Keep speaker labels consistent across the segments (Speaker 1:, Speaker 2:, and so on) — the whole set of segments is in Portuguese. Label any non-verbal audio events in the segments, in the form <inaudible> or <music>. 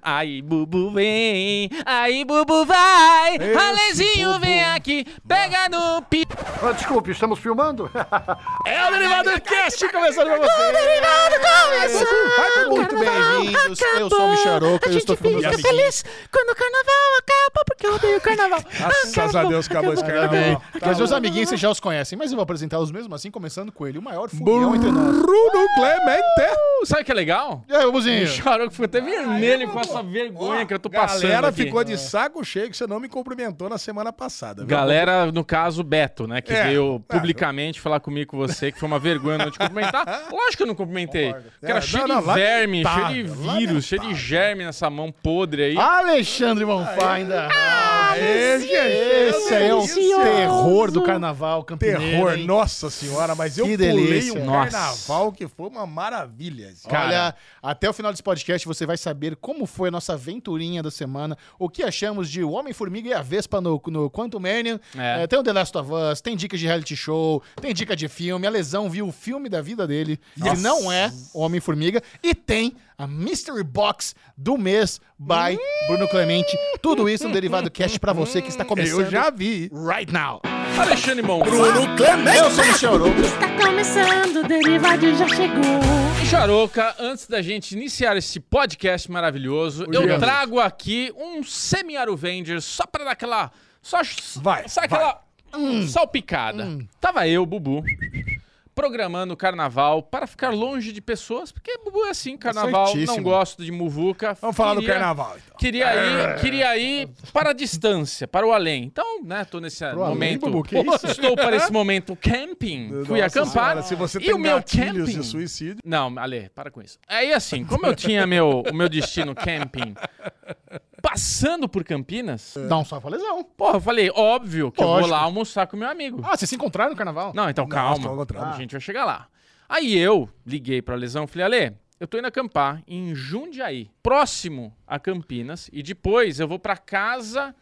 Speaker 1: Aí, Bubu vem, aí, Bubu vai.
Speaker 2: Esse
Speaker 1: Alezinho
Speaker 2: Bubu.
Speaker 1: vem aqui, pega no pi.
Speaker 2: Ah, desculpe, estamos filmando? <laughs>
Speaker 3: É o Derivado Cast começando pra você!
Speaker 1: Derivado
Speaker 3: Uhul. Muito bem-vindos, eu sou o Micharoca eu estou ficando meus amiguinhos.
Speaker 1: quando o carnaval acaba, porque eu odeio o carnaval.
Speaker 3: Graças a Deus, acabou esse
Speaker 4: Tá
Speaker 2: Acabou.
Speaker 3: carnaval.
Speaker 2: Acabou.
Speaker 3: Mas meus amiguinhos, vocês já os conhecem, mas eu vou apresentá-los mesmo assim, começando com ele, o maior furião
Speaker 2: então
Speaker 3: entre nós.
Speaker 4: Bruno Clemente.
Speaker 1: Sabe o que é legal?
Speaker 3: E aí, Bubuzinho?
Speaker 1: O Charoco ficou até vermelho com essa vergonha que eu tô passando.
Speaker 4: Galera
Speaker 1: aqui.
Speaker 4: ficou de saco cheio que você não me cumprimentou na semana passada. viu?
Speaker 1: Galera, no caso, Beto, né? Que
Speaker 4: É,
Speaker 1: veio
Speaker 4: claro.
Speaker 1: publicamente falar comigo com você, que foi uma vergonha não te
Speaker 4: <laughs>
Speaker 1: cumprimentar. Lógico que eu não cumprimentei. O cara
Speaker 4: É,
Speaker 1: cheio
Speaker 4: não,
Speaker 1: de
Speaker 4: não,
Speaker 1: verme, cheio de
Speaker 4: lamentável,
Speaker 1: vírus, cheio de germe nessa mão podre
Speaker 4: Ah!
Speaker 1: aí.
Speaker 2: Alexandre Monfainda.
Speaker 4: Esse, um
Speaker 2: Esse aí é o terror do carnaval campineiro.
Speaker 4: terror,
Speaker 2: hein?
Speaker 4: nossa senhora, mas eu
Speaker 2: Que
Speaker 4: pulei
Speaker 2: delícia.
Speaker 4: um
Speaker 1: Nossa.
Speaker 4: carnaval que foi uma maravilha. assim.
Speaker 2: Olha, até o final desse podcast você vai saber como foi a nossa aventurinha da semana, o que achamos de O Homem-Formiga e a Vespa no, no Quantum Manion.
Speaker 1: É.
Speaker 2: É, tem o The Last of Us, tem dicas de reality show, tem dica de filme. A Lesão viu o filme da vida dele, que não é O Homem-Formiga. E tem a Mystery Box do mês by Bruno Clemente. Tudo isso no Derivado Cast pra você que está começando.
Speaker 4: eu já vi.
Speaker 2: Right now.
Speaker 1: Alexandre Mon.
Speaker 4: Bruno Clemente. Eu sou o Michel Arouca.
Speaker 5: Está começando, o Derivado já chegou.
Speaker 1: Charoca, antes da gente iniciar esse podcast maravilhoso, eu trago aqui um semi-Aruvengers só pra dar aquela. Só,
Speaker 4: Vai,
Speaker 1: só aquela hum, salpicada. Tava eu, Bubu, programando o carnaval para ficar longe de pessoas, porque Bubu é assim, carnaval, não
Speaker 4: Certíssimo.
Speaker 1: gosto de muvuca.
Speaker 4: Vamos falar do
Speaker 1: queria-
Speaker 4: carnaval, então.
Speaker 1: Queria ir, queria ir para a distância, para o além. Então, né, tô nesse
Speaker 4: além,
Speaker 1: momento.
Speaker 4: Bubu, que isso?
Speaker 1: Estou para esse momento camping.
Speaker 4: <laughs>
Speaker 1: Fui
Speaker 4: Nossa
Speaker 1: acampar.
Speaker 4: senhora, se você
Speaker 1: e
Speaker 4: tem
Speaker 1: o meu
Speaker 4: gatilhos
Speaker 1: camping.
Speaker 4: de suicídio...
Speaker 1: Não, Ale, para com isso. Aí assim, como eu tinha meu, o meu destino camping passando por Campinas,
Speaker 2: Dá um salve pra Lesão.
Speaker 1: porra, eu falei, óbvio que eu vou
Speaker 2: Lógico.
Speaker 1: lá almoçar com meu amigo.
Speaker 2: Ah, vocês se encontraram no carnaval?
Speaker 1: Não, então
Speaker 4: tá ao
Speaker 1: calma.
Speaker 4: contrário.
Speaker 1: A gente vai chegar lá. Aí eu liguei pra Lesão e falei, Ale, eu tô indo acampar em Jundiaí, próximo a Campinas, e depois eu vou pra casa.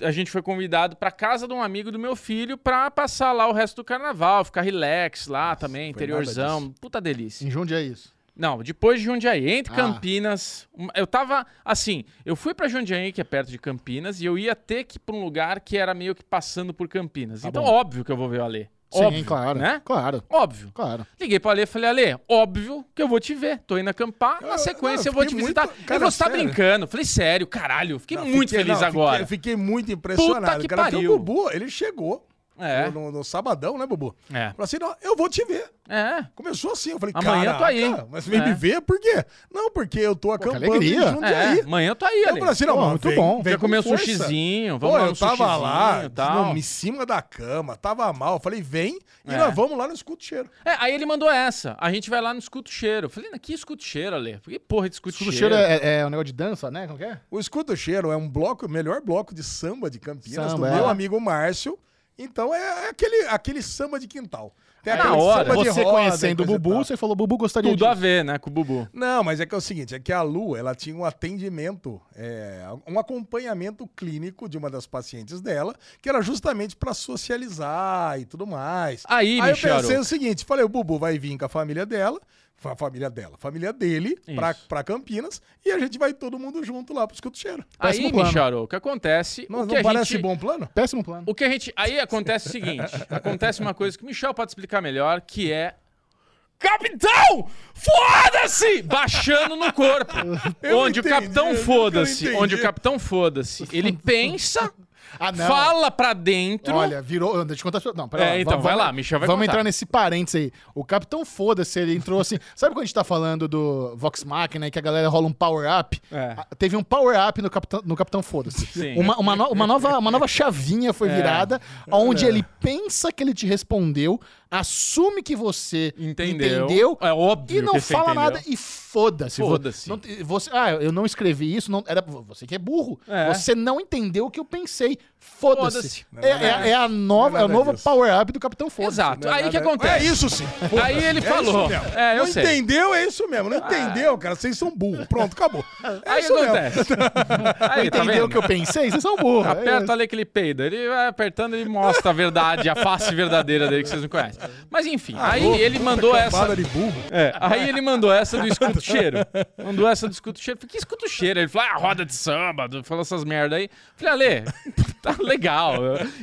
Speaker 1: A gente foi convidado pra casa de um amigo do meu filho pra passar lá o resto do carnaval, ficar relax lá também,
Speaker 4: foi nada
Speaker 1: interiorzão. Puta delícia.
Speaker 2: Em Jundiaí, isso.
Speaker 1: Não, depois de Jundiaí, entre
Speaker 2: Ah.
Speaker 1: Campinas, um- eu tava assim, eu fui pra Jundiaí, que é perto de Campinas, e eu ia ter que ir pra um lugar que era meio que passando por Campinas.
Speaker 4: Tá
Speaker 1: então,
Speaker 2: bom.
Speaker 1: óbvio que eu vou ver o Alê.
Speaker 2: Sim,
Speaker 1: óbvio,
Speaker 2: claro.
Speaker 1: né?
Speaker 2: Claro,
Speaker 1: Óbvio.
Speaker 2: claro.
Speaker 1: Liguei pro Alê e falei, Alê, óbvio que eu vou te ver. Tô indo acampar, na
Speaker 4: Eu-
Speaker 1: sequência eu
Speaker 4: não, eu
Speaker 1: vou te
Speaker 4: fiquei
Speaker 1: visitar.
Speaker 4: muito-
Speaker 1: e
Speaker 4: cara,
Speaker 1: você tá
Speaker 4: sério.
Speaker 1: brincando. Falei, sério, caralho, fiquei
Speaker 4: Não,
Speaker 1: muito
Speaker 4: fiquei-
Speaker 1: feliz
Speaker 4: não, fiquei-
Speaker 1: agora.
Speaker 4: Fiquei, muito impressionado.
Speaker 1: Puta que
Speaker 4: Cara,
Speaker 1: pariu.
Speaker 4: Porque o Bubu, ele chegou
Speaker 1: É.
Speaker 4: no, no- no sabadão, né, Bubu?
Speaker 1: É.
Speaker 4: Falou assim, não, eu vou te ver.
Speaker 1: É.
Speaker 4: Começou assim, eu falei,
Speaker 1: Amanhã eu tô aí,
Speaker 4: "Caraca,
Speaker 1: hein?"
Speaker 4: Mas vem
Speaker 1: É.
Speaker 4: me ver, por quê? Não, porque eu tô acampando
Speaker 2: alegria.
Speaker 4: em Jundiaí.
Speaker 1: É, amanhã eu tô aí,
Speaker 4: Eu
Speaker 1: Alê.
Speaker 4: falei assim, não,
Speaker 2: Pô,
Speaker 4: mano,
Speaker 2: muito
Speaker 4: vem-
Speaker 2: bom.
Speaker 4: vem
Speaker 1: Já
Speaker 4: com
Speaker 1: comeu um
Speaker 4: força.
Speaker 1: sushizinho, vamos
Speaker 4: Pô,
Speaker 1: lá no
Speaker 4: eu tava lá,
Speaker 1: sushizinho e tal.
Speaker 4: não, em cima da cama, tava mal. Eu Falei, vem e
Speaker 1: É.
Speaker 4: nós vamos lá no escuto cheiro.
Speaker 1: É, aí ele mandou essa. A gente vai lá no escuto cheiro. Eu Falei, "Na- que escuto cheiro, Ale? Que porra de escuto
Speaker 2: Tudo
Speaker 1: cheiro?
Speaker 2: cheiro é, é um negócio de dança, né? Como que é?
Speaker 4: O escuto cheiro é um bloco, o melhor bloco de samba de Campinas,
Speaker 2: Samba,
Speaker 4: do
Speaker 2: é.
Speaker 4: meu amigo Márcio. Então é é aquele, aquele samba de quintal. Tem
Speaker 1: Ah, Na
Speaker 4: aquele
Speaker 1: hora.
Speaker 4: samba de
Speaker 2: Você
Speaker 4: roda e
Speaker 2: conhecendo o
Speaker 4: coisa e
Speaker 2: Bubu,
Speaker 4: tal.
Speaker 2: você falou, Bubu gostaria
Speaker 1: Tudo a
Speaker 2: disso.
Speaker 1: ver, né, com o Bubu.
Speaker 4: Não, mas é que é o seguinte, é que a Lu, ela tinha um atendimento, é, um acompanhamento clínico de uma das pacientes dela, que era justamente pra socializar e tudo mais.
Speaker 1: Aí,
Speaker 4: eu
Speaker 1: Michel.
Speaker 4: pensei o seguinte, falei, o Bubu vai vir com a família dela, a família dela, a família dele, pra,
Speaker 1: Isso.
Speaker 4: pra Campinas, e a gente vai todo mundo junto lá pro escuteiro.
Speaker 1: Aí,
Speaker 2: Péssimo plano.
Speaker 1: Michel, um o que acontece?
Speaker 4: Não,
Speaker 1: o que
Speaker 4: não
Speaker 1: a
Speaker 4: parece
Speaker 1: gente,
Speaker 4: bom plano?
Speaker 2: Péssimo plano.
Speaker 1: O que a gente. Aí acontece o
Speaker 4: <laughs>
Speaker 1: seguinte: acontece uma coisa que o Michel pode explicar melhor, que é. Capitão! Foda-se! Baixando no corpo.
Speaker 4: Eu
Speaker 1: onde
Speaker 4: entendi,
Speaker 1: o capitão
Speaker 4: eu nunca
Speaker 1: foda-se.
Speaker 4: entendi.
Speaker 1: Onde o capitão foda-se.
Speaker 4: <laughs>
Speaker 1: Ele pensa,
Speaker 2: Ah, não.
Speaker 1: fala pra dentro.
Speaker 2: Olha, virou. Deixa eu te contar. Não, pera
Speaker 1: É,
Speaker 2: lá.
Speaker 1: então,
Speaker 2: Va-
Speaker 1: vai
Speaker 2: vamos-
Speaker 1: lá, Michel vai
Speaker 2: Vamos
Speaker 1: contar.
Speaker 2: entrar nesse parênteses aí. O Capitão Foda-se, ele entrou assim. <laughs> Sabe quando a gente tá falando do Vox Machina e que a galera rola um power-up?
Speaker 1: É.
Speaker 2: Ah, Teve um power-up no Capitão, no Capitão Foda-se.
Speaker 1: Sim.
Speaker 2: Uma, uma, no- uma nova, uma nova chavinha foi virada, onde ele pensa que ele te respondeu, assume que você
Speaker 1: Entendeu?
Speaker 2: entendeu
Speaker 1: É óbvio
Speaker 2: e não
Speaker 1: que você
Speaker 2: fala
Speaker 1: entendeu.
Speaker 2: nada e foda-se. Vo-
Speaker 1: Foda-se.
Speaker 2: não te- Você, ah, eu não escrevi isso, não, era você que é burro.
Speaker 1: É.
Speaker 2: Você não entendeu o que eu pensei. Foda-se.
Speaker 1: Foda-se.
Speaker 2: é, é- é a nova,
Speaker 4: Não é
Speaker 2: é o
Speaker 4: nada
Speaker 2: novo
Speaker 4: disso.
Speaker 2: power-up do Capitão Foda.
Speaker 1: Exato. Aí o que
Speaker 4: Nada-
Speaker 1: acontece?
Speaker 4: É isso sim.
Speaker 1: Aí ele
Speaker 4: É
Speaker 1: falou.
Speaker 4: isso mesmo.
Speaker 1: É, eu
Speaker 4: não
Speaker 1: sei. Ah.
Speaker 4: entendeu, é isso mesmo. Não entendeu, cara. Vocês são burros. Pronto,
Speaker 1: <laughs>
Speaker 4: acabou. É
Speaker 1: Aí
Speaker 4: isso mesmo.
Speaker 1: acontece.
Speaker 4: <laughs>
Speaker 1: Aí, tá
Speaker 2: entendeu o
Speaker 1: vendo? Tá
Speaker 2: que eu pensei? Vocês são burros.
Speaker 1: Aperta
Speaker 2: É
Speaker 1: ali que ele peida. Ele vai apertando e mostra a verdade, a face verdadeira dele que vocês não conhecem. certo. Mas enfim,
Speaker 4: Ah,
Speaker 1: aí ele mandou essa.
Speaker 4: Cambada um de burro.
Speaker 1: É, aí ele mandou essa do escuto cheiro. Mandou essa do escuto cheiro. Falei, que escuto cheiro? Ele falou, ah, roda de samba, do- falou essas merda aí. Falei, Ale, tá legal.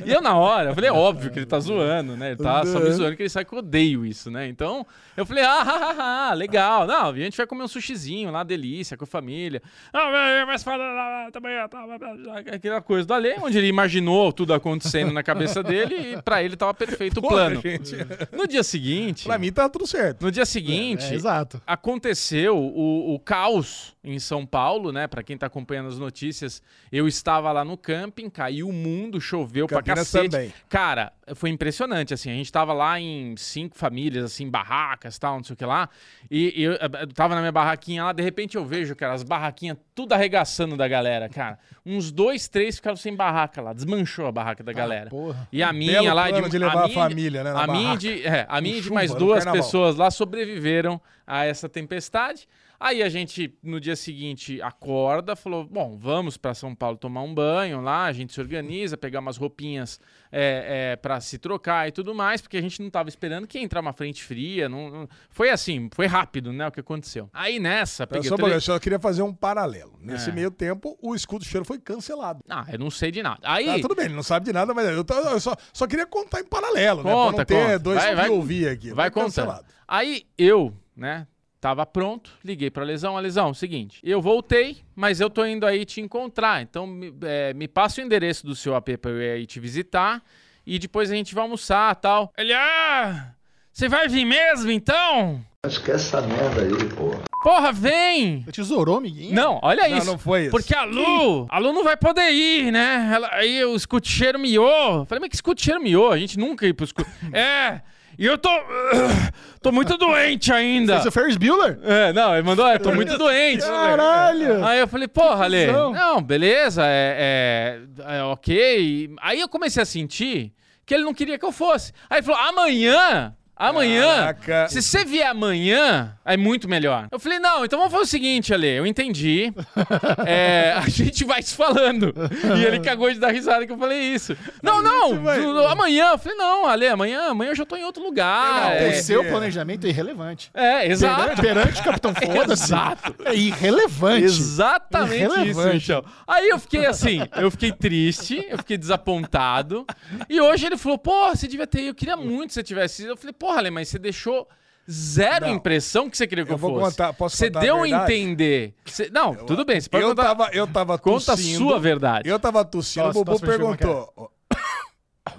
Speaker 1: E eu, na hora, falei, é óbvio que ele tá zoando, né? Ele tá só
Speaker 4: Uhum.
Speaker 1: me zoando, que ele sabe que eu odeio isso, né? Então, eu falei, ah, ha, ha, ha, legal. Não, a gente vai comer um sushizinho lá, delícia, com a família. Ah, mas fala lá, também, tá, blá, blá, blá, aquela coisa do Ale, onde ele imaginou tudo acontecendo na cabeça dele e pra ele tava perfeito o
Speaker 4: Porra,
Speaker 1: plano.
Speaker 4: gente.
Speaker 1: No dia seguinte...
Speaker 4: Pra mim tá tudo certo.
Speaker 1: No dia seguinte,
Speaker 2: É, exato.
Speaker 1: aconteceu o, o caos em São Paulo, né? Pra quem tá acompanhando as notícias, eu estava lá no camping, caiu o mundo, choveu pra
Speaker 4: Campinas
Speaker 1: cacete.
Speaker 4: também.
Speaker 1: Cara, foi impressionante, assim, a gente tava lá em cinco famílias, assim, barracas, tal, não sei o que lá, e eu, eh, eu tava na minha barraquinha lá, de repente eu vejo, cara, as barraquinhas tudo arregaçando da galera, cara. Uns dois, três ficaram sem barraca lá, desmanchou a barraca da galera.
Speaker 2: porra.
Speaker 1: E a minha
Speaker 4: Ah, Belo
Speaker 1: lá
Speaker 4: plano
Speaker 1: de,
Speaker 4: de levar a
Speaker 1: minha-
Speaker 4: família, né, na
Speaker 1: a minha
Speaker 4: barraca.
Speaker 1: de, é, a minha e de
Speaker 4: chuva,
Speaker 1: mais
Speaker 4: no
Speaker 1: duas
Speaker 4: carnaval.
Speaker 1: pessoas lá sobreviveram a essa tempestade. Aí a gente no dia seguinte acorda, falou: "Bom, vamos para São Paulo tomar um banho lá, a gente se organiza, pegar umas roupinhas é, para se trocar e tudo mais, porque a gente não tava esperando que ia entrar uma frente fria, não, não- foi assim, foi rápido, né, o que aconteceu. Aí nessa,
Speaker 4: Eu
Speaker 1: peguei
Speaker 4: Tá só,
Speaker 1: o tele-
Speaker 4: eu só queria fazer um paralelo. Nesse
Speaker 1: É.
Speaker 4: meio tempo, o escudo cheiro foi cancelado.
Speaker 1: Ah, eu não sei de nada. Aí
Speaker 4: Ah, tudo bem, ele não sabe de nada, mas eu, tô- eu só, só queria contar em paralelo,
Speaker 1: Conta,
Speaker 4: né? Pra não ter
Speaker 1: conta.
Speaker 4: dois
Speaker 1: Vai,
Speaker 4: que
Speaker 1: vai-
Speaker 4: ouvir aqui.
Speaker 1: Vai
Speaker 4: Foi
Speaker 1: contando.
Speaker 4: cancelado.
Speaker 1: Aí eu, né, tava pronto, liguei pra Lesão. A Lesão, seguinte, eu voltei, mas eu tô indo aí te encontrar. Então me, é, me passa o endereço do seu AP pra eu ir aí te visitar. E depois a gente vai almoçar tal. Ele, ah, você vai vir mesmo então?
Speaker 6: Esquece essa merda aí, porra.
Speaker 1: Porra, vem!
Speaker 2: Você tesourou, amiguinho?
Speaker 1: Não, olha
Speaker 4: Não,
Speaker 1: É isso.
Speaker 4: não foi isso.
Speaker 1: Porque a Lu, a Lu não vai poder ir, né? Ela- aí o escuticheiro miou. Falei, mas que escuticheiro miou? A gente nunca ia pro
Speaker 2: <laughs>
Speaker 1: escuticheiro. é, e eu tô. <sighs> tô muito doente ainda.
Speaker 2: Esse é o Ferris Bueller?
Speaker 1: É, não, ele mandou, é, tô muito doente.
Speaker 2: Caralho!
Speaker 1: Aí eu falei, porra, Ale,
Speaker 2: cuzão.
Speaker 1: não, beleza, é, é- é ok. Aí eu comecei a sentir que ele não queria que eu fosse. Aí ele falou, amanhã, amanhã,
Speaker 4: Caraca.
Speaker 1: se você vier amanhã, é muito melhor. Eu falei, não, então vamos fazer o seguinte, Ale, eu entendi. É, a <laughs> gente vai se falando. E ele cagou de dar risada que eu falei isso. Não, não,
Speaker 4: vai-
Speaker 1: do- do- amanhã. Eu falei, não, Ale, amanhã, amanhã eu já tô em outro lugar.
Speaker 2: O
Speaker 1: É,
Speaker 2: seu planejamento é irrelevante.
Speaker 1: é, exato.
Speaker 2: Perante
Speaker 1: <laughs>
Speaker 2: o Capitão Foda-se.
Speaker 1: Exato.
Speaker 2: É irrelevante.
Speaker 1: Exatamente isso,
Speaker 2: Irrelevante.
Speaker 1: Michel. Aí eu fiquei assim, eu fiquei triste, eu fiquei desapontado. E hoje ele falou, porra, você devia ter ido, eu queria muito que você tivesse ido. Eu falei, porra, Ale, mas você deixou zero
Speaker 4: Não.
Speaker 1: impressão que você queria que eu,
Speaker 4: Eu vou
Speaker 1: fosse.
Speaker 4: contar, posso
Speaker 1: você
Speaker 4: contar a
Speaker 1: deu a
Speaker 4: verdade?
Speaker 1: entender. Você- Não, tudo bem, você pode
Speaker 4: Eu
Speaker 1: contar.
Speaker 4: tava, eu tava
Speaker 1: Conta a
Speaker 4: tossindo.
Speaker 1: sua verdade.
Speaker 4: Eu tava tossindo,
Speaker 2: Tosse,
Speaker 4: o Bubu
Speaker 2: tosse pra enxugar uma
Speaker 4: perguntou. Ó, <coughs>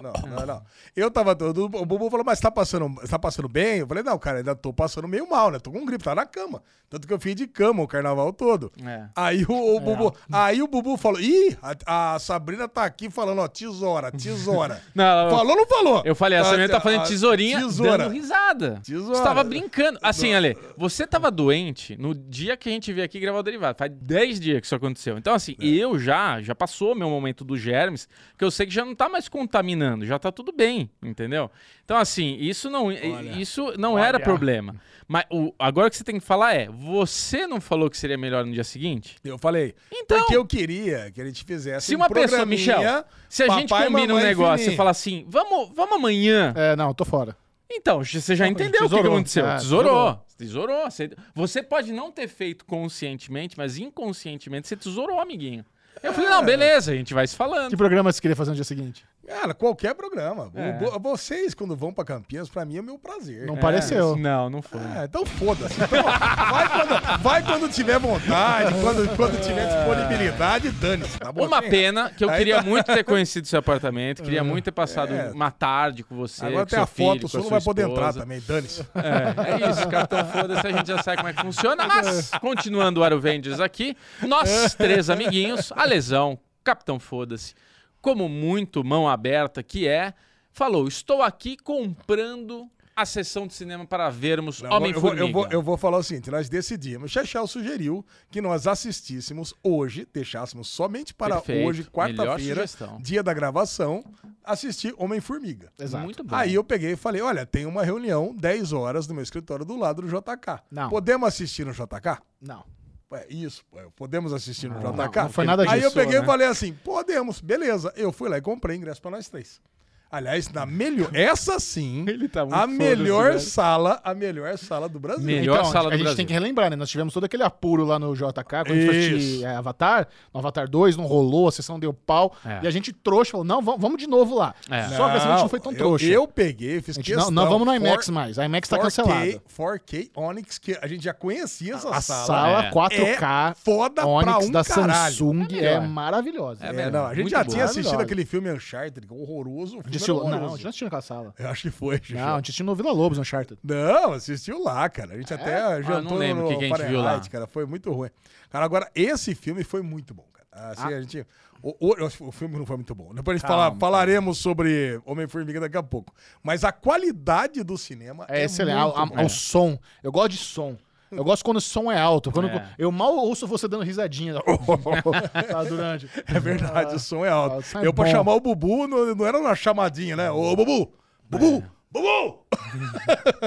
Speaker 4: Não, não, não. Eu tava todo. O Bubu falou, mas tá passando, tá passando bem? Eu falei, não, cara, ainda tô passando meio mal, né? Tô com gripe, tá na cama. Tanto que eu fiz de cama o carnaval todo.
Speaker 1: É.
Speaker 4: Aí o, o Bubu. Aí o Bubu falou: Ih, a, a Sabrina tá aqui falando, ó, tesoura, tesoura.
Speaker 1: <laughs> Não, ela-
Speaker 4: falou ou não falou?
Speaker 1: Eu falei, essa menina tá
Speaker 4: a-
Speaker 1: fazendo tesourinha
Speaker 4: Tesoura.
Speaker 1: dando risada.
Speaker 4: Tesoura.
Speaker 1: Você tava brincando. Assim, Ale, você tava doente no dia que a gente veio aqui gravar o Derivado. Faz 10 dias que isso aconteceu. Então, assim,
Speaker 4: É.
Speaker 1: eu já, já passou meu momento dos germes, que eu sei que já não tá mais contaminando, já tá tudo bem, entendeu? Então, assim, isso não, isso não era problema. Mas o, agora o que você tem que falar é, você não falou que seria melhor no dia seguinte?
Speaker 4: Eu falei.
Speaker 1: Então-
Speaker 4: Porque eu queria que a gente fizesse
Speaker 1: Se uma
Speaker 4: um
Speaker 1: pessoa,
Speaker 4: programinha,
Speaker 1: Michel, se a gente
Speaker 4: papai,
Speaker 1: combina um
Speaker 4: mamãe e
Speaker 1: negócio e
Speaker 4: filhinho.
Speaker 1: fala assim, vamos, vamos amanhã
Speaker 2: É, não, tô fora.
Speaker 1: Então, você já entendeu o que
Speaker 2: tesourou.
Speaker 1: aconteceu.
Speaker 2: Ah,
Speaker 1: tesourou. Tesourou. Você, você pode não ter feito conscientemente, mas inconscientemente você tesourou, amiguinho. Eu falei,
Speaker 4: É.
Speaker 1: não, beleza, a gente vai se falando.
Speaker 2: Que
Speaker 4: Tipo,
Speaker 2: programa você queria fazer no dia seguinte?
Speaker 4: Cara, qualquer programa.
Speaker 1: É.
Speaker 4: Bo- Vocês, quando vão pra Campinas, pra mim é meu prazer.
Speaker 2: Não
Speaker 1: É,
Speaker 2: pareceu.
Speaker 1: Não, não foi.
Speaker 4: Ah, então foda-se. Então, vai, quando, vai quando tiver vontade, quando, quando tiver disponibilidade, dane-se, tá bom?
Speaker 1: Uma
Speaker 4: Sim.
Speaker 1: pena, que eu
Speaker 4: Aí
Speaker 1: queria
Speaker 4: tá-
Speaker 1: muito ter conhecido seu apartamento, queria muito ter passado
Speaker 4: <laughs> É.
Speaker 1: uma tarde com você.
Speaker 4: Agora
Speaker 1: com
Speaker 4: tem
Speaker 1: seu
Speaker 4: a
Speaker 1: filho,
Speaker 4: foto,
Speaker 1: com
Speaker 4: o senhor
Speaker 1: sua
Speaker 4: não vai poder
Speaker 1: esposa.
Speaker 4: entrar também, dane-se.
Speaker 1: <laughs> É, é isso, cartão foda-se, a gente já sabe como é que funciona. Mas, continuando o Aro Vendes aqui, nós três amiguinhos, a lesão, Capitão Foda-se, como muito mão aberta que é, falou: estou aqui comprando a sessão de cinema para vermos
Speaker 4: Não, eu, vou,
Speaker 1: Homem-Formiga.
Speaker 4: eu, vou, eu vou falar o seguinte: nós decidimos. Chechel sugeriu que nós assistíssemos hoje, deixássemos somente para
Speaker 1: Perfeito.
Speaker 4: hoje,
Speaker 1: Melhor
Speaker 4: quarta-feira,
Speaker 1: sugestão.
Speaker 4: dia da gravação, assistir Homem-Formiga.
Speaker 2: Exato.
Speaker 1: Muito bom.
Speaker 4: Aí eu peguei e falei: olha, tem uma reunião 10 horas no meu escritório do lado do JK.
Speaker 2: Não.
Speaker 4: Podemos assistir no JK?
Speaker 2: Não.
Speaker 4: Ué, isso, ué, podemos assistir no JK?
Speaker 2: não foi nada
Speaker 4: Aí eu
Speaker 2: disso,
Speaker 4: peguei
Speaker 2: né?
Speaker 4: e falei assim: podemos, beleza. Eu fui lá e comprei ingresso pra nós três. Aliás, na
Speaker 2: <laughs>
Speaker 4: melhor. Essa sim.
Speaker 1: Ele tá muito
Speaker 4: a
Speaker 1: foda-se,
Speaker 4: melhor
Speaker 1: velho.
Speaker 4: sala, a melhor sala do Brasil.
Speaker 1: Melhor sala
Speaker 2: Então, a
Speaker 1: do
Speaker 2: gente
Speaker 1: Brasil.
Speaker 2: tem que relembrar, né? Nós tivemos todo aquele apuro lá no JK, quando a gente foi assistir
Speaker 4: Isso.
Speaker 2: é, Avatar, no Avatar 2, não rolou, a sessão deu pau.
Speaker 1: É.
Speaker 2: E a gente trouxa, falou, não, vamos, vamos de novo lá.
Speaker 1: É.
Speaker 2: Só que essa gente não foi tão
Speaker 4: eu-
Speaker 2: trouxa.
Speaker 4: Eu peguei, fiz
Speaker 2: A gente não,
Speaker 4: questão.
Speaker 2: não vamos no IMAX
Speaker 4: Four-
Speaker 2: mais. A IMAX tá cancelada.
Speaker 4: 4K Onyx, que a gente já conhecia essa
Speaker 2: A
Speaker 4: sala.
Speaker 2: sala
Speaker 1: É.
Speaker 2: 4K
Speaker 4: É foda pra
Speaker 2: Onyx
Speaker 4: um
Speaker 2: da
Speaker 4: caralho.
Speaker 2: Samsung
Speaker 1: É
Speaker 2: é
Speaker 1: melhor.
Speaker 2: maravilhosa.
Speaker 1: É
Speaker 2: É,
Speaker 4: É,
Speaker 1: mesmo,
Speaker 4: não, a gente
Speaker 1: muito
Speaker 4: já
Speaker 1: boa.
Speaker 4: tinha assistido
Speaker 2: Maravilhosa.
Speaker 4: aquele filme Uncharted, horroroso. O filme
Speaker 2: A gente assistiu-
Speaker 4: era
Speaker 2: não, a
Speaker 4: horroroso.
Speaker 2: gente não assistiu naquela sala.
Speaker 4: Eu acho que foi, Xuxa.
Speaker 2: Não, a gente assistiu no Vila Lobos, Uncharted.
Speaker 4: Não, assistiu lá, cara. A gente até jantou
Speaker 1: É? Ah, não lembro o
Speaker 4: no
Speaker 1: que que a gente viu
Speaker 4: Fahrenheit,
Speaker 1: lá.
Speaker 4: cara. Foi muito ruim. Cara, agora, esse filme foi muito bom, cara. Assim, a gente... O, o- eu acho que o filme não foi muito bom. Depois a gente
Speaker 1: Ah. Calma,
Speaker 4: fala- falaremos sobre Homem-Formiga daqui a pouco. Mas a qualidade do cinema
Speaker 2: É,
Speaker 4: é,
Speaker 2: excelente.
Speaker 4: muito
Speaker 2: A- a-
Speaker 4: boa.
Speaker 2: ao som. Eu gosto de som. Eu gosto quando o som é alto. Quando
Speaker 1: É.
Speaker 2: Eu mal ouço você dando
Speaker 4: <laughs>
Speaker 2: risadinha. tá, durante.
Speaker 4: É verdade, o som é alto.
Speaker 2: o som é
Speaker 4: eu, pra
Speaker 2: bom.
Speaker 4: chamar o Bubu, não, não era uma chamadinha, né? Ô, Bubu! Bubu!
Speaker 2: É.
Speaker 4: Bubu! <laughs>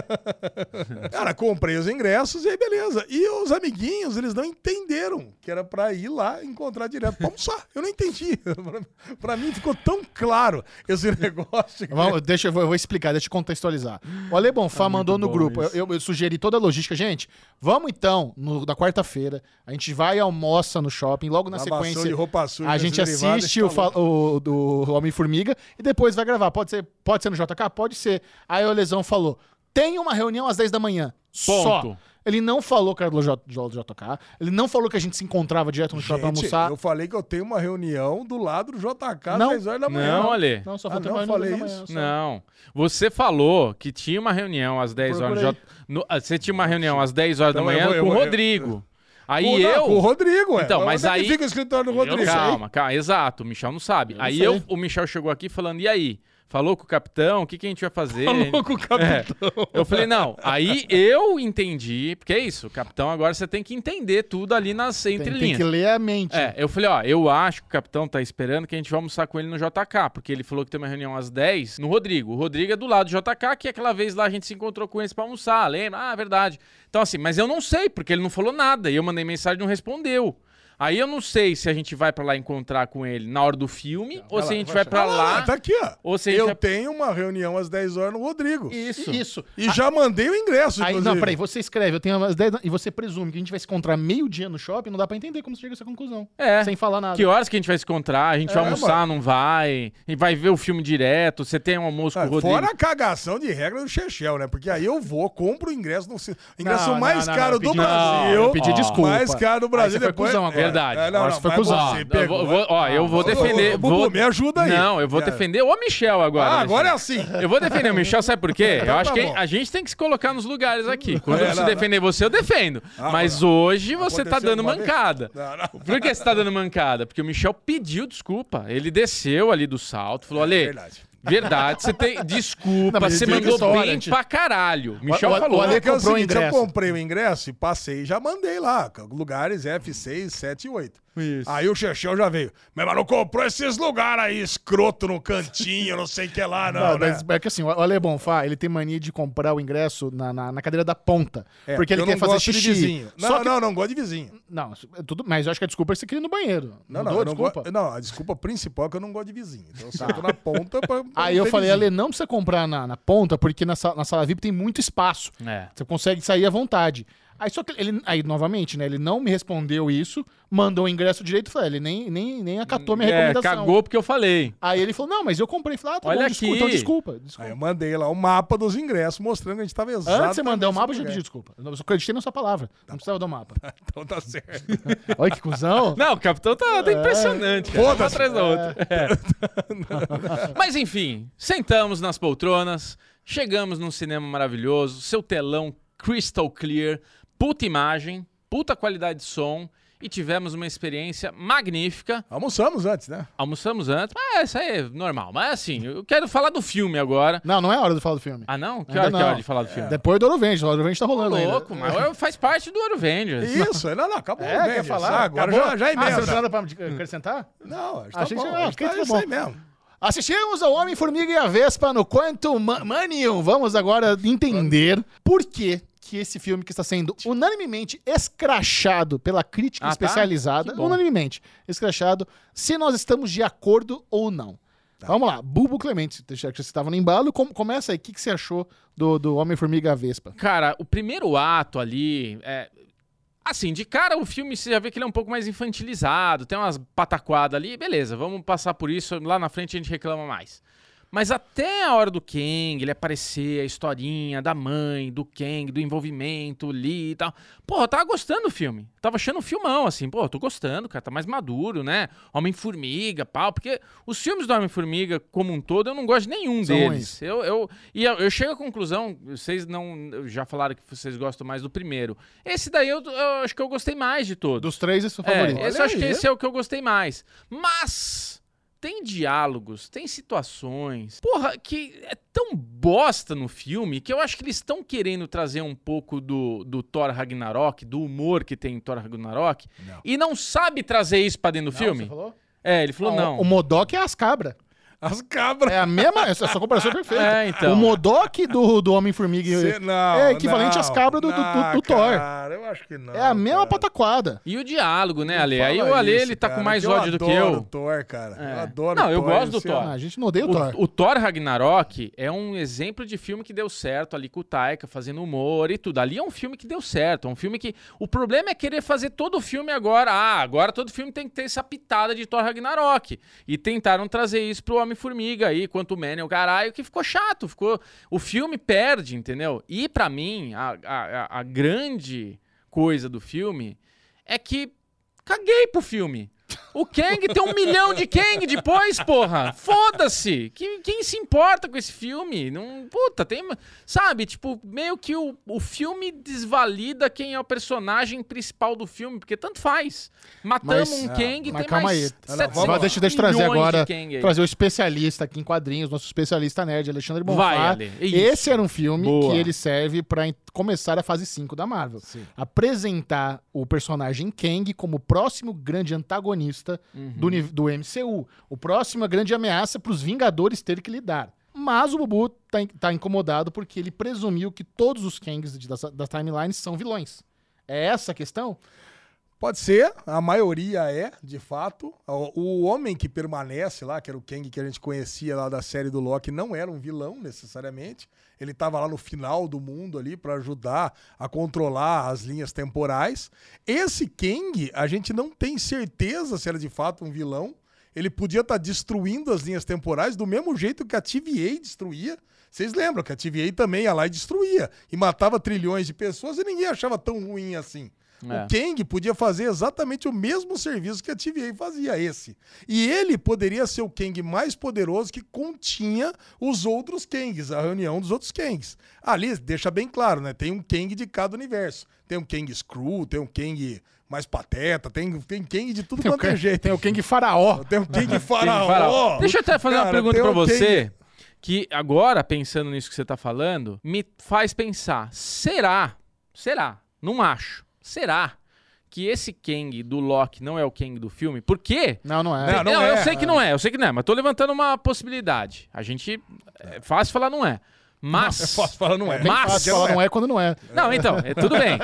Speaker 4: Cara, comprei os ingressos e aí beleza. E os amiguinhos, eles não entenderam que era pra ir lá encontrar direto pra almoçar. Eu não entendi. <laughs> Pra- pra mim ficou tão claro esse negócio. que-
Speaker 2: Vamos, deixa eu vou, eu vou explicar, deixa eu contextualizar. O Ale
Speaker 4: É
Speaker 2: Bonfá mandou no
Speaker 1: bom
Speaker 2: grupo.
Speaker 1: isso.
Speaker 2: Eu, eu sugeri toda a logística, gente. Vamos então, no- na quarta-feira, a gente vai e almoça no shopping, logo na
Speaker 4: Lavação de
Speaker 2: sequência.
Speaker 4: roupa suja,
Speaker 2: A gente
Speaker 4: esses derivados,
Speaker 2: assiste
Speaker 4: tá
Speaker 2: o, fa- o- do Homem-Formiga e depois vai gravar. Pode ser, pode ser no JK? Pode ser. Aí o Lesão falou: tem uma reunião às 10 da manhã. Só.
Speaker 1: Ponto.
Speaker 2: Ele não falou que era do, J, do JK. Ele não falou que a gente se encontrava direto no shopping pra
Speaker 4: Gente,
Speaker 2: almoçar.
Speaker 4: Eu falei que eu tenho uma reunião do lado do JK às
Speaker 2: Não.
Speaker 4: 10 horas da manhã.
Speaker 1: Não, Ale.
Speaker 2: Não, só
Speaker 4: Ah,
Speaker 2: falou
Speaker 4: não,
Speaker 2: uma reunião às
Speaker 4: falei
Speaker 2: 10 da manhã, só.
Speaker 1: Não. Você falou que tinha uma reunião às 10 horas.
Speaker 2: Procura
Speaker 1: já- no- ah, você tinha uma reunião às 10 horas
Speaker 4: Então,
Speaker 1: da
Speaker 4: eu
Speaker 1: manhã
Speaker 4: vou- eu
Speaker 1: com o
Speaker 4: vou- eu-
Speaker 1: Rodrigo. Aí
Speaker 4: Com- não,
Speaker 1: eu.
Speaker 4: com o Rodrigo, ué.
Speaker 1: Então, mas
Speaker 4: Onde é que
Speaker 1: aí-
Speaker 4: fica o escritório do Rodrigo?
Speaker 1: Calma, calma, exato, o Michel não sabe. aí
Speaker 2: sei.
Speaker 1: eu, o Michel chegou aqui falando, e aí? Falou com o capitão, o que, que a gente vai fazer? É.
Speaker 2: Louco, capitão.
Speaker 1: Eu falei, não, aí eu entendi, porque é isso, capitão, agora você tem que entender tudo ali nas
Speaker 2: Tem,
Speaker 1: entrelinhas.
Speaker 2: tem que ler a mente.
Speaker 1: É, eu falei, ó, eu acho que o capitão tá esperando que a gente vai almoçar com ele no JK, porque ele falou que tem uma reunião às 10 no Rodrigo. O Rodrigo é do lado do JK, que aquela vez lá a gente se encontrou com eles pra almoçar, lembra? Ah, verdade. Então, assim, mas eu não sei, porque ele não falou nada. E eu mandei mensagem e não respondeu. Aí eu não sei se a gente vai pra lá encontrar com ele na hora do filme, ou se a gente vai pra
Speaker 4: Ah,
Speaker 1: lá.
Speaker 4: Tá aqui, ó.
Speaker 1: Ou se a gente
Speaker 4: eu
Speaker 1: vai-
Speaker 4: tenho uma reunião às 10 horas no Rodrigo. E,
Speaker 1: Isso.
Speaker 2: Isso.
Speaker 4: já mandei o ingresso,
Speaker 2: Aí,
Speaker 4: inclusive.
Speaker 2: não, peraí, você escreve, eu tenho umas 10 e você presume que a gente vai se encontrar meio-dia no shopping, não dá pra entender como você chega a essa conclusão.
Speaker 1: É.
Speaker 2: Sem falar nada.
Speaker 1: Que horas que a gente vai se encontrar? A gente vai
Speaker 4: É,
Speaker 1: almoçar, não vai? E vai ver o filme direto? Você tem um almoço
Speaker 4: Ah,
Speaker 1: com o Rodrigo?
Speaker 4: fora a cagação de regra do Chechel, né? Porque aí eu vou, compro o ingresso no ci- ingresso
Speaker 2: Não, não,
Speaker 4: mais
Speaker 2: não,
Speaker 4: caro
Speaker 2: não, eu
Speaker 4: do
Speaker 2: pedi-
Speaker 4: Brasil.
Speaker 2: não, eu pedi
Speaker 4: Ó,
Speaker 2: desculpa.
Speaker 4: Mais caro do Brasil
Speaker 2: Aí você foi
Speaker 4: depois.
Speaker 2: cuzão agora.
Speaker 1: Verdade.
Speaker 4: É, não,
Speaker 2: Agora
Speaker 4: não,
Speaker 2: você foi
Speaker 4: mas
Speaker 2: cuzão.
Speaker 4: você
Speaker 1: Eu
Speaker 4: pegou-
Speaker 1: vou- vou- ó, eu vou
Speaker 4: Ô, ô, ô,
Speaker 1: defender.
Speaker 4: Bubu,
Speaker 1: vou-
Speaker 4: me ajuda aí.
Speaker 1: Não, eu vou
Speaker 4: É.
Speaker 1: defender o Michel agora.
Speaker 4: Ah, agora é
Speaker 1: Alexandre.
Speaker 4: assim.
Speaker 1: Eu vou defender o Michel, sabe por
Speaker 4: <laughs>
Speaker 1: quê? eu
Speaker 4: tá
Speaker 1: acho que
Speaker 4: bom.
Speaker 1: a gente tem que se colocar nos lugares aqui. Quando
Speaker 4: É,
Speaker 1: eu preciso
Speaker 4: não, Ah,
Speaker 1: defender você, eu defendo. Mas hoje você tá
Speaker 4: aconteceu
Speaker 1: dando
Speaker 4: uma vez.
Speaker 1: mancada.
Speaker 4: Não, não.
Speaker 1: Por que você tá dando mancada? Porque o Michel pediu desculpa. Ele desceu ali do salto, falou: Ale,
Speaker 4: verdade.
Speaker 1: verdade. você
Speaker 4: <laughs>
Speaker 1: tem. Desculpa,
Speaker 2: Não, mas
Speaker 1: você
Speaker 2: ele
Speaker 1: mandou
Speaker 2: tem história,
Speaker 1: bem
Speaker 2: gente.
Speaker 1: pra caralho. Michel
Speaker 2: o- o
Speaker 1: falou.
Speaker 2: Ale
Speaker 4: Porque é o
Speaker 2: comprou o
Speaker 4: seguinte,
Speaker 2: ingresso.
Speaker 4: Eu comprei o ingresso e passei e já mandei lá. Lugares F6, 7 e 8.
Speaker 1: Isso.
Speaker 4: Aí o Chechel já veio. Meu mano, comprou esses lugares aí, escroto no cantinho, não sei o que
Speaker 2: <laughs>
Speaker 4: lá, não,
Speaker 2: Não,
Speaker 4: né?
Speaker 2: mas é que assim, o Ale Bonfá, ele tem mania de comprar o ingresso na, na, na cadeira da ponta.
Speaker 4: É,
Speaker 2: porque ele
Speaker 4: eu
Speaker 2: quer
Speaker 4: não
Speaker 2: fazer
Speaker 4: gosto de
Speaker 2: xixi.
Speaker 4: vizinho. Não,
Speaker 2: Só que-
Speaker 4: não, não gosto de vizinho.
Speaker 2: Não, isso- é tudo, mas eu acho que a desculpa é você querer ir no banheiro.
Speaker 4: Não, não,
Speaker 2: Mudou a
Speaker 4: eu não,
Speaker 2: desculpa?
Speaker 4: gosto- não, a desculpa principal é que eu não gosto de vizinho. Então eu sento na ponta
Speaker 2: <laughs>
Speaker 4: pra, pra
Speaker 2: Tá. Aí
Speaker 4: não
Speaker 2: eu
Speaker 4: ter
Speaker 2: falei,
Speaker 4: vizinho.
Speaker 2: Ale, não precisa comprar na, na ponta, porque na, sa- na sala VIP tem muito espaço.
Speaker 1: É.
Speaker 2: Você consegue sair à vontade. Aí só que ele, aí novamente, né? Ele não me respondeu isso, mandou o ingresso direito, falei, ele nem, nem, nem acatou minha
Speaker 1: É,
Speaker 2: recomendação.
Speaker 1: cagou porque eu falei.
Speaker 2: Aí ele falou, não, mas eu comprei. Falei, ah, tá
Speaker 1: Olha
Speaker 2: bom, desculpa,
Speaker 1: aqui.
Speaker 2: então desculpa. desculpa.
Speaker 4: Aí eu mandei lá o mapa dos ingressos, mostrando que a gente tava exato.
Speaker 2: Antes de você mandar o mapa, eu já pedi desculpa. Eu só acreditei na sua palavra.
Speaker 4: Tá
Speaker 2: Não precisava dar o mapa.
Speaker 4: Então tá certo.
Speaker 2: <laughs> Olha
Speaker 4: <laughs>
Speaker 2: que cuzão.
Speaker 1: Não, o capitão tá,
Speaker 2: É.
Speaker 1: tá impressionante. cara. Uma atrás da outra.
Speaker 2: <laughs>
Speaker 1: É. Mas enfim, sentamos nas poltronas, chegamos num cinema maravilhoso, seu telão crystal clear, puta imagem, puta qualidade de som e tivemos uma experiência magnífica.
Speaker 4: Almoçamos antes, né?
Speaker 1: Almoçamos antes, mas isso aí é normal. Mas assim, eu quero falar do filme agora.
Speaker 2: Não, não é a hora de falar do filme.
Speaker 1: Ah, não? Que
Speaker 2: Ainda
Speaker 1: hora, que
Speaker 2: não.
Speaker 1: hora de falar do
Speaker 4: É.
Speaker 1: filme?
Speaker 2: Depois do Orovenge. O Orovenge tá rolando ainda.
Speaker 1: Louco, mas faz parte do Ouro Vengers.
Speaker 4: Isso, não, não, acabou.
Speaker 2: É,
Speaker 4: Avengers.
Speaker 2: quer
Speaker 4: Ah,
Speaker 2: falar?
Speaker 4: Agora
Speaker 2: Acabou?
Speaker 4: já, já
Speaker 2: Ah, você não tem
Speaker 4: emenda.
Speaker 2: nada pra acrescentar?
Speaker 4: não, acho que tá
Speaker 2: Achei que-
Speaker 4: bom.
Speaker 2: ah,
Speaker 4: acho que
Speaker 2: tá
Speaker 4: tá isso
Speaker 2: bom.
Speaker 4: aí mesmo.
Speaker 2: Assistimos ao Homem, Formiga e a Vespa no Quantum Ma- Manium. Vamos agora entender por que que esse filme que está sendo unanimemente escrachado pela crítica
Speaker 1: Ah, tá?
Speaker 2: especializada,
Speaker 1: Que bom.
Speaker 2: unanimemente escrachado, se nós estamos de acordo ou não.
Speaker 1: Tá.
Speaker 2: Vamos lá, Bulbo Clemente, já que você estava no embalo, com- começa aí, o que, que você achou do, do Homem-Formiga e a Vespa?
Speaker 1: Cara, o primeiro ato ali é. Assim, de cara o filme você já vê que ele é um pouco mais infantilizado, tem umas pataquadas ali, beleza, vamos passar por isso, lá na frente a gente reclama mais. Mas até a hora do Kang, ele aparecer, a historinha da mãe, do Kang, do envolvimento ali e tal. Pô, eu tava gostando do filme. Tava achando um filmão, assim. Pô, eu tô gostando, cara. Tá mais maduro, né? Homem-Formiga, pau. Porque os filmes do Homem-Formiga, como um todo, eu não gosto de nenhum
Speaker 2: São
Speaker 1: deles. Eu, eu, e eu, eu chego à conclusão, vocês não. Já falaram que vocês gostam mais do primeiro. Esse daí eu, eu acho que eu gostei mais de todos.
Speaker 2: Dos três, esse é o
Speaker 1: É,
Speaker 2: favorito.
Speaker 1: esse eu acho que esse é o que eu gostei mais. Mas tem diálogos, tem situações. Porra, que é tão bosta no filme que eu acho que eles estão querendo trazer um pouco do, do Thor Ragnarok, do humor que tem em Thor Ragnarok, e não sabe trazer isso pra dentro do filme. É, ele
Speaker 4: Ah,
Speaker 1: falou não.
Speaker 2: O Modok é as cabras.
Speaker 4: As cabras.
Speaker 2: É a mesma, essa
Speaker 1: <laughs>
Speaker 2: essa comparação é perfeita.
Speaker 1: É, então.
Speaker 2: O Modok do, do Homem-Formiga e-
Speaker 4: Cê- não,
Speaker 2: é equivalente
Speaker 4: não,
Speaker 2: às cabras do, do, do- do
Speaker 4: não,
Speaker 2: Thor.
Speaker 4: Cara, eu acho que não.
Speaker 2: É a mesma
Speaker 4: cara.
Speaker 2: pataquada.
Speaker 1: E o diálogo, né, Ale?
Speaker 4: Fala
Speaker 1: Aí o Ale,
Speaker 4: isso,
Speaker 1: ele tá
Speaker 4: cara,
Speaker 1: com mais
Speaker 4: que eu
Speaker 1: ódio do que
Speaker 4: adoro o
Speaker 1: eu.
Speaker 4: Thor, cara.
Speaker 1: É.
Speaker 4: Eu adoro
Speaker 1: Não,
Speaker 4: o
Speaker 1: eu
Speaker 4: Thor. assim,
Speaker 1: gosto do
Speaker 4: esse
Speaker 1: Thor.
Speaker 2: Ah, a gente não odeia o, Thor.
Speaker 1: O, o Thor Ragnarok é um exemplo de filme que deu certo ali com o Taika, fazendo humor e tudo. Ali é um filme que deu certo. É um filme que. O problema é querer fazer todo o filme agora. Ah, agora todo filme tem que ter essa pitada de Thor Ragnarok. E tentaram trazer isso pro Homem-Formiga aí, quanto o Man é o caralho, que ficou chato. Ficou... O filme perde, entendeu? E pra mim, a, a- a- a grande coisa do filme é que caguei pro filme. O Kang tem um milhão de Kang depois, porra. Foda-se. Quem, quem se importa com esse filme? Não, puta, tem. Sabe, tipo, meio que o, o filme desvalida quem é o personagem principal do filme, porque tanto faz. Matamos
Speaker 2: Mas-
Speaker 1: um
Speaker 2: ah,
Speaker 1: Kang e
Speaker 2: mas
Speaker 1: tem
Speaker 2: calma aí.
Speaker 1: mais.
Speaker 4: Não, não,
Speaker 1: 700
Speaker 4: vamos lá.
Speaker 2: Deixa, deixa eu trazer
Speaker 1: milhões de
Speaker 2: agora,
Speaker 1: Kang aí.
Speaker 2: trazer o especialista aqui em quadrinhos, nosso especialista nerd, Alexandre Bonfá.
Speaker 1: Vai, Ale. é Isso.
Speaker 2: Esse era um filme
Speaker 1: Boa.
Speaker 2: que ele serve pra en- começar a fase 5 da Marvel. Apresentar o personagem Kang como o próximo grande antagonista
Speaker 1: Uhum.
Speaker 2: do, uni- do MCU. O próximo grande ameaça pros Vingadores ter que lidar. Mas o Bubu tá, in- tá incomodado porque ele presumiu que todos os Kangs de- das, das timelines são vilões. É essa a questão?
Speaker 4: Pode ser, a maioria é, de fato. O, o homem que permanece lá, que era o Kang que a gente conhecia lá da série do Loki, não era um vilão necessariamente. Ele estava lá no final do mundo ali para ajudar a controlar as linhas temporais. Esse Kang, a gente não tem certeza se era de fato um vilão. Ele podia estar destruindo as linhas temporais do mesmo jeito que a TVA destruía. Vocês lembram que a TVA também ia lá e destruía e matava trilhões de pessoas e ninguém achava tão ruim assim.
Speaker 1: É.
Speaker 4: O Kang podia fazer exatamente o mesmo serviço que a TVA fazia, esse. E ele poderia ser o Kang mais poderoso que continha os outros Kangs, a reunião dos outros Kangs. Ali, deixa bem claro, né? Tem um Kang de cada universo. Tem um Kang Screw, tem um Kang mais pateta, tem, tem Kang de tudo quanto é jeito.
Speaker 2: Tem o Kang Faraó.
Speaker 4: Tem um
Speaker 1: Tem
Speaker 4: Kang
Speaker 1: que falar.
Speaker 4: Faraó.
Speaker 1: Deixa eu até fazer uma
Speaker 4: Cara,
Speaker 1: pergunta
Speaker 4: tem
Speaker 1: pra
Speaker 4: um Kang-
Speaker 1: você. Que agora, pensando nisso que você tá falando, me faz pensar: será? Será? Não acho. Será que esse Kang do Loki não é o Kang do filme? Por quê?
Speaker 2: Não, não é.
Speaker 4: Não,
Speaker 1: não, eu
Speaker 4: é.
Speaker 1: sei que não é, eu sei que não é, mas tô levantando uma possibilidade. A gente. É fácil falar não é. Mas.
Speaker 4: É fácil falar, não é.
Speaker 1: Bem
Speaker 2: Fácil
Speaker 1: Mas-
Speaker 2: falar não é quando não é.
Speaker 1: Não, então, é, tudo
Speaker 4: <laughs>
Speaker 1: bem.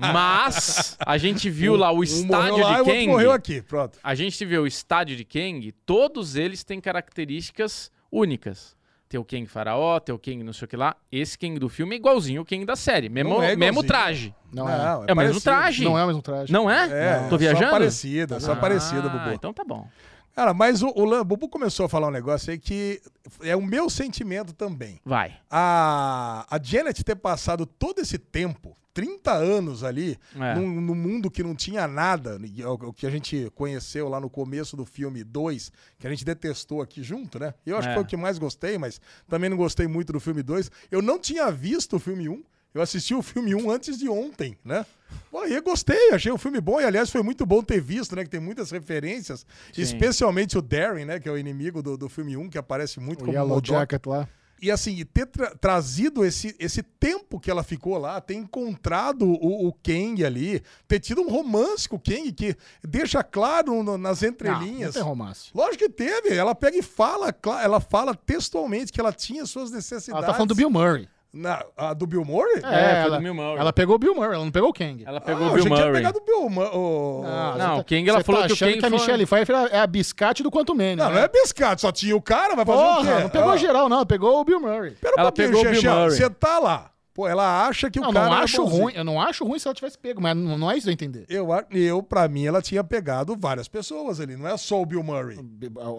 Speaker 1: Mas a gente viu lá o
Speaker 4: Um
Speaker 1: estádio
Speaker 4: morreu lá e
Speaker 1: de
Speaker 4: o outro
Speaker 1: Kang.
Speaker 4: morreu aqui. Pronto.
Speaker 1: A gente vê o estádio de Kang, todos eles têm características únicas. Tem o Kang faraó, tem o Kang não sei o que lá. Esse Kang do filme é igualzinho o Kang da série. Mesmo,
Speaker 4: Não é
Speaker 1: mesmo
Speaker 4: igualzinho.
Speaker 1: traje.
Speaker 2: Não, é.
Speaker 1: É o mesmo
Speaker 4: parecido.
Speaker 1: traje.
Speaker 2: Não é o mesmo traje.
Speaker 1: Não é?
Speaker 4: É,
Speaker 1: Tô viajando?
Speaker 4: Só parecida, só
Speaker 1: Ah,
Speaker 4: parecida, Bubu.
Speaker 1: Então tá bom.
Speaker 4: Cara, mas o, o Lan- o Bubu começou a falar um negócio aí que é o meu sentimento também.
Speaker 1: Vai.
Speaker 4: A, a Janet ter passado todo esse tempo, 30 anos ali,
Speaker 1: É.
Speaker 4: num, num mundo que não tinha nada, e é o, o que a gente conheceu lá no começo do filme 2, que a gente detestou aqui junto, né? Eu acho
Speaker 1: É.
Speaker 4: que foi o que mais gostei, mas também não gostei muito do filme 2. Eu não tinha visto o filme 1. Um, eu assisti o filme 1 antes de ontem, né? Pô, e eu gostei, achei o filme bom. E, aliás, foi muito bom ter visto, né? Que tem muitas referências. Especialmente o Darren, né? Que é o inimigo do, do filme 1, que aparece muito
Speaker 2: O
Speaker 4: como
Speaker 2: Yellow
Speaker 4: Modok.
Speaker 2: Jacket lá.
Speaker 4: E assim, e ter tra- trazido esse, esse tempo que ela ficou lá, ter encontrado o, o Kang ali, ter tido um romance com o Kang que deixa claro no- nas entrelinhas.
Speaker 2: Ah, Não, não tem romance.
Speaker 4: Lógico que teve. Ela pega e fala, cla- ela fala textualmente que ela tinha suas necessidades.
Speaker 2: Ela tá falando do Bill Murray.
Speaker 4: Na, a do Bill Murray?
Speaker 1: É, foi do
Speaker 2: ela,
Speaker 1: Bill Murray.
Speaker 2: ela pegou o Bill Murray, ela não pegou o Kang.
Speaker 1: Ela
Speaker 4: Ah,
Speaker 1: pegou
Speaker 4: eu
Speaker 1: o Bill
Speaker 4: achei que tinha
Speaker 1: Murray.
Speaker 4: pegado o Bill Murray. o-
Speaker 2: Ah,
Speaker 1: Não,
Speaker 2: você
Speaker 1: o Kang, ela
Speaker 2: você
Speaker 1: falou que o
Speaker 2: achando
Speaker 1: Kang
Speaker 2: a
Speaker 1: foi-
Speaker 2: Michelle Pfeiffer é a biscate do Quantum Man, né?
Speaker 4: Não, não é pescado, só tinha o cara, vai fazer o
Speaker 2: Porra,
Speaker 4: quê?
Speaker 2: não pegou
Speaker 4: Ah,
Speaker 2: geral, não. Pegou o Bill Murray.
Speaker 4: Pera um
Speaker 1: Ela
Speaker 4: pouquinho,
Speaker 1: pegou o Bill
Speaker 4: Xexé,
Speaker 1: Murray.
Speaker 4: Você tá lá. Pô, ela acha que o
Speaker 2: Não,
Speaker 4: um cara
Speaker 2: não
Speaker 4: era
Speaker 2: acho
Speaker 4: bonzinho.
Speaker 2: ruim. Eu não acho ruim se ela tivesse pego, mas não não é isso de eu entender.
Speaker 4: Eu, a- eu, pra mim, ela tinha pegado várias pessoas ali. Não é só o Bill Murray.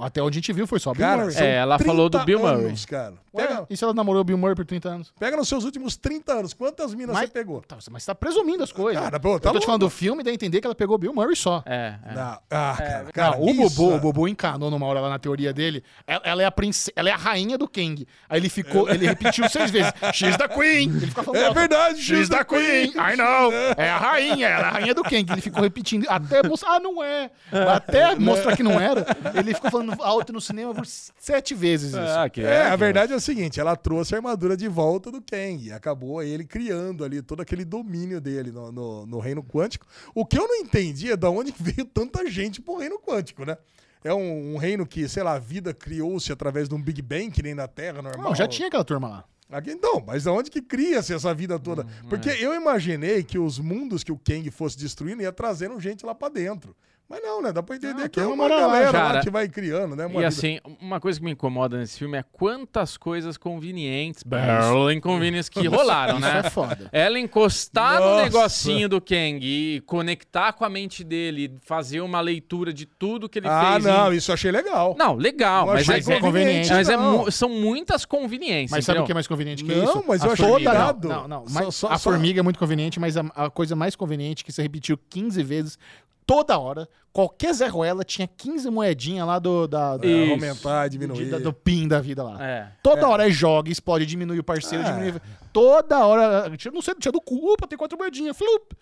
Speaker 2: Até onde a gente viu foi só o Bill
Speaker 4: Cara,
Speaker 2: Murray.
Speaker 4: são
Speaker 1: É, ela
Speaker 4: 30
Speaker 1: falou do Bill Murray.
Speaker 4: anos, cara.
Speaker 2: Ué,
Speaker 4: Pega,
Speaker 2: e se ela namorou o Bill Murray por 30 anos?
Speaker 4: pega nos seus últimos 30 anos. Quantas minas
Speaker 2: Mas-
Speaker 4: você pegou?
Speaker 2: Tá, você- mas você tá presumindo as coisas.
Speaker 4: Cara, pô,
Speaker 2: eu
Speaker 4: tá
Speaker 2: tô te falando
Speaker 4: louco.
Speaker 2: do filme, dá a entender que ela pegou o Bill Murray só.
Speaker 1: É, é.
Speaker 4: Não. Ah, cara, cara,
Speaker 2: Cara, o
Speaker 4: isso, é-
Speaker 2: Bubu, o
Speaker 4: cara.
Speaker 2: Bubu encanou numa hora lá na teoria dele. Ela, ela é a princesa, ela é a rainha do Kang. Aí ele ficou, ele repetiu seis vezes. X da Queen. Ele fica falando
Speaker 4: É
Speaker 2: alto,
Speaker 4: verdade,
Speaker 2: X da Queen. I know. É a rainha, ela é a rainha do Kang. Ele ficou repetindo até mostrar, ah, não é. Até mostrar que não era. Ele ficou falando alto no cinema por sete vezes isso.
Speaker 1: Ah, que-
Speaker 4: É,
Speaker 1: que-
Speaker 4: a verdade é a seguinte, ela trouxe a armadura de volta do Kang e acabou ele criando ali todo aquele domínio dele no, no- no reino quântico. O que eu não entendi é da onde que <laughs> veio tanta gente pro reino quântico, né? É um, um reino que, sei lá, a vida criou-se através de um Big Bang, que nem na Terra normal.
Speaker 2: Não, já tinha aquela turma lá.
Speaker 4: Aqui, então, mas da onde que cria-se essa vida toda?
Speaker 1: Hum, é.
Speaker 4: Porque eu imaginei que os mundos que o Kang fosse destruindo ia trazendo gente lá pra dentro. Mas não, né? Dá pra entender
Speaker 2: Ah,
Speaker 4: que é
Speaker 2: tem uma
Speaker 4: uma
Speaker 2: moral lá,
Speaker 4: galera lá,
Speaker 1: cara.
Speaker 4: que vai criando, né? Uma
Speaker 1: E
Speaker 4: vida.
Speaker 1: assim, uma coisa que me incomoda nesse filme é quantas coisas convenientes, barrel inconvenientes que rolaram,
Speaker 2: Isso
Speaker 1: <laughs> né?
Speaker 2: é foda.
Speaker 1: Ela encostar
Speaker 4: Nossa.
Speaker 1: no negocinho do Kang e conectar com a mente dele, fazer uma leitura de tudo que ele
Speaker 4: Ah,
Speaker 1: fez.
Speaker 4: não,
Speaker 1: em-
Speaker 4: isso eu achei legal.
Speaker 1: Não, legal,
Speaker 4: Não
Speaker 1: mas,
Speaker 4: achei
Speaker 1: mas é,
Speaker 4: conveniente,
Speaker 1: mas é
Speaker 4: não.
Speaker 1: mu- são muitas conveniências.
Speaker 2: Mas sabe o que é
Speaker 1: entendeu?
Speaker 2: mais conveniente que
Speaker 4: Não,
Speaker 2: isso?
Speaker 4: mas eu é
Speaker 2: A
Speaker 4: achei
Speaker 2: formiga-
Speaker 4: irado.
Speaker 2: Não, não, não.
Speaker 4: Só-
Speaker 2: mas
Speaker 4: só-
Speaker 2: a
Speaker 4: só-
Speaker 2: formiga é muito conveniente, mas a, a coisa mais conveniente que você repetiu 15 vezes, toda hora, qualquer Zé Ruela tinha 15 moedinhas lá do, da, da-
Speaker 4: É,
Speaker 1: Isso.
Speaker 4: aumentar, diminuir.
Speaker 2: de- da- do PIN da vida lá.
Speaker 1: É.
Speaker 2: Toda hora é joga, explode, diminui o parceiro,
Speaker 4: É.
Speaker 2: diminui. Toda hora. tira- Não sei, tinha do cu, opa, tem quatro moedinhas. Flup.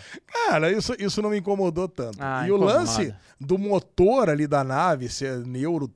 Speaker 1: É.
Speaker 4: Cara, isso, isso não me incomodou tanto.
Speaker 1: Ah,
Speaker 4: e o
Speaker 1: incomoda.
Speaker 4: lance do motor ali da nave, ser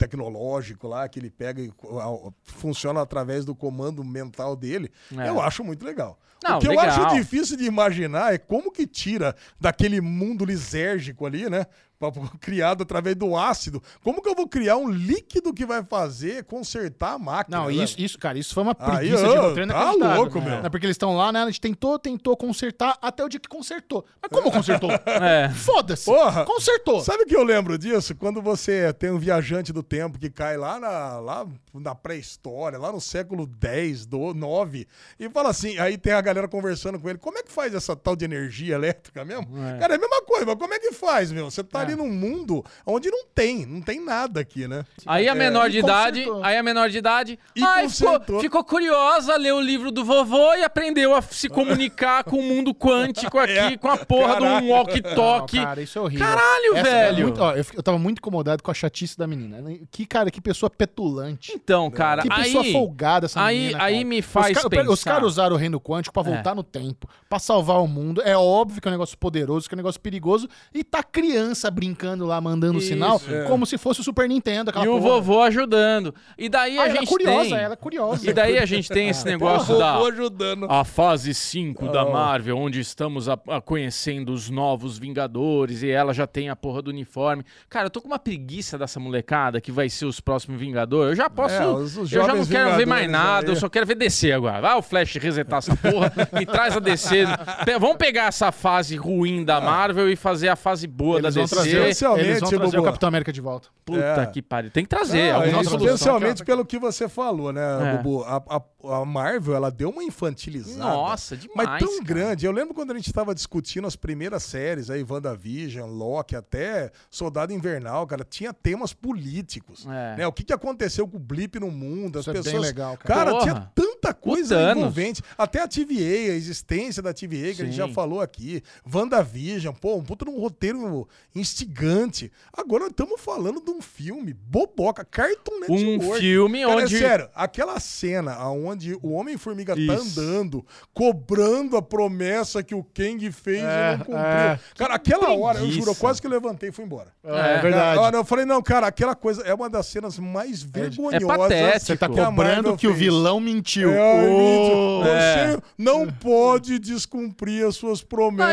Speaker 4: neurotecnológico lá, que ele pega e co- a- funciona através do comando mental dele,
Speaker 1: É.
Speaker 4: eu acho muito legal.
Speaker 1: Não,
Speaker 4: o que
Speaker 1: legal.
Speaker 4: eu acho difícil de imaginar é como que tira daquele mundo lisérgico ali, né? pra- pra- Criado através do ácido. Como que eu vou criar um líquido que vai fazer consertar a máquina?
Speaker 2: Não,
Speaker 4: né?
Speaker 2: isso, isso, cara, isso foi uma
Speaker 4: Aí,
Speaker 2: preguiça
Speaker 4: ô,
Speaker 2: de roteiro
Speaker 4: tá
Speaker 2: inacreditável.
Speaker 4: louco, meu.
Speaker 2: É porque eles estão lá, né? A gente tentou, tentou consertar até o dia que consertou. Mas como <laughs> consertou?
Speaker 1: É.
Speaker 2: Foda-se.
Speaker 4: Porra.
Speaker 2: Consertou.
Speaker 4: Sabe o que eu lembro disso? Quando você tem um viajante do tempo que cai lá na, lá na pré-história, lá no século X, do 9, e fala assim, aí tem a galera conversando com ele, como é que faz essa tal de energia elétrica mesmo? Cara, é a mesma coisa, mas como é que faz, meu? Você tá ali num mundo onde não tem, não tem nada aqui, né?
Speaker 1: Aí a menor de
Speaker 2: É. e
Speaker 1: idade,
Speaker 2: consertou.
Speaker 1: aí a menor de idade,
Speaker 4: E
Speaker 1: ai,
Speaker 4: consertou.
Speaker 1: ficou, ficou curiosa, leu o livro do vovô e aprendeu a se comunicar com o mundo
Speaker 2: <laughs>
Speaker 1: quântico aqui,
Speaker 4: É.
Speaker 1: com a porra do
Speaker 4: Caralho.
Speaker 2: Não,
Speaker 1: walkie-talkie.
Speaker 2: cara, isso é horrível.
Speaker 1: Caralho,
Speaker 2: Essa é
Speaker 1: velho.
Speaker 2: muito- ó, eu, fi- eu tava muito incomodado com a chatice da menina. Que, cara, que pessoa petulante.
Speaker 1: Então, cara,
Speaker 2: Que pessoa
Speaker 1: aí,
Speaker 2: folgada essa
Speaker 1: aí-
Speaker 2: menina.
Speaker 1: aí
Speaker 2: cara.
Speaker 1: me faz
Speaker 2: os pera- Os
Speaker 1: pensar. É.
Speaker 2: caras usaram o reino quântico pra voltar no tempo, pra salvar o mundo. É óbvio que é um negócio poderoso, que é um negócio perigoso. E tá criança brincando lá, mandando
Speaker 1: Isso,
Speaker 2: sinal,
Speaker 4: é.
Speaker 2: como se fosse o Super Nintendo. Aquela
Speaker 1: e o
Speaker 2: porra.
Speaker 1: vovô ajudando. E daí
Speaker 2: né? Ah,
Speaker 1: a
Speaker 2: ela é
Speaker 1: gente
Speaker 2: curiosa,
Speaker 1: tem...
Speaker 2: ela é curiosa.
Speaker 1: E daí a gente
Speaker 2: <laughs>
Speaker 4: É.
Speaker 1: tem um esse negócio
Speaker 4: Ah, Vovô
Speaker 1: da...
Speaker 4: ajudando.
Speaker 1: A fase 5 da
Speaker 2: Ah.
Speaker 1: Marvel, onde estamos a, a conhecendo os novos Vingadores e ela já tem a porra do uniforme. Cara, eu tô com uma preguiça dessa molecada que vai ser os próximos Vingadores. Eu já posso.
Speaker 4: É, os- os
Speaker 1: eu já não
Speaker 4: jovens
Speaker 1: quero ver mais
Speaker 4: Vingadores
Speaker 1: nada,
Speaker 4: aí.
Speaker 1: eu só quero ver descer agora. Vai o Flash resetar essa porra, me traz a descer. Pe- vamos pegar essa fase ruim da Marvel e fazer a fase boa
Speaker 2: Ah. Eles
Speaker 1: da
Speaker 2: vão
Speaker 1: DC.
Speaker 2: trazer, eles
Speaker 4: Especialmente,
Speaker 2: vão trazer o
Speaker 4: Bubu.
Speaker 2: Capitão América de volta.
Speaker 1: Puta
Speaker 4: É.
Speaker 1: que pariu. Tem que trazer.
Speaker 4: Não,
Speaker 1: alguma
Speaker 4: é,
Speaker 2: nossa
Speaker 1: solução.
Speaker 4: especialmente pelo que você falou, né,
Speaker 1: É.
Speaker 4: Bubu? A, a- a Marvel, ela deu uma infantilizada.
Speaker 1: Nossa, demais.
Speaker 4: Mas tão
Speaker 1: cara.
Speaker 4: grande. Eu lembro quando a gente tava discutindo as primeiras séries, aí WandaVision, Loki, até Soldado Invernal, cara, tinha temas políticos.
Speaker 1: É.
Speaker 4: Né? O que, que aconteceu com o blip no mundo, as
Speaker 2: Isso é bem
Speaker 4: pessoas...
Speaker 2: legal,
Speaker 1: cara.
Speaker 4: cara.
Speaker 1: Porra.
Speaker 4: tinha tanta coisa
Speaker 1: Thanos.
Speaker 4: envolvente. Até a TVA, a existência da TVA, que a gente
Speaker 1: Sim.
Speaker 4: já falou aqui. WandaVision, pô, um puta num roteiro instigante. Agora nós estamos falando de um filme boboca, Cartoon
Speaker 1: Um
Speaker 4: Network.
Speaker 1: filme
Speaker 4: Cara,
Speaker 1: onde.
Speaker 4: é sério, aquela cena onde o Homem-Formiga tá
Speaker 1: Isso.
Speaker 4: andando, cobrando a promessa que o Kang fez
Speaker 2: É,
Speaker 4: e não cumpriu.
Speaker 2: é.
Speaker 4: Cara, aquela hora, eu
Speaker 1: preguiça.
Speaker 4: juro, eu quase que levantei e fui embora.
Speaker 1: É, é
Speaker 4: Cara, olha, eu falei, não, cara, aquela coisa é uma das cenas mais vergonhosas.
Speaker 1: patético.
Speaker 4: que
Speaker 1: Você
Speaker 2: Você tá
Speaker 1: Que
Speaker 4: a Marvel
Speaker 2: cobrando que o É.
Speaker 4: fez.
Speaker 2: vilão mentiu.
Speaker 4: É, Armínio,
Speaker 2: Ô,
Speaker 4: Conselho não pode descumprir as suas
Speaker 1: Não, Ah,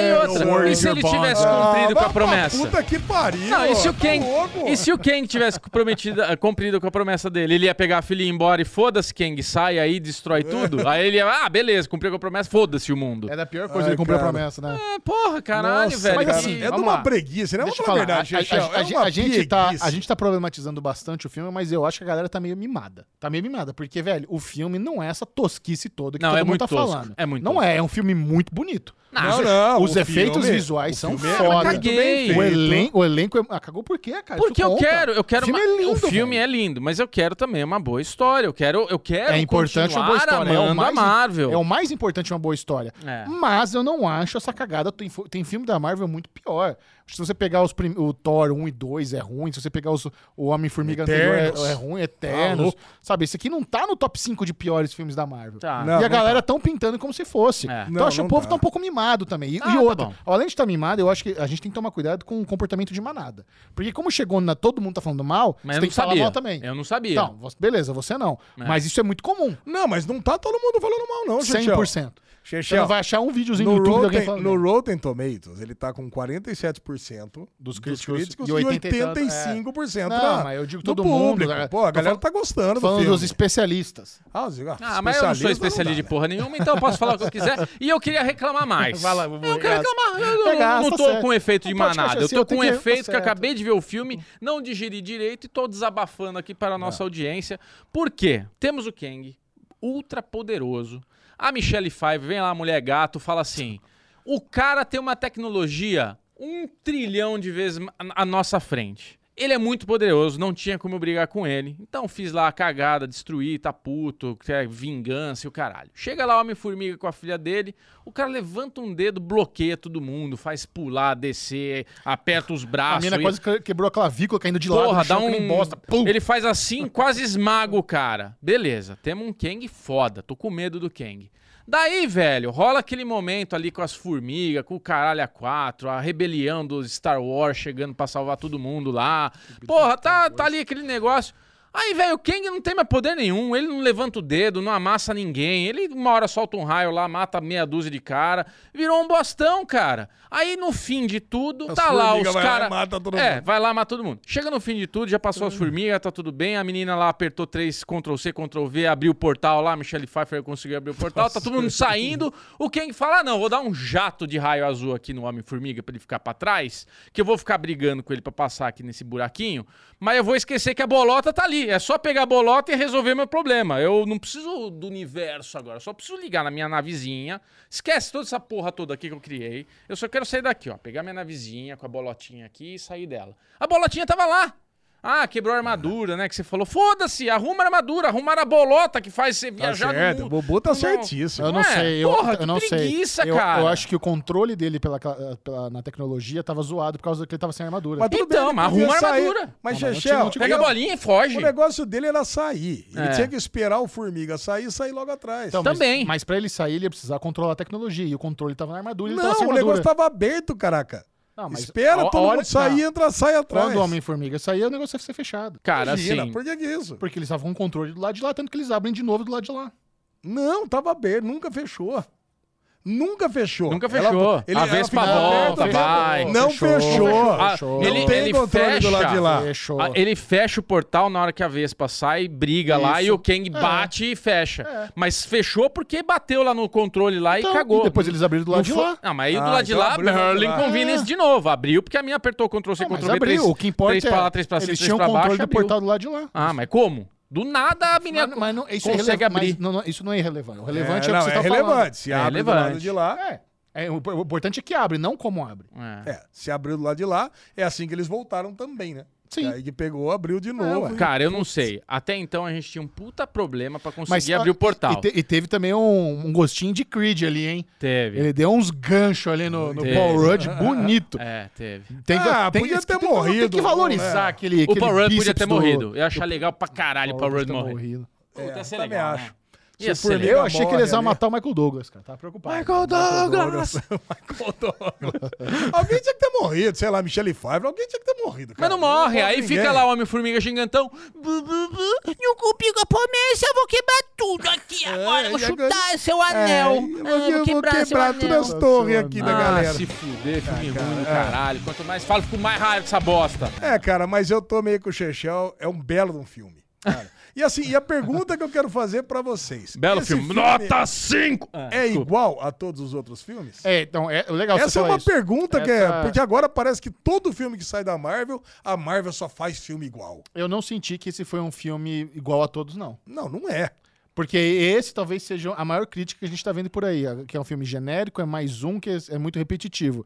Speaker 1: e
Speaker 4: promessas.
Speaker 1: outra, e se ele tivesse cumprido com
Speaker 4: Ah, vai
Speaker 1: a
Speaker 4: pra
Speaker 1: promessa?
Speaker 4: Puta que pariu.
Speaker 1: Não, e se
Speaker 4: ó,
Speaker 1: o
Speaker 4: tá
Speaker 1: Ken,
Speaker 4: louco?
Speaker 1: e se o Kang tivesse comprometido, <laughs> eh, cumprido com a promessa dele? Ele ia pegar a filha e ir embora e foda-se, Kang, sai aí,
Speaker 4: É.
Speaker 1: destrói tudo. Aí ele ia, ah, beleza, cumpriu com a promessa, foda-se o mundo.
Speaker 2: É da pior coisa
Speaker 4: Ai,
Speaker 2: ele cumprir a
Speaker 4: cara.
Speaker 2: promessa, né?
Speaker 1: É, porra, caralho,
Speaker 4: Nossa,
Speaker 1: velho.
Speaker 4: Mas
Speaker 1: que-
Speaker 4: assim, é de
Speaker 2: vamos
Speaker 4: uma
Speaker 2: lá.
Speaker 4: breguiça, né?
Speaker 2: Deixa
Speaker 4: Vamos
Speaker 2: eu falar.
Speaker 4: falar verdade,
Speaker 2: a, a-
Speaker 4: Chechel,
Speaker 2: a-
Speaker 4: é uma
Speaker 2: a gente tá, a
Speaker 4: breguice.
Speaker 2: gente tá problematizando bastante o filme, mas eu acho que a galera tá meio mimada. Tá meio mimada, porque, velho, o filme não é essa tosquice toda que
Speaker 1: Não,
Speaker 2: todo
Speaker 1: é
Speaker 2: mundo
Speaker 1: muito
Speaker 2: tá
Speaker 1: tosco,
Speaker 2: falando.
Speaker 1: é muito
Speaker 2: não
Speaker 1: tosco.
Speaker 2: é, é um filme muito bonito.
Speaker 4: Não,
Speaker 2: os,
Speaker 4: não,
Speaker 2: Os
Speaker 4: o
Speaker 2: efeitos
Speaker 4: filme-
Speaker 2: visuais
Speaker 4: o
Speaker 2: são
Speaker 4: filme é muito
Speaker 2: foda.
Speaker 4: bem
Speaker 1: Caguei.
Speaker 4: feito.
Speaker 2: o, elen o elenco é... Ah, cagou por quê, cara?
Speaker 1: Porque eu quero, eu quero.
Speaker 2: O filme
Speaker 1: uma-
Speaker 2: é lindo,
Speaker 1: o filme
Speaker 2: velho.
Speaker 1: é lindo, mas eu quero também uma boa história. Eu quero, eu quero.
Speaker 2: É importante uma boa
Speaker 1: continuar
Speaker 2: história. É o,
Speaker 1: amando a
Speaker 2: mais,
Speaker 1: Marvel.
Speaker 2: é o mais importante uma boa história.
Speaker 1: É.
Speaker 2: Mas eu não acho essa cagada. Tem, fo- tem filme da Marvel muito pior. Se você pegar os prim- o Thor 1 e 2 é ruim. Se você pegar os, o Homem-Formiga anterior
Speaker 4: Eternos.
Speaker 2: é, é ruim.
Speaker 1: Tá
Speaker 2: Eternos.
Speaker 4: louco.
Speaker 2: sabe, esse aqui não tá no top 5 de piores filmes da Marvel.
Speaker 1: Tá.
Speaker 4: Não,
Speaker 2: e
Speaker 4: não
Speaker 2: a galera tão pintando como se fosse.
Speaker 1: É.
Speaker 2: Então
Speaker 4: Não,
Speaker 2: eu acho que
Speaker 4: não
Speaker 2: o povo
Speaker 4: tá.
Speaker 2: tá. um pouco mimado também. E,
Speaker 1: Ah,
Speaker 2: e
Speaker 1: tá
Speaker 2: outra,
Speaker 1: bom.
Speaker 2: além de estar mimado, eu acho que a gente tem que tomar cuidado com o comportamento de manada. Porque como chegou na todo mundo tá falando mal,
Speaker 1: Mas
Speaker 2: você
Speaker 1: eu
Speaker 2: tem
Speaker 1: não
Speaker 2: que falar
Speaker 1: sabia.
Speaker 2: mal também.
Speaker 1: Eu não sabia.
Speaker 2: Então, você- beleza, você não.
Speaker 1: É.
Speaker 2: Mas isso é muito comum.
Speaker 4: Não, mas não tá todo mundo falando mal, não, Chechel.
Speaker 2: 100%. Você
Speaker 4: Chechel,
Speaker 2: não vai achar um videozinho
Speaker 4: no
Speaker 2: no YouTube de alguém
Speaker 4: Rotten,
Speaker 2: falando.
Speaker 4: no
Speaker 2: mal.
Speaker 4: Rotten Tomatoes, ele tá com 47%
Speaker 2: Dos
Speaker 4: dos
Speaker 2: críticos
Speaker 4: críticos, e
Speaker 2: e
Speaker 4: é.
Speaker 2: 80 e tanto,
Speaker 4: 85%
Speaker 2: é.
Speaker 4: da-
Speaker 2: Não, mas eu digo
Speaker 4: do
Speaker 2: todo mundo,
Speaker 4: público.
Speaker 2: cara.
Speaker 4: Pô, a
Speaker 2: Tô
Speaker 4: galera
Speaker 2: fal-
Speaker 4: tá gostando do
Speaker 2: Falando
Speaker 4: filme.
Speaker 2: dos especialistas.
Speaker 4: Ah, os- ah,
Speaker 1: Ah, mas eu não sou
Speaker 4: especialista
Speaker 1: especialista de
Speaker 4: dá, né?
Speaker 1: porra nenhuma, então eu posso falar o que eu
Speaker 2: <laughs>
Speaker 1: quiser. E eu queria reclamar mais.
Speaker 2: Vai lá,
Speaker 1: eu
Speaker 2: Bubu,
Speaker 1: quero
Speaker 2: regaça.
Speaker 1: reclamar. Eu não-
Speaker 2: Regaça,
Speaker 1: não
Speaker 2: tá
Speaker 1: tô
Speaker 2: certo.
Speaker 1: com efeito de
Speaker 2: Não pode
Speaker 1: manada.
Speaker 2: achar
Speaker 1: Eu
Speaker 2: assim,
Speaker 1: tô
Speaker 2: eu tenho
Speaker 1: com
Speaker 2: que- tá
Speaker 1: efeito que eu
Speaker 2: certo.
Speaker 1: acabei de ver o filme, não digeri direito e tô desabafando aqui para a nossa
Speaker 2: É.
Speaker 1: audiência. Por quê? Temos o Kang, ultra poderoso. A Michelle Five vem lá, a mulher gato, fala assim: o cara tem uma tecnologia um trilhão de vezes ma- à nossa frente. Ele é muito poderoso, não tinha como eu brigar com ele. Então fiz lá a cagada, destruir, tá puto, quer vingança e o caralho. Chega lá o Homem-Formiga com a filha dele, o cara levanta um dedo, bloqueia todo mundo, faz pular, descer, aperta os
Speaker 2: A
Speaker 1: braços.
Speaker 2: mina
Speaker 1: e-
Speaker 2: quase que- quebrou a clavícula caindo de lado.
Speaker 1: Ah, Porra,
Speaker 2: no
Speaker 1: dá
Speaker 2: chão,
Speaker 1: um.
Speaker 2: que nem bosta. Pum!
Speaker 1: Ele faz assim, quase esmaga o cara. Beleza, temos um Kang foda. Tô com medo do Kang. Daí, velho, rola aquele momento ali com as formigas, com o caralho a quatro, a rebelião do Star Wars chegando pra salvar todo mundo lá. Porra, tá, tá ali aquele negócio. Aí, velho, o Kang não tem mais poder nenhum. Ele não levanta o dedo, não amassa ninguém. Ele, uma hora, solta um raio lá, mata meia dúzia de cara. Virou um bostão, cara. Aí, no fim de tudo,
Speaker 4: As
Speaker 1: tá lá os
Speaker 4: formigas vai lá e
Speaker 1: caras.
Speaker 4: mata todo
Speaker 1: É,
Speaker 4: mundo.
Speaker 1: vai lá, mata todo mundo. Chega no fim de tudo, já passou as formigas, tá tudo bem. A menina lá apertou três Ctrl C, Ctrl V, abriu o portal lá, Michelle Pfeiffer conseguiu abrir o portal, tá todo mundo saindo. O Kang fala: "Ah, não, vou dar um jato de raio azul aqui no Homem-Formiga pra ele ficar pra trás, que eu vou ficar brigando com ele pra passar aqui nesse buraquinho, mas eu vou esquecer que a bolota tá ali. É só pegar a bolota e resolver meu problema. Eu não preciso do universo agora, eu só preciso ligar na minha navezinha. Esquece toda essa porra toda aqui que eu criei. Eu só quero sair daqui, ó. Pegar minha navezinha com a bolotinha aqui e sair dela. A bolotinha tava lá. Ah, quebrou a armadura, né? Que você falou. Foda-se, arruma a armadura, arruma a bolota que faz você
Speaker 4: Tá
Speaker 1: viajar
Speaker 4: certo,
Speaker 1: no
Speaker 4: o
Speaker 1: mundo.
Speaker 4: Bobo tá
Speaker 1: Não.
Speaker 4: certíssimo.
Speaker 2: Eu não
Speaker 1: É,
Speaker 2: sei, eu,
Speaker 1: porra, que
Speaker 2: eu não
Speaker 1: preguiça,
Speaker 2: sei. Eu-
Speaker 1: cara.
Speaker 2: Eu, acho que o controle dele pela, cla- pela- na tecnologia tava zoado por causa que ele tava sem armadura.
Speaker 4: Mas tudo
Speaker 1: Então,
Speaker 4: bem, ele
Speaker 1: mas arruma
Speaker 4: podia
Speaker 1: a
Speaker 4: sair.
Speaker 1: armadura.
Speaker 4: Mas,
Speaker 2: Não, mas
Speaker 4: Chechel,
Speaker 2: não tinha-
Speaker 1: Pega a bolinha e foge.
Speaker 4: o negócio dele era sair. Ele
Speaker 1: É.
Speaker 4: tinha que esperar o Formiga sair e sair logo atrás.
Speaker 2: Então,
Speaker 1: também.
Speaker 2: Mas, mas pra ele sair, ele ia precisar controlar a tecnologia. E o controle tava na armadura e ele tava sem
Speaker 4: não, o
Speaker 2: armadura.
Speaker 4: negócio tá tava aberto, caraca.
Speaker 2: Não, mas
Speaker 4: Espera
Speaker 2: a- a
Speaker 4: todo
Speaker 2: hora
Speaker 4: mundo
Speaker 2: que- não.
Speaker 4: sair, entra, sai atrás.
Speaker 2: Quando o Homem-Formiga sair, o negócio ia ser fechado.
Speaker 1: Cara,
Speaker 4: Imagina,
Speaker 1: assim.
Speaker 4: por que que é isso?
Speaker 2: Porque eles estavam com o controle do lado de lá, tanto que eles abrem de novo do lado de lá.
Speaker 4: Não, tava aberto, nunca fechou. Nunca fechou.
Speaker 1: Nunca fechou. A
Speaker 4: ela
Speaker 1: Vespa
Speaker 4: ficou aberta,
Speaker 1: volta,
Speaker 4: aberta.
Speaker 1: vai.
Speaker 4: Não fechou.
Speaker 1: Ah,
Speaker 2: fechou.
Speaker 1: ele-
Speaker 4: Não tem controle
Speaker 1: fecha.
Speaker 4: do lado de lá.
Speaker 2: Fechou.
Speaker 1: Ah, ele fecha o portal na hora que a Vespa sai, briga lá
Speaker 2: Isso.
Speaker 1: e o Kang bate e fecha.
Speaker 2: É.
Speaker 1: Mas fechou porque bateu lá no controle lá
Speaker 2: Então,
Speaker 1: e cagou.
Speaker 2: depois eles abriram do lado
Speaker 1: Não
Speaker 2: de
Speaker 1: foi-
Speaker 2: lá.
Speaker 1: Não, mas aí do
Speaker 4: Ah,
Speaker 1: lado de
Speaker 4: então
Speaker 1: lá,
Speaker 4: abriu do lado de
Speaker 1: Berlin
Speaker 4: lá.
Speaker 1: Convenience de novo. Abriu porque a minha apertou Ctrl C,
Speaker 2: Não, Ah, mas
Speaker 1: Ctrl V,
Speaker 2: abriu.
Speaker 1: 3,
Speaker 2: o que importa
Speaker 1: 3
Speaker 2: é,
Speaker 1: pra lá, 3 pra cima,
Speaker 2: eles
Speaker 1: 3
Speaker 2: tinham
Speaker 1: pra
Speaker 2: controle
Speaker 1: baixo,
Speaker 2: do
Speaker 1: abriu.
Speaker 2: portal do lado de lá.
Speaker 1: Ah, mas como? Do nada a menina...
Speaker 2: Mas, mas não, isso, é
Speaker 1: consegue
Speaker 2: relevan-
Speaker 1: abrir.
Speaker 2: mas não- não, isso não é irrelevante. O
Speaker 4: É,
Speaker 2: relevante é,
Speaker 4: não,
Speaker 2: o que você
Speaker 4: é
Speaker 2: tá falando.
Speaker 4: relevante. tá? Se
Speaker 1: É
Speaker 4: abre do
Speaker 1: relevante.
Speaker 4: lado de lá.
Speaker 2: É. É, o, o importante é que abre, não como abre.
Speaker 1: É.
Speaker 4: É, se abriu do lado de lá, é assim que eles voltaram também, né?
Speaker 2: Sim.
Speaker 4: E aí que pegou, abriu
Speaker 1: Ah,
Speaker 4: de novo. é. ué.
Speaker 1: Cara, eu não sei. Até então a gente tinha um puta problema pra conseguir
Speaker 2: Mas, ah,
Speaker 1: abrir o portal.
Speaker 2: E, te- e teve também um, um gostinho de Creed ali, hein?
Speaker 1: Teve.
Speaker 2: Ele deu uns ganchos ali no, no
Speaker 1: Teve.
Speaker 2: Paul Rudd, <laughs> bonito.
Speaker 1: É, teve.
Speaker 2: Tem que,
Speaker 4: Ah,
Speaker 2: tem,
Speaker 4: podia
Speaker 2: isso
Speaker 4: ter
Speaker 2: que tem que- Tem
Speaker 4: morrido,
Speaker 2: que valorizar
Speaker 4: né?
Speaker 2: aquele,
Speaker 1: O
Speaker 2: aquele
Speaker 1: Paul Rudd podia
Speaker 2: bíceps
Speaker 1: ter
Speaker 2: do-
Speaker 1: morrido. Eu ia achar legal pra caralho o Paul Rudd
Speaker 2: ter
Speaker 1: morrer.
Speaker 2: morrido.
Speaker 4: É,
Speaker 1: Puta, ia ser
Speaker 4: também
Speaker 1: legal, né?
Speaker 4: acho.
Speaker 1: Ia
Speaker 4: Se
Speaker 1: ser
Speaker 4: por mim,
Speaker 1: legal.
Speaker 2: Eu achei que eles iam
Speaker 4: ali.
Speaker 2: matar o Michael Douglas, cara. tá? Tava preocupado.
Speaker 4: Michael Douglas. alguém tinha que ter morrido, sei lá, Michelle Pfeiffer, alguém tinha que ter morrido.
Speaker 1: Mas
Speaker 4: cara.
Speaker 1: não morre, aí
Speaker 4: ninguém.
Speaker 1: fica lá o Homem-Formiga gigantão. Bu, bu, bu, não comigo a promessa, eu vou quebrar tudo aqui agora, eu vou
Speaker 4: É, e agora-
Speaker 1: chutar seu
Speaker 4: É,
Speaker 1: anel.
Speaker 4: eu vou-
Speaker 1: Ah,
Speaker 4: eu vou quebrar, todas as torres aqui da
Speaker 1: Ah,
Speaker 4: galera. Ah,
Speaker 1: se fuder, filme ruim do caralho. Quanto mais falo, fico mais raiva dessa bosta.
Speaker 4: É, cara, mas eu tô meio com o Chechel, é um belo de um filme. cara. E assim, e a pergunta que eu quero fazer pra vocês.
Speaker 1: Belo
Speaker 4: esse
Speaker 1: filme. Nota 5!
Speaker 4: É igual a todos os outros filmes?
Speaker 2: É, então, é legal você
Speaker 4: Essa é
Speaker 2: falar
Speaker 4: uma
Speaker 2: isso.
Speaker 4: pergunta que é,
Speaker 2: Essa-
Speaker 4: porque agora parece que todo filme que sai da Marvel, a Marvel só faz filme igual.
Speaker 2: Eu não senti que esse foi um filme igual a todos, não.
Speaker 4: Não, não é.
Speaker 2: Porque esse talvez seja a maior crítica que a gente tá vendo por aí, a- que é um filme genérico, é mais um que é- é muito repetitivo.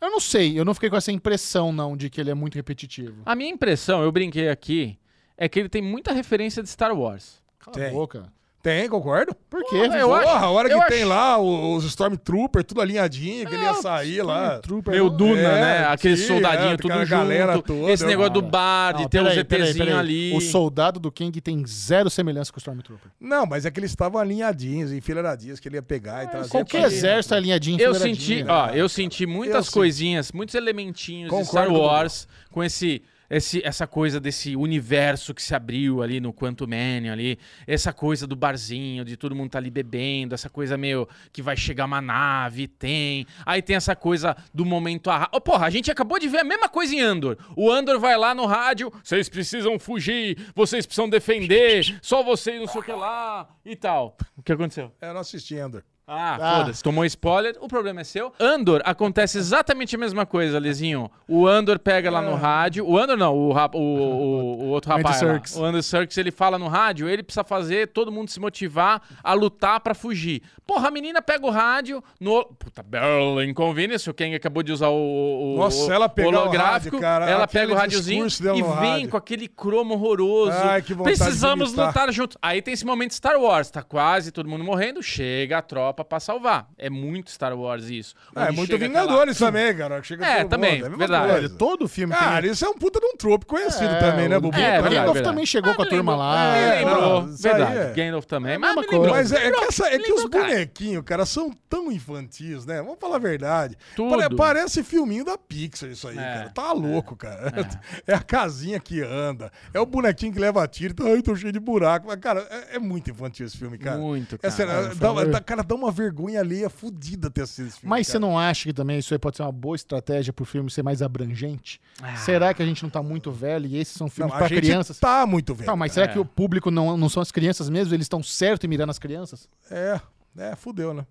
Speaker 2: Eu não sei, eu não fiquei com essa impressão, não, de que ele é muito repetitivo.
Speaker 1: A minha impressão, eu brinquei aqui, é que ele tem muita referência de Star Wars.
Speaker 2: Cala
Speaker 4: Tem.
Speaker 2: a boca.
Speaker 4: Tem, concordo?
Speaker 2: Por quê?
Speaker 1: eu
Speaker 4: Porra,
Speaker 1: acho-
Speaker 4: a hora que
Speaker 1: eu
Speaker 4: tem
Speaker 1: acho-
Speaker 4: lá os Stormtrooper, tudo alinhadinho, que ele ia sair lá.
Speaker 2: Trooper,
Speaker 1: Meu Duna,
Speaker 4: É,
Speaker 1: né? Aquele
Speaker 4: sim,
Speaker 1: soldadinho
Speaker 4: é,
Speaker 1: tudo
Speaker 4: aquela galera
Speaker 1: junto.
Speaker 4: toda,
Speaker 1: esse negócio do um
Speaker 2: cara.
Speaker 1: bar, de
Speaker 2: Não,
Speaker 1: ter o
Speaker 2: peraí, peraí,
Speaker 1: ZTzinho
Speaker 2: peraí.
Speaker 1: ali.
Speaker 2: O soldado do Kang tem zero semelhança com o Stormtrooper.
Speaker 4: Não, mas é que eles estavam alinhadinhos, enfileiradinhos, que ele ia pegar
Speaker 1: Ah,
Speaker 4: e trazer.
Speaker 2: Qualquer
Speaker 4: pra ele.
Speaker 2: exército é alinhadinho,
Speaker 1: é? Eu
Speaker 2: enfileiradinho,
Speaker 1: senti,
Speaker 2: né?
Speaker 1: ó, eu senti
Speaker 4: Eu
Speaker 1: muitas
Speaker 4: sim.
Speaker 1: coisinhas, muitos elementinhos de
Speaker 4: Concordo
Speaker 1: Star
Speaker 4: com o
Speaker 1: Wars com esse, esse essa coisa desse universo que se abriu ali no Quantum Mania ali, essa coisa do barzinho, de todo mundo tá ali bebendo, essa coisa meio que vai chegar uma nave, tem. Aí tem essa coisa do momento arra... oh, porra, a gente acabou de ver a mesma coisa em Andor. O Andor vai lá no rádio, vocês precisam fugir, vocês precisam defender, só vocês não sei o que lá e tal. O que aconteceu?
Speaker 4: É, eu não assisti Ender.
Speaker 1: Ah,
Speaker 2: Ah.
Speaker 1: foda-se. Tomou spoiler, o problema é seu. Andor, acontece exatamente a mesma coisa, Lizinho. O Andor pega lá no
Speaker 4: Ah.
Speaker 1: rádio. O Andor não, o, rap- o, o-
Speaker 4: <laughs>
Speaker 1: o outro
Speaker 2: Andy
Speaker 1: rapaz. lá.
Speaker 2: Serkis.
Speaker 1: O Andor Serkis, ele fala no rádio, ele precisa fazer todo mundo se motivar a lutar pra fugir. Porra, a menina pega o rádio no. Puta, bela inconveniência. O Ken acabou de usar o, o,
Speaker 4: Nossa,
Speaker 1: o-
Speaker 4: ela pegar o
Speaker 1: holográfico.
Speaker 4: rádio, cara,
Speaker 1: ela
Speaker 4: aquele
Speaker 1: pega o radiozinho
Speaker 4: discurso dela
Speaker 1: e
Speaker 4: no
Speaker 1: vem
Speaker 4: rádio.
Speaker 1: com aquele cromo horroroso.
Speaker 4: Ai, que vontade de
Speaker 1: Precisamos
Speaker 4: vomitar.
Speaker 1: lutar junto. Aí tem esse momento Star Wars, tá quase todo mundo morrendo, chega a tropa pra salvar. É muito Star Wars isso.
Speaker 4: É, é
Speaker 1: Onde
Speaker 4: muito
Speaker 1: chega
Speaker 4: Vingadores também, cara. Chega
Speaker 1: É,
Speaker 4: todo mundo,
Speaker 1: também,
Speaker 4: a mesma
Speaker 1: verdade.
Speaker 4: coisa.
Speaker 2: Todo filme
Speaker 4: Cara,
Speaker 2: tem...
Speaker 4: isso é um puta de um trope conhecido também, né, Bubu?
Speaker 1: É,
Speaker 2: É,
Speaker 4: Tá
Speaker 2: o
Speaker 1: verdade,
Speaker 4: ligado?
Speaker 2: Gandalf
Speaker 1: verdade. Ah,
Speaker 2: também chegou com a turma lá.
Speaker 1: Me
Speaker 4: É,
Speaker 1: lembrou,
Speaker 4: não, isso aí
Speaker 1: verdade.
Speaker 4: é-
Speaker 1: Gandalf também, mas
Speaker 2: mesma
Speaker 1: me lembrou.
Speaker 2: coisa.
Speaker 4: Mas é, é que, essa- é que os
Speaker 1: lembrou, cara.
Speaker 4: bonequinhos, cara, são tão infantis, né? Vamos falar a verdade.
Speaker 1: Tudo. É,
Speaker 4: Pare- parece filminho da Pixar isso aí, cara. Tá louco, cara. <laughs> É. a casinha que anda. É o bonequinho que leva tiro. Tá, Ai, tô cheio de buraco. Mas, cara, é, é muito infantil esse filme, cara.
Speaker 1: Muito,
Speaker 4: É sério,
Speaker 1: cara.
Speaker 4: dá, dá- cara, dá uma vergonha alheia fodida ter assistido esse filme.
Speaker 2: Mas você
Speaker 4: cara.
Speaker 2: não acha que também isso aí pode ser uma boa estratégia pro filme ser mais abrangente?
Speaker 1: Ah.
Speaker 2: Será que a gente não tá muito velho e esses são filmes
Speaker 4: a
Speaker 2: pra
Speaker 4: gente
Speaker 2: crianças?
Speaker 4: Tá muito velho.
Speaker 2: Tá, mas
Speaker 1: É.
Speaker 2: será que o público não, não são as crianças mesmo? Eles estão certo em mirar nas crianças?
Speaker 4: É, é, fudeu, né?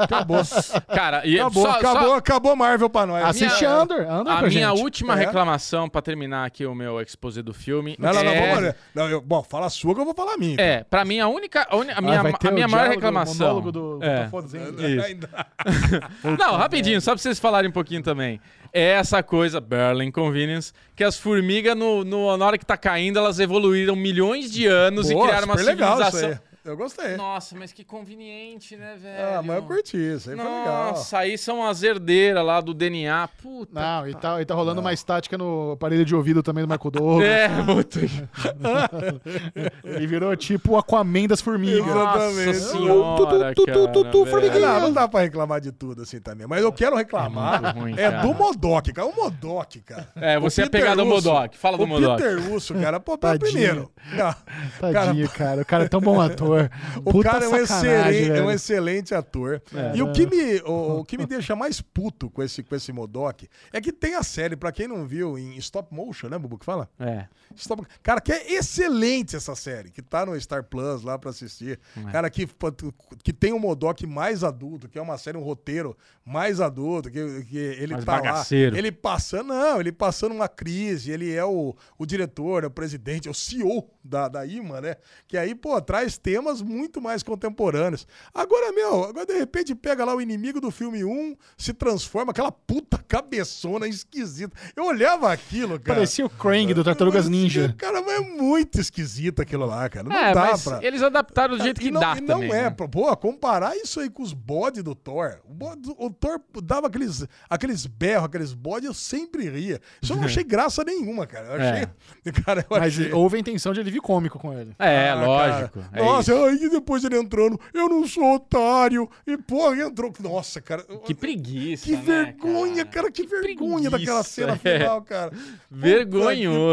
Speaker 4: Acabou.
Speaker 1: <laughs> Cara, e
Speaker 4: Acabou,
Speaker 1: só- só- Ah,
Speaker 4: acabou, acabou Marvel pra nós.
Speaker 2: Assiste
Speaker 1: minha-
Speaker 2: Andor, Andor
Speaker 1: a
Speaker 2: pra
Speaker 1: minha
Speaker 2: gente.
Speaker 1: última
Speaker 4: É.
Speaker 1: reclamação pra terminar aqui o meu exposé do filme.
Speaker 4: Não, não, não,
Speaker 1: é...
Speaker 4: vamos olhar. Não, eu- bom, fala a sua que eu vou falar a minha.
Speaker 1: É, pra mim a única. A, uni- a minha,
Speaker 2: Ah, vai ter
Speaker 1: a minha
Speaker 2: o
Speaker 1: maior
Speaker 2: diálogo, O
Speaker 1: reclamação.
Speaker 2: monólogo do
Speaker 1: É.
Speaker 2: Botafogozinho.
Speaker 1: Não, rapidinho, só pra vocês falarem um pouquinho também. É essa coisa, Berlin Convenience, que as formigas, no, no- na hora que tá caindo, elas evoluíram milhões de anos
Speaker 4: Boa,
Speaker 1: e criaram uma
Speaker 4: super legal isso
Speaker 1: civilização.
Speaker 4: aí. Eu gostei.
Speaker 1: Nossa, mas que conveniente, né, velho?
Speaker 4: ah, mas eu curti isso. Aí foi legal.
Speaker 1: Nossa, aí são as herdeiras lá do DNA. Puta.
Speaker 2: Não, e tá, e tá rolando uma estática no aparelho de ouvido também do Marco Douglas.
Speaker 1: <laughs> É, muito.
Speaker 2: Ele virou tipo o Aquaman das formigas.
Speaker 1: Nossa
Speaker 4: Exatamente.
Speaker 1: senhora,
Speaker 2: Tu, tu, tu, tu, tu,
Speaker 1: cara, velho.
Speaker 2: formiguinha.
Speaker 4: Não, não dá pra reclamar de tudo assim também. Mas eu quero reclamar.
Speaker 1: É muito ruim,
Speaker 4: É
Speaker 1: cara.
Speaker 4: do Modok, cara. É O Modok, cara.
Speaker 1: É, você
Speaker 4: O
Speaker 1: é
Speaker 4: Peter
Speaker 1: pegado ao
Speaker 4: Russo-
Speaker 1: Modok. Fala do
Speaker 4: o
Speaker 1: Modok.
Speaker 4: Peter Russo, cara. Pô, pô,
Speaker 2: Tadinho.
Speaker 4: primeiro. Não,
Speaker 2: Tadinho, cara. O cara é tão bom ator.
Speaker 4: <laughs> O
Speaker 2: Puta
Speaker 4: cara é um,
Speaker 2: sacanagem,
Speaker 4: excelente, é um
Speaker 2: velho.
Speaker 4: excelente ator. E o que, me, o, o que me deixa mais puto com esse, com esse Modok é que tem a série, pra quem não viu, em stop motion, né, Bubu, que fala?
Speaker 1: É.
Speaker 4: Stop- Cara, que é excelente essa série, que tá no Star Plus lá pra assistir. Cara, que, que tem um Modok mais adulto, que é uma série, um roteiro mais adulto, que, que ele
Speaker 1: Mais
Speaker 4: tá
Speaker 1: bagaceiro.
Speaker 4: lá. Ele passando, não, ele passando uma crise, ele é o, o diretor, é o presidente, é o CEO da, da IMA, né? Que aí, pô, traz temas muito mais contemporâneos. Agora, meu, agora de repente pega lá o inimigo do filme 1, se transforma aquela puta cabeçona esquisita. Eu olhava aquilo, cara.
Speaker 2: Parecia o Krang do Tartarugas
Speaker 4: Parecia,
Speaker 2: Ninja.
Speaker 4: Cara, mas é muito esquisito aquilo lá, cara. Não
Speaker 1: é,
Speaker 4: dá
Speaker 1: mas
Speaker 4: pra.
Speaker 1: eles adaptaram do jeito
Speaker 4: E
Speaker 1: que
Speaker 4: não,
Speaker 1: dá
Speaker 4: e não
Speaker 1: também.
Speaker 4: é,
Speaker 1: né?
Speaker 4: pô, pô, comparar isso aí com os bodes do Thor. O, bode- o Thor dava aqueles, aqueles berros, aqueles bodes, eu sempre ria. Isso eu
Speaker 1: <laughs>
Speaker 4: não achei graça nenhuma, cara. Eu
Speaker 1: É.
Speaker 4: achei. <laughs> Cara, eu
Speaker 2: Mas
Speaker 4: achei-
Speaker 2: houve a intenção de alívio cômico com ele.
Speaker 1: É,
Speaker 4: Ah,
Speaker 1: lógico.
Speaker 4: cara.
Speaker 1: é
Speaker 4: Nossa,
Speaker 1: isso.
Speaker 4: aí depois ele entrando, eu não sou otário. E, porra, entrou. Nossa, cara.
Speaker 1: Que preguiça.
Speaker 4: Que
Speaker 1: né,
Speaker 4: vergonha, cara. Que vergonha daquela
Speaker 1: preguiça,
Speaker 4: cena
Speaker 1: é.
Speaker 4: final, cara.
Speaker 1: Vergonhoso,
Speaker 4: Puta que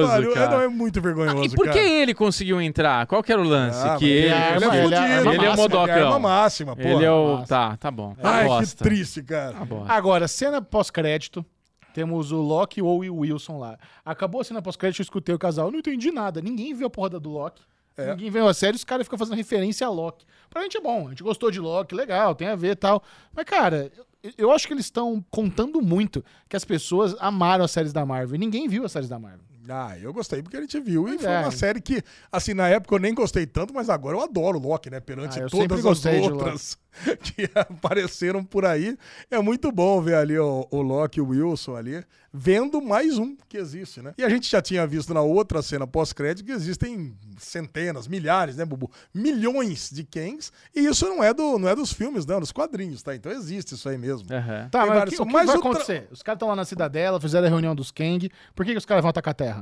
Speaker 4: pariu. É,
Speaker 1: cara. Ah,
Speaker 4: não, é muito vergonhoso,
Speaker 1: E por que
Speaker 4: cara.
Speaker 1: ele conseguiu entrar? Qual que era o lance?
Speaker 4: Ah,
Speaker 1: que ele,
Speaker 4: ele, é
Speaker 2: ele é
Speaker 4: fudido,
Speaker 2: arma
Speaker 4: ele é
Speaker 1: máxima,
Speaker 4: modocão.
Speaker 1: cara.
Speaker 4: Ele é uma máxima, pô.
Speaker 1: ele é o.
Speaker 2: Nossa.
Speaker 1: Tá, tá bom.
Speaker 4: É. Ai,
Speaker 1: bosta.
Speaker 4: que triste, cara.
Speaker 1: Tá bosta.
Speaker 2: Agora, cena pós-crédito. Temos o Loki ou o Wilson lá. Acabou a cena pós-crédito, eu escutei o casal. Eu não entendi nada. Ninguém viu a porra da do Loki.
Speaker 4: É.
Speaker 2: Ninguém viu a série, os caras ficam fazendo referência a Loki. Pra gente é bom, a gente gostou de Loki, legal, tem a ver e tal. Mas, cara, eu, eu acho que eles estão contando muito que as pessoas amaram as séries da Marvel. E ninguém viu as séries da Marvel.
Speaker 4: Ah, eu gostei porque a gente viu. E
Speaker 2: Pois
Speaker 4: foi
Speaker 2: é.
Speaker 4: uma série que, assim, na época eu nem gostei tanto, mas agora eu adoro Loki, né? Perante
Speaker 2: Ah, eu sempre
Speaker 4: todas as
Speaker 2: gostei de
Speaker 4: outras <laughs> que apareceram por aí. É muito bom ver ali o, o Loki e o Wilson ali, vendo mais um que existe, né? E a gente já tinha visto na outra cena pós-crédito que existem centenas, milhares, né, Bubu? Milhões de Kangs. E isso não é, do, não é dos filmes, não, é dos quadrinhos, tá? Então existe isso aí mesmo.
Speaker 1: Aham.
Speaker 2: Tá,
Speaker 4: Tem
Speaker 2: mas o
Speaker 4: vários-
Speaker 2: que, o que
Speaker 4: mas
Speaker 2: vai
Speaker 4: o tra-
Speaker 2: acontecer? Os caras estão lá na cidadela, fizeram a reunião dos Kang. Por que, que os caras vão atacar a Terra?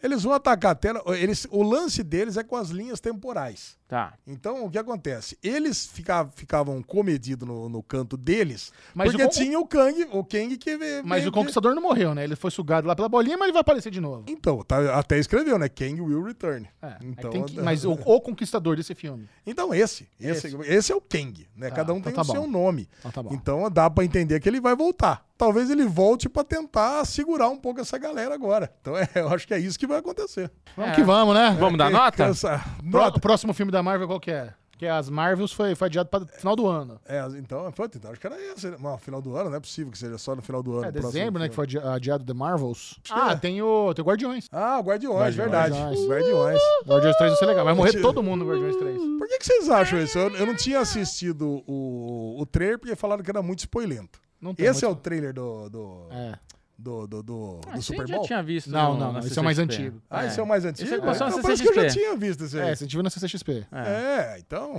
Speaker 4: Eles vão atacar a tela. Eles, o lance deles é com as linhas temporais.
Speaker 1: Tá.
Speaker 4: Então, o que acontece? Eles fica- ficavam comedidos no, no canto deles,
Speaker 2: Mas
Speaker 4: porque
Speaker 2: o con-
Speaker 4: tinha o Kang, o Kang que... ve-
Speaker 2: Mas
Speaker 4: meio
Speaker 2: o Conquistador não morreu, né? Ele foi sugado lá pela bolinha, mas ele vai aparecer de novo.
Speaker 4: que- Então, tá- até escreveu, né? Kang will return.
Speaker 2: É, aí
Speaker 4: então,
Speaker 2: tem que- mas o, o conquistador desse filme.
Speaker 4: <laughs> então esse, esse, esse. é o Kang, né?
Speaker 2: Tá,
Speaker 4: Cada um
Speaker 2: então
Speaker 4: tem
Speaker 2: tá
Speaker 4: o seu
Speaker 2: bom.
Speaker 4: nome.
Speaker 2: Então tá bom.
Speaker 4: Então, dá pra entender que ele vai voltar. Talvez ele volte pra tentar segurar um pouco essa galera agora. Então, <laughs> é, eu acho que é isso que vai acontecer.
Speaker 2: Vamos que vamos, né?
Speaker 1: Vamos dar nota?
Speaker 4: É, Cansa-
Speaker 2: Pro-
Speaker 4: Nota.
Speaker 2: Próximo filme da Marvel qual que é? Que é as Marvels foi, foi adiado para final do ano.
Speaker 4: É, então, pô, então, acho que era esse. né? Não, final do ano, não é possível que seja só no final do ano.
Speaker 2: É
Speaker 4: o próximo
Speaker 2: dezembro, né? Que
Speaker 4: filme.
Speaker 2: foi adi- adiado The Marvels.
Speaker 4: que
Speaker 2: Ah,
Speaker 4: é.
Speaker 2: tem o tem o Guardiões.
Speaker 4: Ah, Guardiões,
Speaker 1: Guardiões.
Speaker 4: verdade.
Speaker 2: Guardiões.
Speaker 4: Os Guardiões.
Speaker 2: Guardiões 3 vai ser legal. Vai morrer
Speaker 4: Mentira.
Speaker 2: todo mundo no Guardiões 3.
Speaker 4: Por que, que vocês acham isso? Eu, eu não tinha assistido o, o trailer porque falaram que era muito spoilento.
Speaker 2: Não tem
Speaker 4: Esse é o
Speaker 2: muito-
Speaker 4: trailer do, do,
Speaker 2: É.
Speaker 4: do, do, do- do
Speaker 1: Ah, esse
Speaker 4: Super
Speaker 1: eu já
Speaker 4: Bowl?
Speaker 1: tinha visto.
Speaker 2: Não,
Speaker 1: no-
Speaker 2: não,
Speaker 1: na
Speaker 2: não, esse é o mais
Speaker 1: CCXP.
Speaker 2: antigo.
Speaker 4: Ah, esse é o mais antigo?
Speaker 1: Esse aí passou na
Speaker 4: Ah, então parece que eu já
Speaker 1: CCXP.
Speaker 4: tinha visto esse aí.
Speaker 2: É, você viu na CCXP.
Speaker 4: É, então,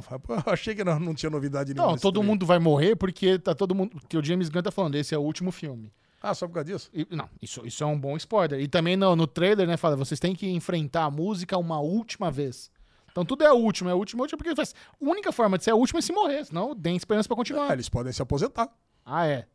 Speaker 4: eu achei que não, não tinha novidade nenhuma.
Speaker 2: Não,
Speaker 4: nesse
Speaker 2: todo
Speaker 4: trailer.
Speaker 2: mundo vai morrer porque tá todo mundo. Que o James Gunn tá falando, esse é o último filme.
Speaker 4: Ah, só por causa disso?
Speaker 2: E- não, isso, isso é um bom spoiler. E também no, no trailer, né, fala, vocês têm que enfrentar a música uma última vez. Então tudo é a última, é a última, é a última, porque faz- a única forma de ser a última é se morrer, senão tem esperança pra
Speaker 4: Ah,
Speaker 2: continuar.
Speaker 4: eles podem se aposentar.
Speaker 2: Ah, é.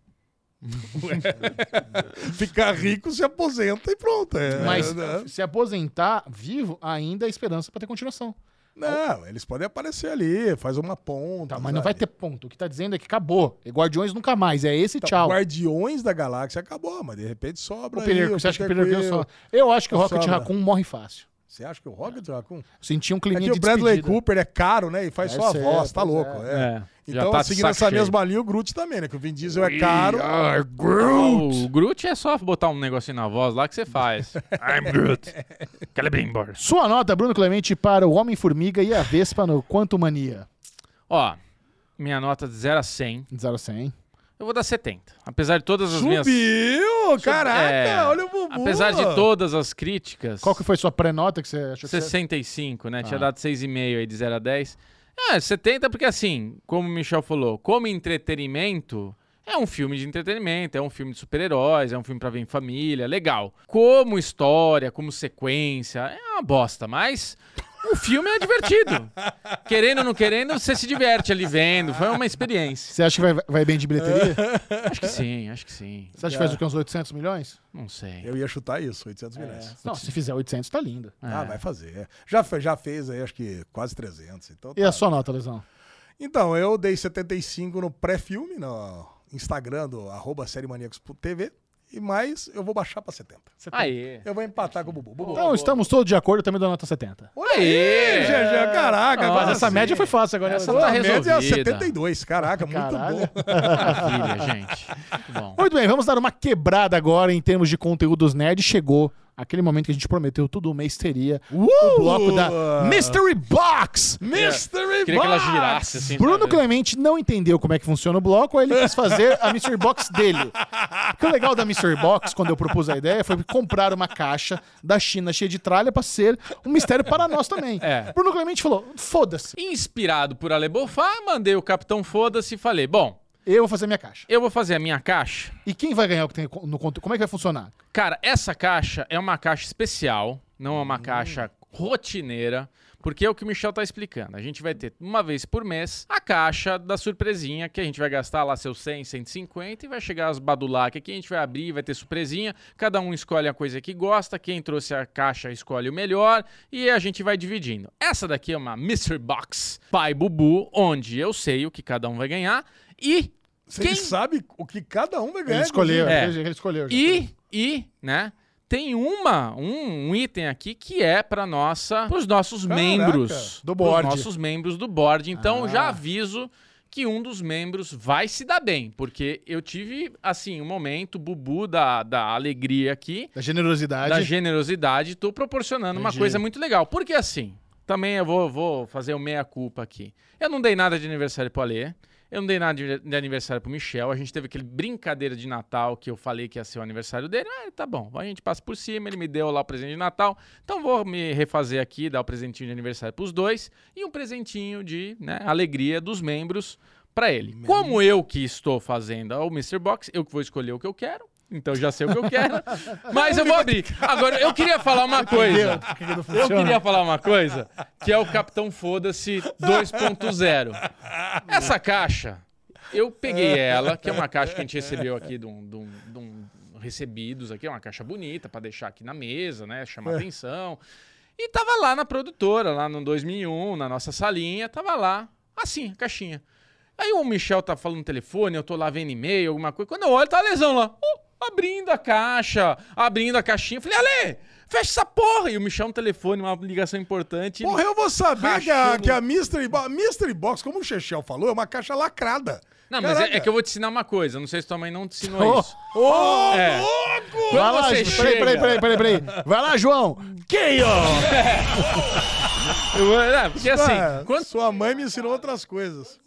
Speaker 4: Ficar rico, se aposenta e pronto. É,
Speaker 2: Mas
Speaker 4: né?
Speaker 2: se aposentar vivo, ainda há esperança pra ter continuação.
Speaker 4: Não, eles podem aparecer ali, faz uma ponta.
Speaker 2: Tá, mas não
Speaker 4: sabe?
Speaker 2: vai ter ponto. O que tá dizendo é que acabou. E Guardiões nunca mais, é esse
Speaker 4: Então,
Speaker 2: tchau.
Speaker 4: Guardiões da Galáxia acabou, mas de repente sobra.
Speaker 2: O
Speaker 4: aí
Speaker 2: Peter,
Speaker 4: o
Speaker 2: você acha que o
Speaker 4: Peter
Speaker 2: Peter Quill
Speaker 4: Quill.
Speaker 2: só... Eu acho que o Rocket
Speaker 4: Sobra.
Speaker 2: Raccoon morre fácil.
Speaker 4: Você acha que o Rocket Raccoon?
Speaker 2: Senti um
Speaker 4: É
Speaker 2: climinha
Speaker 4: que o
Speaker 2: de
Speaker 4: Bradley
Speaker 2: despedida.
Speaker 4: Cooper é caro, né? E faz
Speaker 2: Deve
Speaker 4: só a
Speaker 2: ser,
Speaker 4: voz, tá
Speaker 2: pois
Speaker 4: louco.
Speaker 1: É.
Speaker 4: é.
Speaker 1: já
Speaker 4: Então,
Speaker 1: tá de
Speaker 4: seguindo
Speaker 1: saco
Speaker 4: essa
Speaker 1: cheio.
Speaker 4: mesma linha, o Groot também, né? Que o Vin Diesel é caro.
Speaker 1: O Groot é só botar um negocinho na voz lá que você
Speaker 4: <laughs>
Speaker 1: faz. I'm Groot. Celebrimbor.
Speaker 2: Sua nota, Bruno Clemente, para o Homem-Formiga e a Vespa no Quanto Mania.
Speaker 1: Ó, minha nota de 0 a 100,
Speaker 2: De 0 a 100.
Speaker 1: eu vou dar 70. Apesar de todas as minhas...
Speaker 4: Subiu! Caraca,
Speaker 1: É,
Speaker 4: olha o Bubu.
Speaker 1: Apesar de todas as críticas...
Speaker 2: Qual que foi sua pré-nota que você achou que você...
Speaker 1: 65, né? Tinha
Speaker 2: Ah.
Speaker 1: dado 6,5 aí de 0 a 10. É, 70 porque assim, como o Michel falou, como entretenimento, é um filme de entretenimento, é um filme de super-heróis, é um filme pra ver em família, legal. Como história, como sequência, é uma bosta, mas o filme é divertido. querendo ou não querendo, você se diverte ali vendo, foi uma experiência.
Speaker 2: Você acha que vai, vai bem de bilheteria?
Speaker 1: <laughs> Acho que sim, acho que sim.
Speaker 2: Você acha que faz o que, uns 800 milhões?
Speaker 1: Não sei.
Speaker 4: Eu ia chutar isso, 800 milhões.
Speaker 2: Não, se fizer 800 tá lindo.
Speaker 4: Ah,
Speaker 1: É.
Speaker 4: vai fazer. Já, fe- já fez aí, acho que quase 300. Então,
Speaker 2: E
Speaker 4: tá.
Speaker 2: a sua nota, Lesão?
Speaker 4: então eu dei 75 no pré-filme, no Instagram do arroba Série Maníacos TV. E mais, eu vou baixar pra 70.
Speaker 1: Aê.
Speaker 4: Eu vou empatar com o Bubu. Bubu.
Speaker 2: Então, estamos todos de acordo, eu também dou nota 70.
Speaker 4: Olha aí, GG, caraca.
Speaker 1: Nossa,
Speaker 4: agora
Speaker 2: Essa
Speaker 4: sim.
Speaker 2: média foi fácil agora.
Speaker 1: Essa
Speaker 2: né,
Speaker 1: tá
Speaker 4: A média é
Speaker 1: resolvida.
Speaker 4: 72, caraca,
Speaker 2: Caralho.
Speaker 4: muito bom.
Speaker 1: Maravilha, gente. Muito bom.
Speaker 2: <laughs> Muito bem, vamos dar uma quebrada agora em termos de conteúdos nerd. Chegou aquele momento que a gente prometeu todo mês teria
Speaker 1: Uh!
Speaker 2: o bloco da Mystery Box.
Speaker 1: É.
Speaker 4: Mystery
Speaker 1: Queria que ela
Speaker 4: Box!
Speaker 1: girasse assim.
Speaker 2: Bruno
Speaker 1: sabe?
Speaker 2: Clemente não entendeu como é que funciona o bloco, aí ele quis fazer a Mystery Box dele. Porque o legal da Mystery Box, quando eu propus a ideia, foi comprar uma caixa da China cheia de tralha pra ser um mistério para nós também.
Speaker 1: É.
Speaker 2: Bruno Clemente falou: foda-se,
Speaker 1: Inspirado por Alebofá, mandei o Capitão Foda-se e falei: Bom,
Speaker 2: eu vou fazer minha caixa.
Speaker 1: eu vou fazer a minha caixa.
Speaker 2: E quem vai ganhar o que tem no conto? Como é que vai funcionar?
Speaker 1: Cara, essa caixa é uma caixa especial, não é uma caixa rotineira, porque é o que o Michel tá explicando. A gente vai ter uma vez por mês a caixa da surpresinha, que a gente vai gastar lá seus 100, 150 e vai chegar as badulac aqui, a gente vai abrir, vai ter surpresinha, cada um escolhe a coisa que gosta, quem trouxe a caixa escolhe o melhor e a gente vai dividindo. Essa daqui é uma Mystery Box Pai Bubu, onde eu sei o que cada um vai ganhar e
Speaker 4: Vocês
Speaker 1: quem
Speaker 4: sabem o que cada um vai ganhar.
Speaker 2: Ele escolheu,
Speaker 1: É.
Speaker 2: ele, ele escolheu. já.
Speaker 1: E, e, né? Tem uma, um, um item aqui que é para nossa, os nossos
Speaker 4: Caraca,
Speaker 1: membros
Speaker 2: do
Speaker 1: pros
Speaker 2: board.
Speaker 1: nossos membros do board. Então
Speaker 2: Ah.
Speaker 1: já aviso que um dos membros vai se dar bem, porque eu tive assim um momento bubu da, da alegria aqui,
Speaker 2: Da generosidade.
Speaker 1: da generosidade, tô proporcionando uma
Speaker 2: Entendi.
Speaker 1: coisa muito legal. Porque assim, também eu vou, vou fazer o meia-culpa aqui. Eu não dei nada de aniversário pro Alê. Eu não dei nada de de aniversário pro Michel. A gente teve aquele brincadeira de Natal que eu falei que ia ser o aniversário dele. Ah, tá bom. A gente passa por cima, ele me deu lá o presente de Natal. Então vou me refazer aqui, dar o presentinho de aniversário pros dois e um presentinho de né, alegria dos membros pra ele. Como eu que estou fazendo o Mr. Box, eu que vou escolher o que eu quero. Então já sei o que eu quero, mas eu vou abrir. Agora eu queria falar uma coisa. Eu queria falar uma coisa, que é o Capitão Foda-se 2.0. Essa caixa, eu peguei ela, que é uma caixa que a gente recebeu aqui de um, de um- de um- recebidos aqui, é uma caixa bonita pra deixar aqui na mesa, né, chamar
Speaker 4: É.
Speaker 1: atenção. E tava lá na produtora, lá no 2001, na nossa salinha, tava lá, assim, a caixinha. Aí o Michel tá falando no telefone, eu tô lá vendo e-mail, alguma coisa. Quando eu olho, tá a lesão lá. Oh, abrindo a caixa, abrindo a caixinha. Eu Falei, Ale, fecha essa porra. E o Michel no telefone, uma ligação importante.
Speaker 4: Porra, eu vou saber que a,
Speaker 1: Rachudo.
Speaker 4: que a Mystery, Bo Mystery Box, como o Chechel falou, é uma caixa lacrada.
Speaker 1: Não, mas é,
Speaker 4: Caraca.
Speaker 1: é que eu vou te ensinar uma coisa. Não sei se tua mãe não te ensinou
Speaker 2: Oh,
Speaker 1: isso.
Speaker 4: Ô,
Speaker 1: É.
Speaker 4: louco!
Speaker 1: Quando
Speaker 2: Vai lá,
Speaker 1: você
Speaker 2: Ju- peraí,
Speaker 1: chega...
Speaker 2: peraí, peraí, peraí, peraí. Vai lá, João.
Speaker 1: Eu- é, porque assim,
Speaker 4: Ah,
Speaker 1: quando,
Speaker 4: Sua mãe me ensinou outras coisas.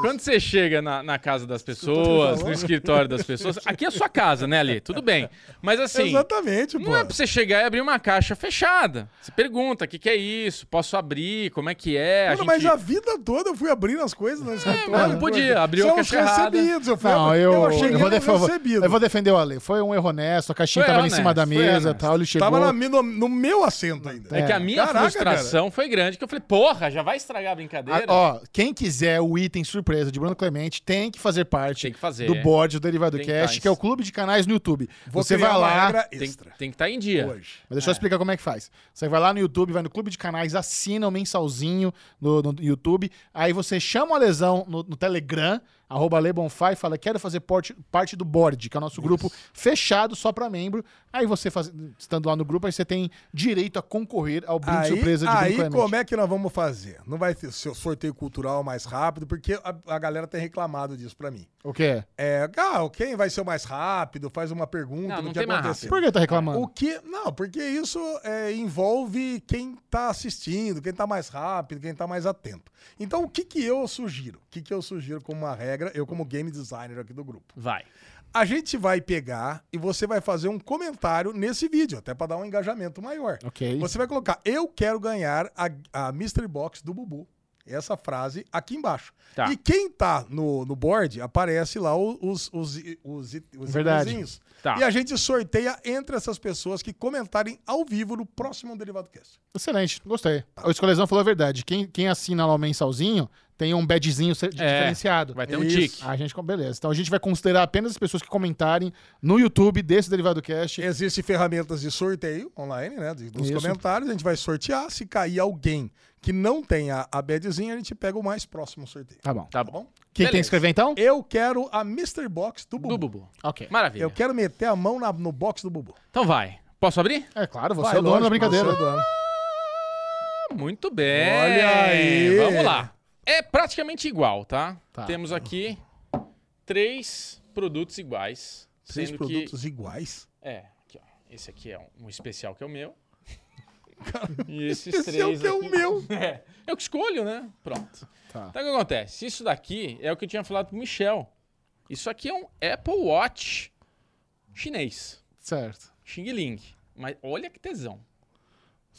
Speaker 1: quando você chega na, na casa das pessoas, no escritório das pessoas... Aqui é a sua casa, né, Ale? Tudo bem. Mas assim...
Speaker 4: Exatamente, pô.
Speaker 1: Não é pra você chegar e abrir uma caixa fechada. Você pergunta, o que, que é isso? Posso abrir? Como é que é?
Speaker 4: Mano, Mas a vida toda eu fui abrindo as coisas nas
Speaker 1: mas não podia, abriu a
Speaker 4: São os
Speaker 1: caixa errada.
Speaker 4: recebidos. Eu, fui,
Speaker 2: Não, eu, eu,
Speaker 4: achei que
Speaker 2: vou
Speaker 4: era um
Speaker 2: def- eu vou-
Speaker 4: recebido.
Speaker 2: eu vou defender o Ale. Foi um erro honesto, a caixinha
Speaker 1: Foi
Speaker 2: tava ali em
Speaker 1: honesto,
Speaker 2: cima da
Speaker 1: foi
Speaker 2: mesa e
Speaker 1: honesto.
Speaker 2: tal, ele chegou.
Speaker 4: Tava na mi- no, no meu assento ainda.
Speaker 1: É que a minha
Speaker 4: Caraca,
Speaker 1: frustração foi grande, que eu falei, porra, já vai estragar a brincadeira?
Speaker 2: Ah, ó, quem quiser o item surpresa de Bruno Clemente tem que fazer parte
Speaker 1: Tem que fazer.
Speaker 2: do board do Derivado
Speaker 1: Tem que
Speaker 2: Cast,
Speaker 1: tá,
Speaker 2: que é o
Speaker 1: isso.
Speaker 2: clube de canais no YouTube.
Speaker 4: Vou
Speaker 2: Você
Speaker 4: criar
Speaker 2: vai
Speaker 4: uma
Speaker 2: lá,
Speaker 4: regra
Speaker 1: tem,
Speaker 4: extra
Speaker 1: tem que estar em dia.
Speaker 4: hoje.
Speaker 2: Mas deixa eu explicar como é que faz. Você vai lá no YouTube, vai no clube de canais, assina o mensalzinho no, no YouTube. Aí você chama a lesão no, no Telegram, arroba Ale Bonfá, e fala: quero fazer porte- parte do board, que é o nosso grupo fechado só pra membro. Aí você, faz- estando lá no grupo, aí você tem direito a concorrer ao brinde
Speaker 4: Aí,
Speaker 2: surpresa de Bruno
Speaker 4: aí
Speaker 2: Clemente.
Speaker 4: como é que nós vamos fazer? Não vai ter seu sorteio cultural mais rápido, porque a, a galera tem reclamado disso pra mim.
Speaker 2: O quê?
Speaker 4: É, ah, quem vai ser o mais rápido? Faz uma pergunta
Speaker 1: Não,
Speaker 4: do
Speaker 1: não
Speaker 4: que
Speaker 1: tem mais
Speaker 4: aconteceu.
Speaker 2: Por que tá reclamando?
Speaker 4: O que. Não, porque isso é, envolve quem tá assistindo, quem tá mais rápido, quem tá mais atento. Então, o que, que eu sugiro? O que, que eu sugiro como uma regra, eu como game designer aqui do grupo?
Speaker 1: Vai.
Speaker 4: A gente vai pegar e você vai fazer um comentário nesse vídeo, até para dar um engajamento maior.
Speaker 2: Ok.
Speaker 4: Você vai colocar, eu quero ganhar a, a Mystery Box do Bubu. Essa frase aqui embaixo.
Speaker 1: Tá.
Speaker 4: E quem tá no, no board, aparece lá o- os, os, os, os,
Speaker 2: Verdade.
Speaker 4: íconezinhos.
Speaker 1: Tá.
Speaker 4: E a gente sorteia entre essas pessoas que comentarem ao vivo no próximo Derivado Cast.
Speaker 2: Excelente, gostei. O Escolesão falou a verdade. Quem, quem assina lá o mensalzinho tem um badgezinho ser-
Speaker 1: É,
Speaker 2: diferenciado.
Speaker 1: Vai ter um
Speaker 4: Isso.
Speaker 1: tique.
Speaker 2: A gente, beleza. Então a gente vai considerar apenas as pessoas que comentarem no YouTube desse Derivado Cast.
Speaker 4: Existem ferramentas de sorteio online, né? de- Dos
Speaker 2: Isso.
Speaker 4: comentários, a gente vai sortear. Se cair alguém que não tenha a badzinha, a gente pega o mais próximo sorteio.
Speaker 2: Tá bom.
Speaker 1: Tá
Speaker 4: Tá
Speaker 1: bom.
Speaker 4: bom?
Speaker 2: Quem tem que
Speaker 1: Beleza.
Speaker 2: escrever então?
Speaker 4: Eu quero a Mystery Box do Bubu.
Speaker 1: Do Bubu.
Speaker 2: Ok.
Speaker 1: Maravilha.
Speaker 4: Eu quero meter a mão na- no box do Bubu.
Speaker 1: Então vai. Posso abrir?
Speaker 2: É claro, você
Speaker 4: Vai,
Speaker 2: é o dono da
Speaker 4: lógico,
Speaker 2: brincadeira.
Speaker 4: você é o dono.
Speaker 1: Muito bem.
Speaker 4: Olha aí.
Speaker 1: Vamos lá. É praticamente igual, tá?
Speaker 2: Tá.
Speaker 1: Temos aqui três produtos iguais.
Speaker 4: Três
Speaker 1: sendo que-
Speaker 4: produtos iguais.
Speaker 1: É. Aqui, ó. Esse aqui é um especial que é o
Speaker 4: <laughs>
Speaker 1: meu. e esses
Speaker 4: Especial
Speaker 1: três
Speaker 4: que é o
Speaker 1: aqui-
Speaker 4: meu.
Speaker 1: <laughs> É, eu que escolho, né? Pronto. Tá. Então o que acontece? Isso daqui é o que eu tinha falado pro Michel. Isso aqui é um Apple Watch chinês.
Speaker 2: Certo.
Speaker 1: Xing Ling. Mas olha que tesão.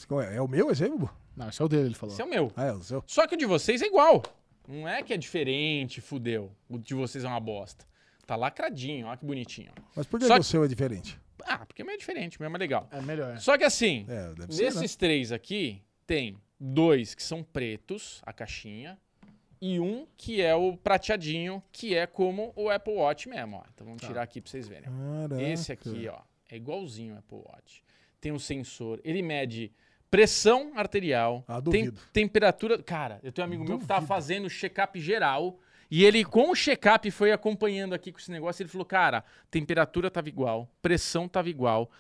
Speaker 4: Qual É É o meu exemplo?
Speaker 2: Não, esse é o dele, ele falou.
Speaker 1: Esse é o meu.
Speaker 4: Ah, é o seu.
Speaker 1: Só que o de vocês é igual. Não é que é diferente, fudeu. O de vocês é uma bosta. Tá lacradinho, olha que bonitinho.
Speaker 4: Mas por que,
Speaker 1: Só
Speaker 4: que o
Speaker 1: que-
Speaker 4: seu é diferente?
Speaker 1: Ah, porque é meio diferente, mesmo é legal.
Speaker 2: É melhor.
Speaker 1: Só que assim,
Speaker 4: É, deve ser. né?
Speaker 1: desses três aqui, tem dois que são pretos, a caixinha, e um que é o prateadinho, que é como o Apple Watch mesmo. Ó. Então
Speaker 4: Tá.
Speaker 1: vamos tirar aqui pra vocês verem. ó.
Speaker 4: Caraca.
Speaker 1: Esse aqui, ó, é igualzinho o Apple Watch. Tem um sensor, ele mede pressão arterial,
Speaker 4: Ah,
Speaker 1: tem,
Speaker 4: duvido.
Speaker 1: temperatura. Cara, eu tenho um amigo meu que tava fazendo check-up geral. E ele, com o check-up, foi acompanhando aqui com esse negócio. Ele falou: cara, temperatura tava igual, pressão tava igual,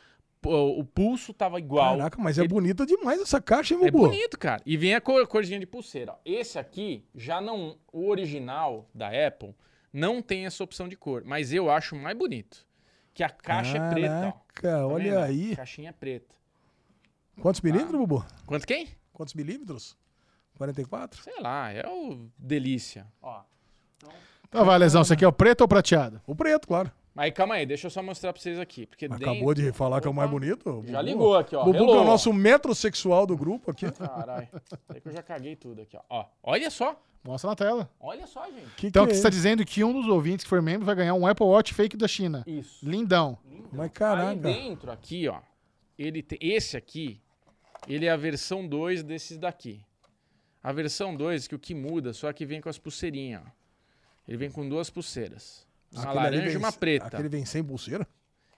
Speaker 1: pô, o pulso tava igual.
Speaker 4: Caraca, mas é
Speaker 1: Ele-
Speaker 4: bonita demais essa caixa, hein,
Speaker 1: É
Speaker 4: Bubu?
Speaker 1: bonito, cara. E vem a cor, corzinha de pulseira. ó. Esse aqui já não. O original da Apple não tem essa opção de cor. Mas eu acho mais bonito. Que a caixa é preta, ó.
Speaker 4: Caraca,
Speaker 1: Tá
Speaker 4: olha
Speaker 1: vendo? Tá.
Speaker 4: aí.
Speaker 1: Caixinha preta.
Speaker 4: Quantos milímetros, Bubu?
Speaker 1: Quanto quem?
Speaker 4: Quantos milímetros? 44?
Speaker 1: Sei lá, é o delícia. Ó.
Speaker 2: Então vai, Lesão, você quer o preto ou o prateado?
Speaker 4: O preto, claro.
Speaker 1: Aí calma aí, deixa eu só mostrar pra vocês aqui. Porque
Speaker 4: Acabou de falar que é o mais
Speaker 1: Opa.
Speaker 4: bonito.
Speaker 1: Já
Speaker 4: Bubu.
Speaker 1: ligou aqui, ó.
Speaker 4: Bubu
Speaker 1: Hello.
Speaker 4: que é o nosso metrosexual do
Speaker 1: <laughs>
Speaker 4: grupo aqui. O
Speaker 1: Caralho. É que eu já caguei tudo aqui, ó. ó. Olha só.
Speaker 2: Mostra na tela.
Speaker 1: Olha só, gente.
Speaker 4: que
Speaker 2: Então,
Speaker 4: que
Speaker 2: que
Speaker 4: é
Speaker 2: você está dizendo que um dos ouvintes que for membro vai ganhar um Apple Watch fake da China.
Speaker 1: Isso.
Speaker 2: Lindão.
Speaker 4: isso? Mas
Speaker 1: Aí
Speaker 4: caraca.
Speaker 1: dentro aqui, ó. Ele tem, esse aqui, ele é a versão 2 desses daqui. A versão 2, que o que muda, só que vem com as pulseirinhas, ó. Ele vem com duas pulseiras. Uma
Speaker 4: Aquele ali
Speaker 1: laranja e
Speaker 4: vem-
Speaker 1: uma preta.
Speaker 4: Aquele vem sem pulseira?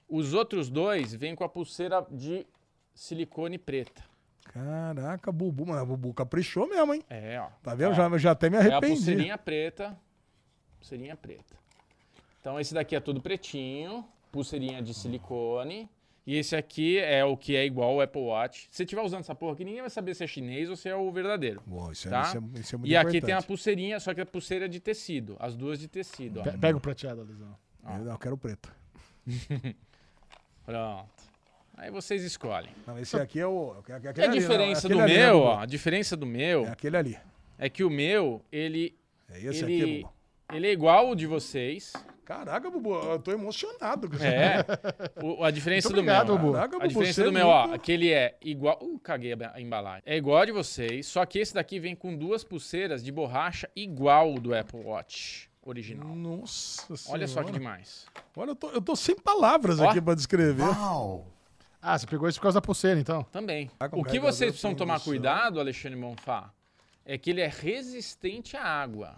Speaker 1: Os outros dois vêm com a pulseira de silicone preta.
Speaker 4: Caraca, Bubu, mas Bubu caprichou mesmo, hein?
Speaker 1: É, ó.
Speaker 4: Tá vendo?
Speaker 1: Ó,
Speaker 4: Já, já até me
Speaker 1: É a
Speaker 4: arrependi.
Speaker 1: pulseirinha preta. Pulseirinha preta. Então esse daqui é todo pretinho, pulseirinha de silicone. E esse aqui é o que é igual ao Apple Watch. Se você estiver usando essa porra aqui, ninguém vai saber se é chinês ou se é o verdadeiro.
Speaker 4: Bom, isso, é-
Speaker 1: Tá?
Speaker 4: isso é, isso é muito
Speaker 1: e aqui tem a
Speaker 4: importante.
Speaker 1: pulseirinha, só que a pulseira é de tecido. As duas de tecido, ó.
Speaker 2: Pe- Pega o prateado, Lesão.
Speaker 4: Eu, não, eu quero o preto.
Speaker 1: Pronto. Aí vocês escolhem.
Speaker 4: Não, esse aqui é o. é aquele
Speaker 1: E a
Speaker 4: ali, não, é
Speaker 1: diferença do
Speaker 4: aquele ali, né,
Speaker 1: meu,
Speaker 4: Bubu?
Speaker 1: ó, a diferença do meu
Speaker 4: É aquele ali.
Speaker 1: é que o meu, ele
Speaker 4: É esse aqui,
Speaker 1: ele,
Speaker 4: Bubu.
Speaker 1: ele é igual o de vocês.
Speaker 4: Caraca, Bubu, eu tô emocionado.
Speaker 1: É. O- a diferença
Speaker 2: Muito obrigado,
Speaker 1: do meu.
Speaker 2: Bubu.
Speaker 4: Caraca,
Speaker 1: A
Speaker 4: Bubu,
Speaker 1: diferença
Speaker 4: você
Speaker 1: do meu, ó,
Speaker 4: nunca-
Speaker 1: aquele é igual. Uh, caguei a ba- a embalagem. É igual a de vocês, só que esse daqui vem com duas pulseiras de borracha igual do Apple Watch original.
Speaker 4: Nossa
Speaker 1: Olha só que
Speaker 4: Hum, Senhora.
Speaker 1: demais.
Speaker 4: Olha, eu tô, eu tô sem palavras
Speaker 1: Ó.
Speaker 4: aqui pra descrever.
Speaker 2: Ah, você pegou isso por causa da pulseira, então.
Speaker 1: Também.
Speaker 4: Tá com
Speaker 1: O que
Speaker 4: carregador
Speaker 1: vocês precisam
Speaker 4: sem
Speaker 1: tomar
Speaker 4: indução.
Speaker 1: cuidado, Alexandre Monfá, é que ele é resistente à água.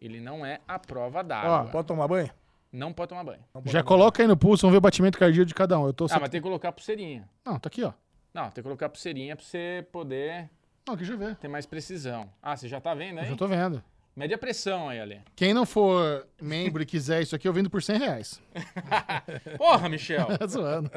Speaker 1: Ele não é à prova
Speaker 4: Ó,
Speaker 1: d'água.
Speaker 4: pode tomar banho?
Speaker 1: Não pode tomar banho.
Speaker 2: Já coloca aí no pulso, vamos ver o batimento cardíaco de cada um. Eu tô.
Speaker 1: Ah, mas tem que colocar a pulseirinha.
Speaker 2: Não, tá aqui, ó.
Speaker 1: Não, tem que colocar a pulseirinha pra você poder
Speaker 2: Não, aqui já vê.
Speaker 1: ter mais precisão. Ah, você já tá vendo
Speaker 2: Eu
Speaker 1: aí?
Speaker 2: já tô vendo.
Speaker 1: Mede a pressão aí, Ale.
Speaker 2: Quem não for membro e quiser isso aqui, eu vendo por 100 reais.
Speaker 1: Porra, Michel.
Speaker 2: Tá zoando.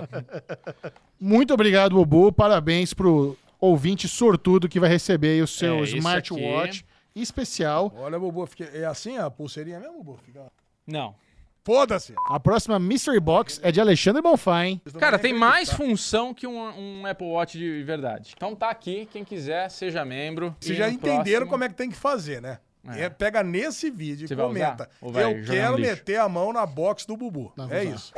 Speaker 2: Muito obrigado, Bubu. Parabéns pro ouvinte sortudo que vai receber aí o seu
Speaker 1: É, esse
Speaker 2: smartwatch especial.
Speaker 4: Olha, Bubu, fica- é assim a pulseirinha mesmo, Bubu? Fica-
Speaker 1: Não.
Speaker 4: Foda-se!
Speaker 2: A próxima Mystery Box é de Alexandre Bonfá, hein?
Speaker 1: Cara, tem mais função que um, um Apple Watch de verdade. Então tá aqui, quem quiser, seja membro.
Speaker 4: Vocês já entenderam como é que tem que fazer, né?
Speaker 1: É.
Speaker 4: É, pega nesse vídeo e
Speaker 1: Você vai
Speaker 4: comenta.
Speaker 1: usar? Ou vai
Speaker 4: eu
Speaker 1: jogar
Speaker 4: quero
Speaker 1: no lixo?
Speaker 4: meter a mão na box do Bubu.
Speaker 2: Não, vou
Speaker 4: é
Speaker 2: usar.
Speaker 4: isso.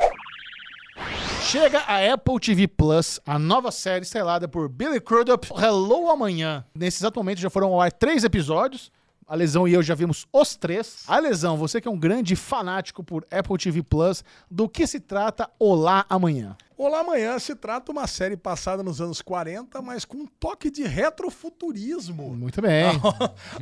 Speaker 2: Chega a Apple TV Plus, a nova série estrelada por Billy Crudup, Hello Amanhã. Nesse exato momento já foram ao ar três episódios. A Lesão e eu já vimos os três. A Lesão, você que é um grande fanático por Apple TV Plus, do que se trata Olá Amanhã?
Speaker 4: Olá Amanhã se trata uma série passada nos anos 40, mas com um toque de retrofuturismo. <laughs>
Speaker 2: Muito bem.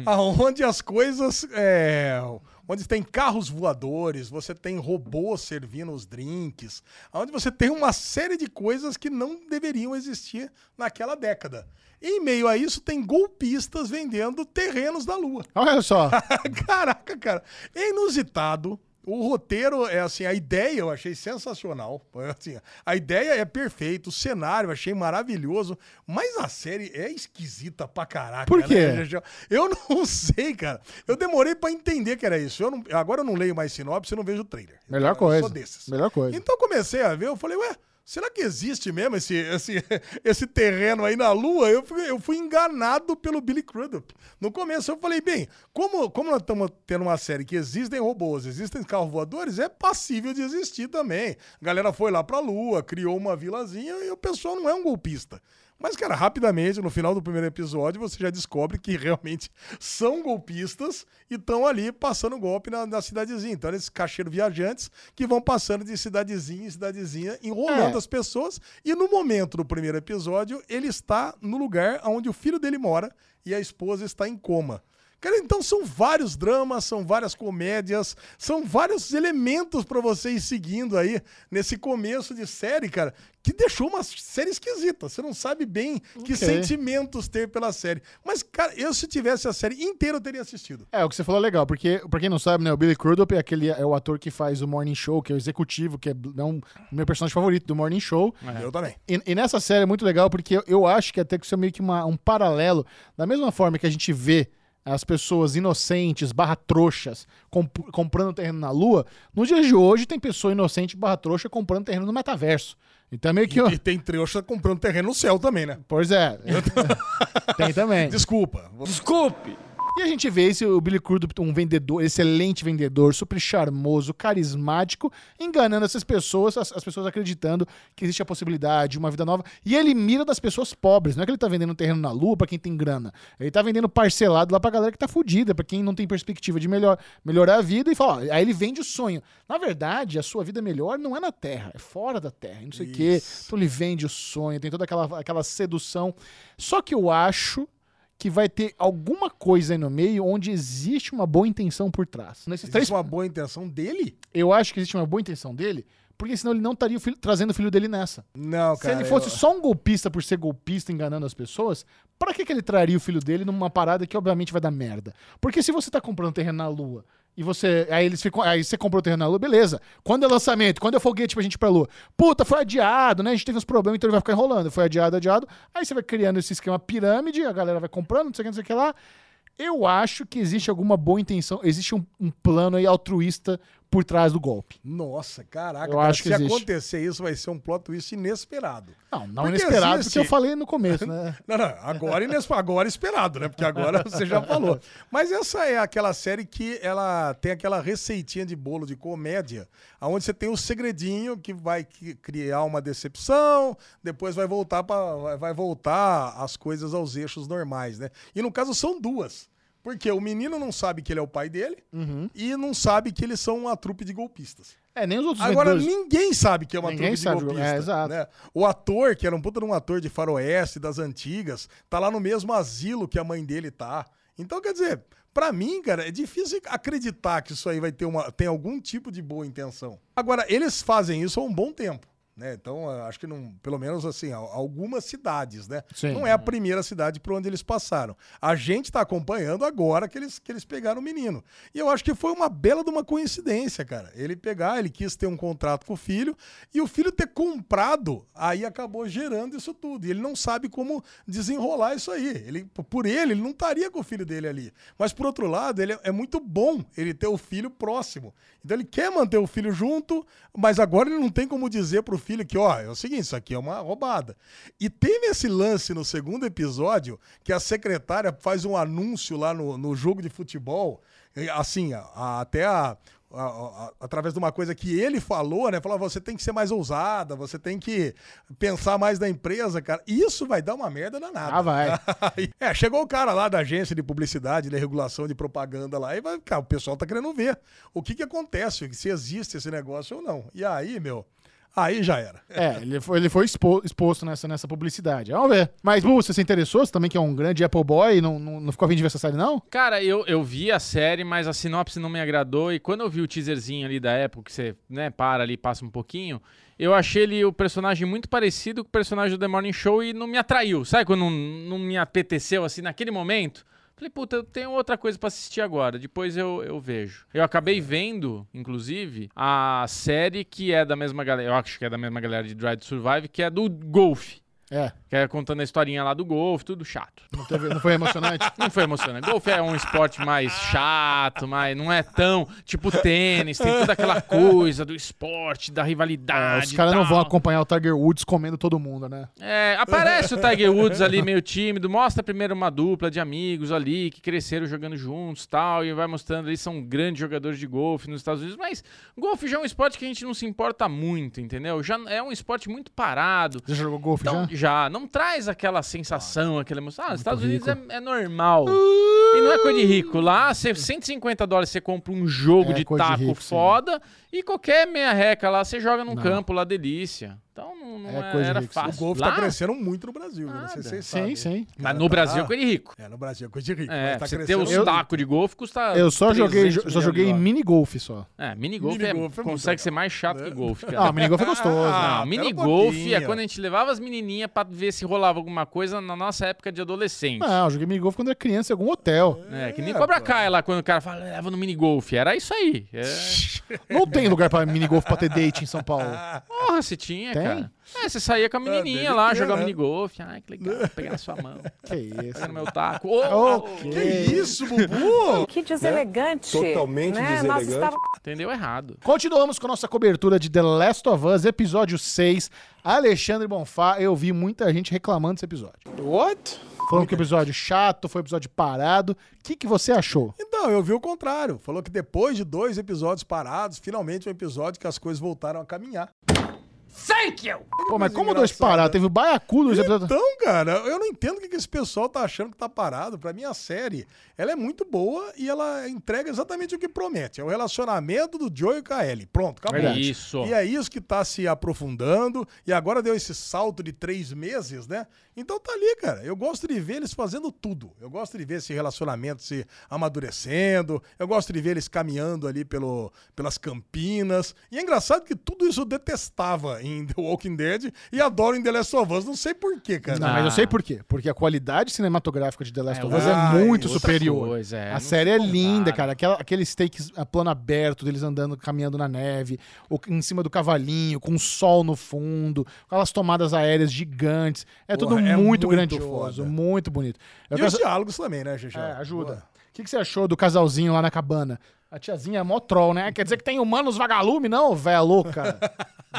Speaker 4: Aonde as coisas. é, onde tem carros voadores, você tem robôs servindo os drinks, onde você tem uma série de coisas que não deveriam existir naquela década. Em meio a isso, tem golpistas vendendo terrenos da Lua.
Speaker 2: Olha só.
Speaker 4: <laughs> Caraca, cara. É inusitado. O roteiro é assim, a ideia eu achei sensacional. É assim, a ideia é perfeita, o cenário eu achei maravilhoso, mas a série é esquisita pra caraca.
Speaker 2: Por
Speaker 4: né, <laughs>
Speaker 2: quê?
Speaker 4: Gegel? Eu não <laughs> sei, cara. Eu demorei pra entender que era isso. Eu não- agora eu não leio mais sinopse, eu não vejo o trailer.
Speaker 2: Melhor
Speaker 4: Eu sou
Speaker 2: coisa.
Speaker 4: desses.
Speaker 2: Melhor coisa.
Speaker 4: Então eu comecei a ver, eu falei, ué, será que existe mesmo esse, esse, <laughs> esse terreno aí na Lua? Eu fui, eu fui enganado pelo Billy Crudup. No começo eu falei, bem, como, como nós estamos tendo uma série que existem robôs, existem carros voadores, é passível de existir também. A galera foi lá pra Lua, criou uma vilazinha e o pessoal não é um golpista. Mas, cara, rapidamente, no final do primeiro episódio, você já descobre que realmente são golpistas e estão ali passando golpe na, na cidadezinha. Então, eram esses cacheiros viajantes que vão passando de cidadezinha em cidadezinha, enrolando
Speaker 2: É.
Speaker 4: as pessoas. E no momento do primeiro episódio, ele está no lugar onde o filho dele mora e a esposa está em coma. Cara, então são vários dramas, são várias comédias, são vários elementos pra você ir seguindo aí nesse começo de série, cara, que deixou uma série esquisita. Você não sabe bem que
Speaker 2: Ok.
Speaker 4: sentimentos ter pela série. Mas, cara, eu se tivesse a série inteira, eu teria assistido.
Speaker 2: É, o que você falou é legal, porque, pra quem não sabe, né, o Billy Crudup é, aquele, é o ator que faz o Morning Show, que é o executivo, que é bl- é um meu personagem favorito do Morning Show.
Speaker 4: Eu também.
Speaker 2: E, e nessa série é muito legal, porque eu, eu acho que até que isso é meio que uma- um paralelo, da mesma forma que a gente vê as pessoas inocentes, barra trouxas, comp- comprando terreno na lua, nos dias de hoje tem pessoa inocente, barra trouxa, comprando terreno no metaverso. Então é meio que...
Speaker 4: E tem trouxa comprando terreno no céu também, né?
Speaker 2: Pois é. <laughs> tem
Speaker 4: <laughs>
Speaker 2: também.
Speaker 4: Desculpa.
Speaker 2: E a gente vê esse, o Billy Crudup, um vendedor, excelente vendedor, super charmoso, carismático, enganando essas pessoas, as, as pessoas acreditando que existe a possibilidade, uma vida nova. E ele mira das pessoas pobres. Não é que ele tá vendendo terreno na lua pra quem tem grana. Ele tá vendendo parcelado lá pra galera que tá fudida, pra quem não tem perspectiva de melhor, melhorar a vida e fala, ó, aí ele vende o sonho. Na verdade, a sua vida melhor não é na Terra, é fora da Terra, não sei o quê. Então ele vende o sonho, tem toda aquela, aquela sedução. Só que eu acho que vai ter alguma coisa aí no meio onde existe uma boa intenção por trás. Nesses
Speaker 4: Existe
Speaker 2: três,
Speaker 4: uma boa intenção dele?
Speaker 2: eu acho que existe uma boa intenção dele, porque senão ele não estaria o filho- trazendo o filho dele nessa.
Speaker 4: Não,
Speaker 2: Se ele fosse só um golpista por ser golpista enganando as pessoas, pra que, que ele traria o filho dele numa parada que obviamente vai dar merda? Porque se você tá comprando terreno na lua e você. Aí eles ficam. Aí você comprou terreno na lua, beleza. Quando é lançamento? Quando é foguete pra gente ir pra lua? Puta, foi adiado, né? A gente teve uns problemas, então ele vai ficar enrolando. Foi adiado, adiado. Aí você vai criando esse esquema pirâmide, a galera vai comprando, não sei o que, não sei o que lá. Eu acho que existe alguma boa intenção, existe um, um plano aí altruísta por trás do golpe.
Speaker 4: Nossa, caraca.
Speaker 2: Eu
Speaker 4: cara,
Speaker 2: acho que
Speaker 4: se
Speaker 2: existe.
Speaker 4: acontecer isso, vai ser um plot twist inesperado.
Speaker 2: Não, não
Speaker 4: Porque
Speaker 2: inesperado,
Speaker 4: existe-
Speaker 2: porque eu falei no começo, né?
Speaker 4: Não, não, agora, ines- agora esperado, né? Porque agora você já falou. Mas essa é aquela série que ela tem aquela receitinha de bolo de comédia, aonde você tem o segredinho que vai que- criar uma decepção, depois vai voltar para vai voltar as coisas aos eixos normais, né? E no caso são duas. Porque o menino não sabe que ele é o pai dele e não sabe que eles são uma trupe de golpistas.
Speaker 2: <laughs> É, nem os outros
Speaker 4: Agora,
Speaker 2: vendedores-
Speaker 4: ninguém sabe que é uma
Speaker 2: Ninguém
Speaker 4: trupe de
Speaker 2: sabe,
Speaker 4: golpista.
Speaker 2: é, exato.
Speaker 4: né? O ator, que era um puta de um ator de faroeste das antigas, tá lá no mesmo asilo que a mãe dele tá. Então, quer dizer, pra mim, cara, é difícil acreditar que isso aí vai ter uma, tem algum tipo de boa intenção. Agora, eles fazem isso há um bom tempo. Né? Então, eu acho que não, pelo menos assim, al- algumas cidades, né?
Speaker 2: Sim.
Speaker 4: Não é a primeira cidade por onde eles passaram. A gente está acompanhando agora que eles, que eles pegaram o menino. E eu acho que foi uma bela de uma coincidência, cara. Ele pegar, ele quis ter um contrato com o filho e o filho ter comprado, aí acabou gerando isso tudo. E ele não sabe como desenrolar isso aí. Ele, por ele, ele não estaria com o filho dele ali. Mas por outro lado, ele é- é muito bom ele ter o filho próximo. Então ele quer manter o filho junto, mas agora ele não tem como dizer pro filho que, ó, é o seguinte, isso aqui é uma roubada. E teve esse lance no segundo episódio que a secretária faz um anúncio lá no, no jogo de futebol, e, assim, a- a- até a- a- a- através de uma coisa que ele falou, né? Falou, você tem que ser mais ousada, você tem que pensar mais na empresa, cara. E Isso vai dar uma merda danada. <laughs>
Speaker 2: Ah, vai.
Speaker 4: Aí, é, chegou o cara lá da agência de publicidade, de regulação de propaganda lá, e vai, cara, o pessoal tá querendo ver o que que acontece, se existe esse negócio ou não. E aí, meu, aí já era.
Speaker 2: É, ele foi, ele foi expo- exposto nessa, nessa publicidade. Vamos ver. Mas, Bu, você se interessou? Você também que é um grande Apple Boy não, não, não ficou afim de ver essa série, não?
Speaker 1: Cara, eu, eu vi a série, mas a sinopse não me agradou. E quando eu vi o teaserzinho ali da época, que você né, para ali e passa um pouquinho, eu achei ele o personagem muito parecido com o personagem do The Morning Show e não me atraiu. Sabe quando não, não me apeteceu assim naquele momento? Falei, puta, eu tenho outra coisa pra assistir agora, depois eu, eu vejo. Eu acabei vendo, inclusive, a série que é da mesma galera, eu acho que é da mesma galera de Drive to Survive, que é do Golf.
Speaker 2: É,
Speaker 1: Que é contando a historinha lá do golfe, tudo chato.
Speaker 2: não, teve- não foi emocionante? É,
Speaker 1: Não foi emocionante. Golfe é um esporte mais chato, mas não é tão tipo tênis, tem toda aquela coisa do esporte, da
Speaker 2: É,
Speaker 1: rivalidade.
Speaker 2: os
Speaker 1: e
Speaker 2: caras não
Speaker 1: tal.
Speaker 2: vão acompanhar o Tiger Woods comendo todo mundo, né?
Speaker 1: É, aparece o Tiger Woods ali meio tímido, mostra primeiro uma dupla de amigos ali que cresceram jogando juntos tal, e vai mostrando ali são grandes jogadores de golfe nos Estados Unidos, mas golfe já é um esporte que a gente não se importa muito, entendeu? Já é um esporte muito parado.
Speaker 2: Você já jogou golfe
Speaker 1: Então,
Speaker 2: já?
Speaker 1: já, não traz aquela sensação, aquela emoção. Ah, nos Estados Unidos é, é normal. E não é coisa de rico. Lá, você, 150 dólares você compra um jogo
Speaker 2: É
Speaker 1: de
Speaker 2: coisa de
Speaker 1: taco
Speaker 2: rico, sim.
Speaker 1: foda e qualquer meia reca lá você joga num
Speaker 2: Não.
Speaker 1: campo lá, delícia. Então não, não
Speaker 2: É
Speaker 1: é-
Speaker 2: coisa de
Speaker 1: era
Speaker 2: rico, sim.
Speaker 1: fácil.
Speaker 4: O golfe
Speaker 1: lá,
Speaker 4: tá crescendo muito no Brasil, viu? não sei se vocês
Speaker 2: Sim,
Speaker 4: sabem.
Speaker 2: sim.
Speaker 1: Mas no Brasil é coisa de rico.
Speaker 4: É, no Brasil é coisa de rico.
Speaker 1: É,
Speaker 4: mas tá
Speaker 1: você ter
Speaker 4: crescendo
Speaker 1: os
Speaker 2: Ah. Eu-
Speaker 1: tacos de golfe custa.
Speaker 2: Eu só joguei,
Speaker 1: 300
Speaker 2: só
Speaker 1: milhões de
Speaker 2: joguei
Speaker 1: dólares.
Speaker 2: mini golfe só.
Speaker 1: É, mini golfe é-
Speaker 4: Minigolfe é muito
Speaker 1: consegue
Speaker 4: legal.
Speaker 1: ser mais chato que golfe, cara.
Speaker 2: Ah, mini golfe é gostoso.
Speaker 4: Ah,
Speaker 1: Não,
Speaker 4: pera
Speaker 1: mini
Speaker 4: um
Speaker 1: golfe é
Speaker 4: pouquinho.
Speaker 1: quando a gente levava as menininhas pra ver se rolava alguma coisa na nossa época de adolescente.
Speaker 2: Não, eu joguei mini golfe quando era criança em algum hotel.
Speaker 1: É, que nem
Speaker 4: É,
Speaker 1: Cobra
Speaker 4: pô.
Speaker 1: Kai lá, quando o cara fala, leva no minigolf. Era isso aí. É...
Speaker 2: Não tem lugar pra mini golfe pra ter date em São Paulo.
Speaker 4: Ah,
Speaker 1: Porra, se tinha,
Speaker 2: Tem? Ah,
Speaker 1: cara. É, você saía com a menininha
Speaker 4: deve
Speaker 1: lá,
Speaker 4: ter,
Speaker 1: jogava
Speaker 4: né?
Speaker 1: minigolf. Ai, que legal. Pegar na sua mão, <laughs>
Speaker 2: Que isso.
Speaker 1: pegar no meu taco. Ô,
Speaker 2: <laughs> Ok.
Speaker 4: Que
Speaker 1: É.
Speaker 4: isso, Bubu?
Speaker 7: Que deselegante.
Speaker 3: Totalmente
Speaker 7: né? Nós
Speaker 3: deselegante.
Speaker 7: estávamos
Speaker 1: Entendeu errado.
Speaker 2: Continuamos com nossa cobertura de The Last of Us, episódio 6. Alexandre Bonfá, eu vi muita gente reclamando desse episódio.
Speaker 3: What?
Speaker 2: Falando que o episódio chato, foi um episódio parado. O que, que você achou?
Speaker 4: Então, eu vi o contrário. Falou que depois de dois episódios parados, finalmente um episódio que as coisas voltaram a caminhar.
Speaker 2: Pô, mas
Speaker 4: coisa
Speaker 2: como dois
Speaker 4: engraçada.
Speaker 2: parados? Teve o Baiacu dois episódios.
Speaker 4: Então, cara, eu não entendo o que que esse pessoal tá achando que tá parado. Pra mim, a série, ela é muito boa e ela entrega exatamente o que promete. É o relacionamento do Joe e o Kaeli. Pronto, acabou.
Speaker 1: É Isso.
Speaker 4: E é isso que tá se aprofundando. E agora deu esse salto de três meses, né? Então tá ali, cara. Eu gosto de ver eles fazendo tudo. Eu gosto de ver esse relacionamento se amadurecendo. Eu gosto de ver eles caminhando ali pelo, pelas campinas. E é engraçado que tudo isso eu detestava em The Walking Dead e adoro em The Last of Us. Não sei porquê, cara.
Speaker 2: Não, mas eu sei por quê. Porque a qualidade cinematográfica de The Last
Speaker 1: É,
Speaker 2: of Us
Speaker 4: outra-
Speaker 2: é muito
Speaker 1: outra
Speaker 2: superior.
Speaker 1: coisa, é.
Speaker 2: a
Speaker 1: Não
Speaker 2: série é
Speaker 1: compara.
Speaker 2: linda, cara. Aquela, aqueles takes a plano aberto deles andando, caminhando na neve, ou em cima do cavalinho, com o sol no fundo, aquelas tomadas aéreas gigantes. É
Speaker 4: Porra,
Speaker 2: tudo
Speaker 4: é
Speaker 2: muito,
Speaker 4: muito
Speaker 2: grandioso,
Speaker 4: foda.
Speaker 2: muito bonito.
Speaker 4: E
Speaker 2: Eu quero
Speaker 4: os
Speaker 2: sa-
Speaker 4: diálogos também, né, Xixi?
Speaker 2: É, ajuda. O que, que você achou do casalzinho lá na cabana? A tiazinha é mó troll, né? Quer dizer que tem humanos vagalume? Não, véia louca.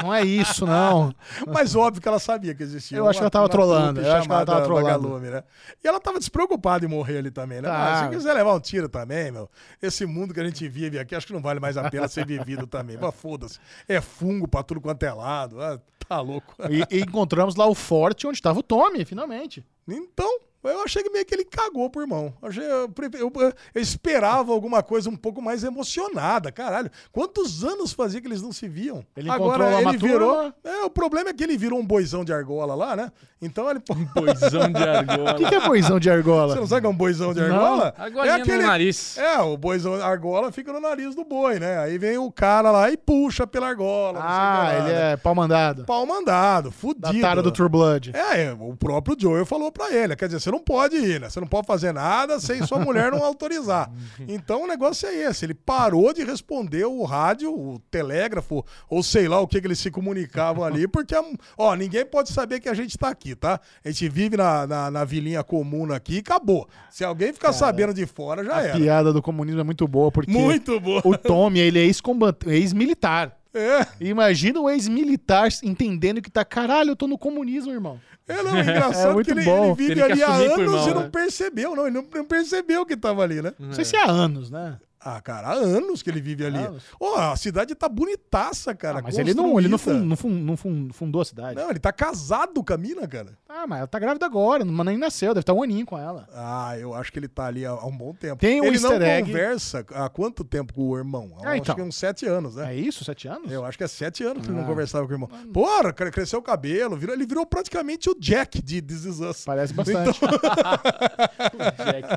Speaker 2: Não é isso, não.
Speaker 4: <laughs> Mas óbvio que ela sabia que existia.
Speaker 2: Eu
Speaker 4: uma-
Speaker 2: acho que ela tava
Speaker 4: uma
Speaker 2: trolando,
Speaker 4: trupe
Speaker 2: eu acho que ela tava
Speaker 4: chamada
Speaker 2: trolando.
Speaker 4: Vagalume, né? E ela tava despreocupada em morrer ali também, né?
Speaker 2: Tá.
Speaker 4: Ah, se quiser levar um tiro também, meu, esse mundo que a gente vive aqui, acho que não vale mais a pena ser vivido também. Mas foda-se. É fungo pra tudo quanto é lado. Ah, tá louco.
Speaker 2: E, e encontramos lá o forte onde estava o Tommy, finalmente.
Speaker 4: Então, eu achei que meio que ele cagou pro irmão. Eu, achei- eu pre- eu- eu esperava alguma coisa um pouco mais emocionada, caralho. Quantos anos fazia que eles não se viam?
Speaker 2: Ele encontrou lá uma
Speaker 4: ele virou.
Speaker 2: turma.
Speaker 4: É, o problema é que ele virou um boizão de argola lá, né? Então ele. <laughs>
Speaker 1: Poisão de
Speaker 2: O que,
Speaker 1: argola.
Speaker 2: que é boizão de argola?
Speaker 4: Você não sabe que é um boizão de
Speaker 2: Não.
Speaker 4: argola?
Speaker 1: Argolinha
Speaker 4: é aquele...
Speaker 1: no nariz.
Speaker 2: <laughs>
Speaker 4: É, o boizão argola fica no nariz do boi, né? Aí vem o cara lá e puxa pela argola. não sei o
Speaker 2: Ah,
Speaker 4: que lá,
Speaker 2: ele
Speaker 4: né?
Speaker 2: é pau mandado.
Speaker 4: Pau mandado, fudido.
Speaker 2: Da tara do True Blood.
Speaker 4: É, é, o próprio Joel falou pra ele. Quer dizer, você não pode ir, né? Você não pode fazer nada sem sua mulher não
Speaker 2: <laughs>
Speaker 4: autorizar. Então o negócio é esse. Ele parou de responder o rádio, o telégrafo, ou sei lá o que, que eles se comunicavam
Speaker 2: <laughs>
Speaker 4: ali, porque, ó, ninguém pode saber que a gente tá aqui, tá? A gente vive na, na, na vilinha comuna aqui e acabou. Se alguém ficar sabendo de fora, já
Speaker 2: A
Speaker 4: era.
Speaker 2: piada do comunismo é muito boa, porque
Speaker 4: né? Muito boa.
Speaker 2: o Tommy, ele é ex-combat- ex-militar.
Speaker 4: É.
Speaker 2: Imagina o ex-militar entendendo que tá, caralho, eu tô no comunismo, irmão.
Speaker 4: É,
Speaker 2: <laughs>
Speaker 4: não, é engraçado
Speaker 2: É muito
Speaker 4: que ele,
Speaker 2: bom.
Speaker 4: ele vive
Speaker 1: Teve que
Speaker 4: ali há
Speaker 1: assumir
Speaker 4: anos
Speaker 1: pro irmão,
Speaker 4: e não
Speaker 1: né?
Speaker 4: percebeu, não. Ele não não percebeu que tava ali, né?
Speaker 2: Não sei se há anos, né?
Speaker 4: Ah, cara, há anos que ele vive ali.
Speaker 2: Anos.
Speaker 4: Ó, a cidade tá bonitaça, cara.
Speaker 2: Ah, mas ele não, ele não, fun-
Speaker 4: construída.
Speaker 2: não fun- não fun- fundou a cidade.
Speaker 4: Não, ele tá casado com a mina, cara.
Speaker 2: Ah, mas ela tá grávida agora, mas nem nasceu, deve estar um aninho com ela.
Speaker 4: Ah, eu acho que ele tá ali há, há um bom tempo.
Speaker 2: Tem um
Speaker 4: ele não
Speaker 2: easter egg.
Speaker 4: conversa há quanto tempo com o irmão? Há,
Speaker 2: Ah, então.
Speaker 4: Acho que uns sete anos, né?
Speaker 2: É Ah. isso? Sete anos?
Speaker 4: Eu acho que é sete anos que ele não conversava com o irmão. Porra, cre- cresceu o cabelo, virou- ele virou praticamente o Jack de This Is Us. Então,
Speaker 2: Parece bastante.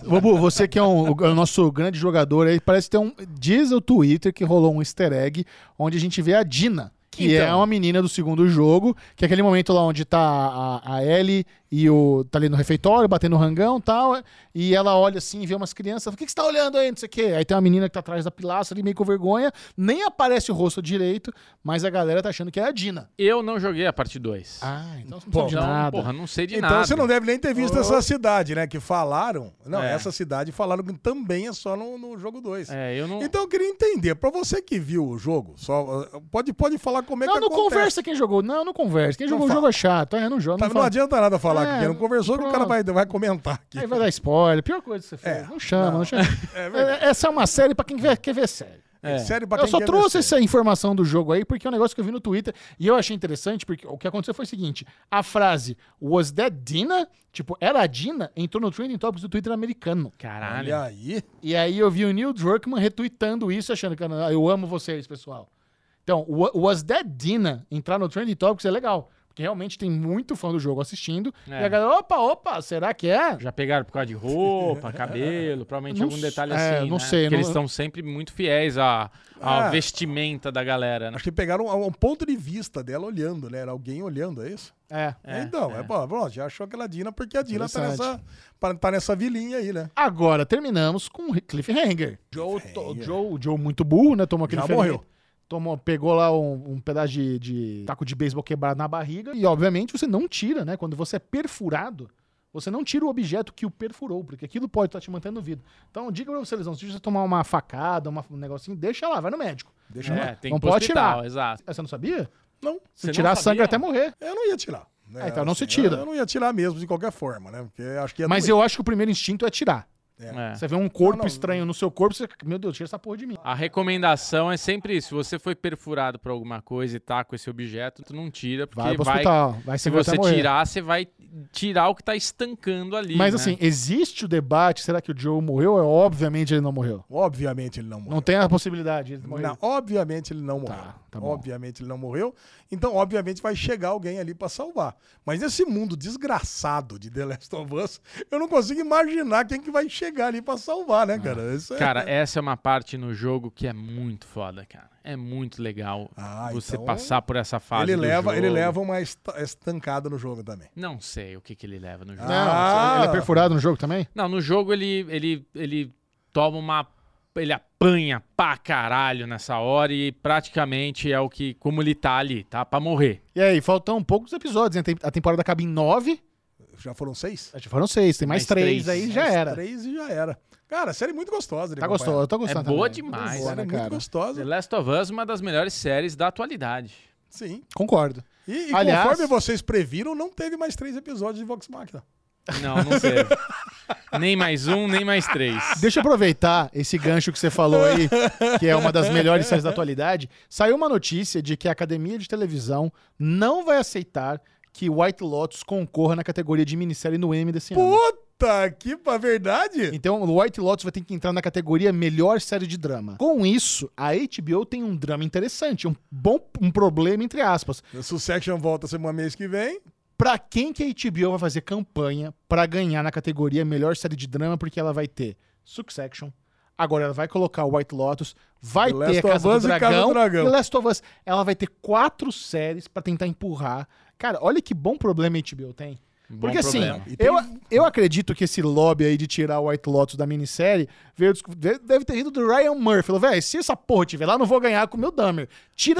Speaker 2: Bobo, você que é um- o nosso grande jogador aí, parece ter um. Diz o Twitter que rolou um easter egg onde a gente vê a Dina que é
Speaker 1: Então.
Speaker 2: uma menina do segundo jogo, que é aquele momento lá onde tá a, a Ellie e o. tá ali no refeitório, batendo rangão e tal. E ela olha assim e vê umas crianças, fala, o que, que você tá olhando aí? Não sei o quê. Aí tem uma menina que tá atrás da pilastra ali, meio com vergonha, nem aparece o rosto direito, mas a galera tá achando que é a Dina.
Speaker 1: Eu não joguei a parte 2.
Speaker 2: Ah, então você não
Speaker 4: Bom,
Speaker 2: sabe de
Speaker 1: então,
Speaker 2: nada.
Speaker 1: porra, não sei de
Speaker 4: <laughs> então
Speaker 1: nada.
Speaker 4: você não deve nem ter visto essa cidade, né? Que falaram. Não,
Speaker 1: É.
Speaker 4: essa cidade falaram que também é só no, no jogo 2.
Speaker 1: É, eu não.
Speaker 4: Então eu queria entender, pra você que viu o jogo, só uh, pode, pode falar como é
Speaker 2: não,
Speaker 4: que
Speaker 2: não
Speaker 4: acontece.
Speaker 2: conversa quem jogou. Não, não conversa. Quem
Speaker 4: Não
Speaker 2: jogou o
Speaker 4: fala.
Speaker 2: jogo é chato. É, não joga.
Speaker 4: Tá,
Speaker 2: não
Speaker 4: não,
Speaker 2: fala.
Speaker 4: adianta nada falar
Speaker 2: É,
Speaker 4: que quem não conversou, que o cara
Speaker 2: pronto.
Speaker 4: vai, vai comentar aqui.
Speaker 2: Aí vai dar spoiler. Pior coisa que você fez.
Speaker 4: É,
Speaker 2: não chama, não, chama.
Speaker 4: É verdade.
Speaker 2: É, Essa é uma série pra quem quer, quer ver série.
Speaker 1: É.
Speaker 4: Sério, pra
Speaker 2: Eu
Speaker 4: quem
Speaker 2: só
Speaker 4: quer
Speaker 2: trouxe
Speaker 4: ver sério.
Speaker 2: essa informação do jogo aí porque é um negócio que eu vi no Twitter e eu achei interessante porque o que aconteceu foi o seguinte: a frase was that Dina, tipo, era a Dina, entrou no trending topics do Twitter americano.
Speaker 1: Caralho.
Speaker 4: Olha aí.
Speaker 2: E aí eu vi o Neil Druckmann retweetando isso, achando que "Ah, eu amo vocês, pessoal. Então, wa- was that Dina entrar no trending topics é legal, porque realmente tem muito fã do jogo assistindo
Speaker 1: É.
Speaker 2: e a galera, opa, opa, será que é?
Speaker 1: Já pegaram por causa de
Speaker 2: <laughs>
Speaker 1: roupa, cabelo, provavelmente
Speaker 2: Não
Speaker 1: algum
Speaker 2: s-
Speaker 1: detalhe
Speaker 2: é,
Speaker 1: assim.
Speaker 2: não
Speaker 1: né?
Speaker 2: sei,
Speaker 1: Porque
Speaker 2: não- É.
Speaker 1: eles estão sempre muito fiéis à, à
Speaker 4: Ah.
Speaker 1: vestimenta da galera, né?
Speaker 4: Acho que pegaram um, um ponto de vista dela olhando, né? Era alguém olhando, é isso?
Speaker 2: É.
Speaker 1: É,
Speaker 4: então, é, bom, bom, já achou aquela Dina, porque a Dina tá
Speaker 2: Interessante.
Speaker 4: nessa, pa- tá nessa vilinha aí, né?
Speaker 2: Agora terminamos com o Cliffhanger. Joe, to- Joe, Joe muito burro, né? Tomou aquele
Speaker 4: Já
Speaker 2: fermento.
Speaker 4: morreu.
Speaker 2: Tomou, pegou lá um, um pedaço de, de taco de beisebol quebrado na barriga. E, obviamente, você não tira, né? Quando você é perfurado, você não tira o objeto que o perfurou, porque aquilo pode estar te mantendo vivo. Então, diga pra você, Lesão, se você tomar uma facada, uma- um negocinho, deixa lá, vai no médico.
Speaker 4: Deixa
Speaker 1: É,
Speaker 4: lá.
Speaker 1: tem
Speaker 2: Não
Speaker 1: que ir pro
Speaker 2: pode
Speaker 1: hospital,
Speaker 2: tirar.
Speaker 1: exato.
Speaker 2: Você não sabia?
Speaker 4: Não,
Speaker 1: Você
Speaker 2: Se
Speaker 1: não
Speaker 2: tirar sangue
Speaker 1: sabia?
Speaker 2: até morrer.
Speaker 4: eu não ia tirar. né?
Speaker 2: Ah, então não se
Speaker 4: Assim,
Speaker 2: tira.
Speaker 4: Eu, eu não ia tirar mesmo, de qualquer forma, né? Porque acho que ia
Speaker 2: Mas
Speaker 4: doer.
Speaker 2: eu acho que o primeiro instinto é tirar.
Speaker 1: É.
Speaker 2: Você vê um corpo
Speaker 4: Não, não.
Speaker 2: estranho no seu corpo, você. Meu Deus, tira essa porra de mim.
Speaker 1: A recomendação é sempre isso. Se você foi perfurado por alguma coisa e tá com esse objeto, tu não tira, porque
Speaker 2: Vai pro
Speaker 1: vai.
Speaker 2: hospital. Vai
Speaker 1: se
Speaker 2: ver até
Speaker 1: você
Speaker 2: morrer.
Speaker 1: tirar, você vai tirar o que tá estancando ali.
Speaker 2: Mas
Speaker 1: né?
Speaker 2: assim, existe o debate, será que o Joe morreu? É, Obviamente ele não morreu.
Speaker 4: Obviamente ele não morreu.
Speaker 2: Não tem a possibilidade. Ele morreu.
Speaker 4: Não, obviamente ele não
Speaker 2: Tá,
Speaker 4: morreu.
Speaker 2: tá bom.
Speaker 4: obviamente ele não morreu. Então, obviamente, vai chegar alguém ali pra salvar. Mas nesse mundo desgraçado de The Last of Us, eu não consigo imaginar quem que vai chegar ali pra salvar, né, cara? Isso é-
Speaker 1: Cara, essa é uma parte no jogo que é muito foda, cara. É muito legal
Speaker 4: Ah,
Speaker 1: você
Speaker 4: então
Speaker 1: passar por essa fase.
Speaker 4: ele
Speaker 1: do
Speaker 4: leva, ele
Speaker 1: jogo.
Speaker 4: leva uma esta- estancada no jogo também.
Speaker 1: Não sei o que, que ele leva no jogo.
Speaker 2: Não,
Speaker 4: Ah.
Speaker 2: ele é perfurado no jogo também?
Speaker 1: Não, no jogo ele, ele, ele toma uma. Ele apanha pra caralho nessa hora e praticamente é o que. Como ele tá ali, tá? Pra morrer.
Speaker 2: E aí, faltam poucos episódios. né? Tem- A temporada acaba em nove.
Speaker 4: Já foram seis?
Speaker 2: Acho que foram seis, tem mais,
Speaker 1: Mais
Speaker 2: três,
Speaker 1: três.
Speaker 2: aí já
Speaker 4: Mais
Speaker 2: era.
Speaker 4: Três e já era. Cara, série é muito gostosa. de
Speaker 2: Tá
Speaker 4: acompanhar.
Speaker 2: gostoso, eu tô gostando.
Speaker 1: boa
Speaker 2: também.
Speaker 1: demais,
Speaker 2: Muito boa,
Speaker 4: Série é
Speaker 2: né,
Speaker 4: muito
Speaker 2: cara?
Speaker 1: The
Speaker 4: gostosa.
Speaker 1: Last of Us, uma das melhores séries da atualidade.
Speaker 4: Sim.
Speaker 2: Concordo.
Speaker 4: E, e
Speaker 2: Aliás-
Speaker 4: conforme vocês previram, não teve mais três episódios de Vox Machina.
Speaker 1: Não, não
Speaker 4: <laughs>
Speaker 1: sei. nem mais um, nem mais três.
Speaker 2: Deixa eu aproveitar esse gancho que você falou <laughs> aí, que é uma das melhores séries da atualidade. Saiu uma notícia de que a Academia de Televisão não vai aceitar que White Lotus concorra na categoria de minissérie no M desse ano.
Speaker 4: Puta que pa Tá verdade.
Speaker 2: Então, o White Lotus vai ter que entrar na categoria melhor série de drama. Com isso, a HBO tem um drama interessante, um bom um problema entre aspas.
Speaker 4: O Succession volta semana mês que vem.
Speaker 2: Pra quem que a HBO vai fazer campanha pra ganhar na categoria melhor série de drama, porque ela vai ter Succession, agora ela vai colocar o White Lotus, vai
Speaker 4: The
Speaker 2: ter
Speaker 4: Last
Speaker 2: a Casa
Speaker 4: of
Speaker 2: do
Speaker 4: Us e Casa do
Speaker 2: Dragão,
Speaker 4: Dragão.
Speaker 2: The Last of Us. Ela vai ter quatro séries pra tentar empurrar. Cara, olha que bom problema a HBO tem. Porque
Speaker 1: Bom
Speaker 2: assim,
Speaker 1: problema.
Speaker 4: E tem-
Speaker 2: eu, eu acredito que esse lobby aí de tirar o White Lotus da minissérie veio, dos- de- deve ter vindo do Ryan Murphy. Falou, velho, se essa porra tiver lá, eu não vou ganhar com o meu Dummer. Tira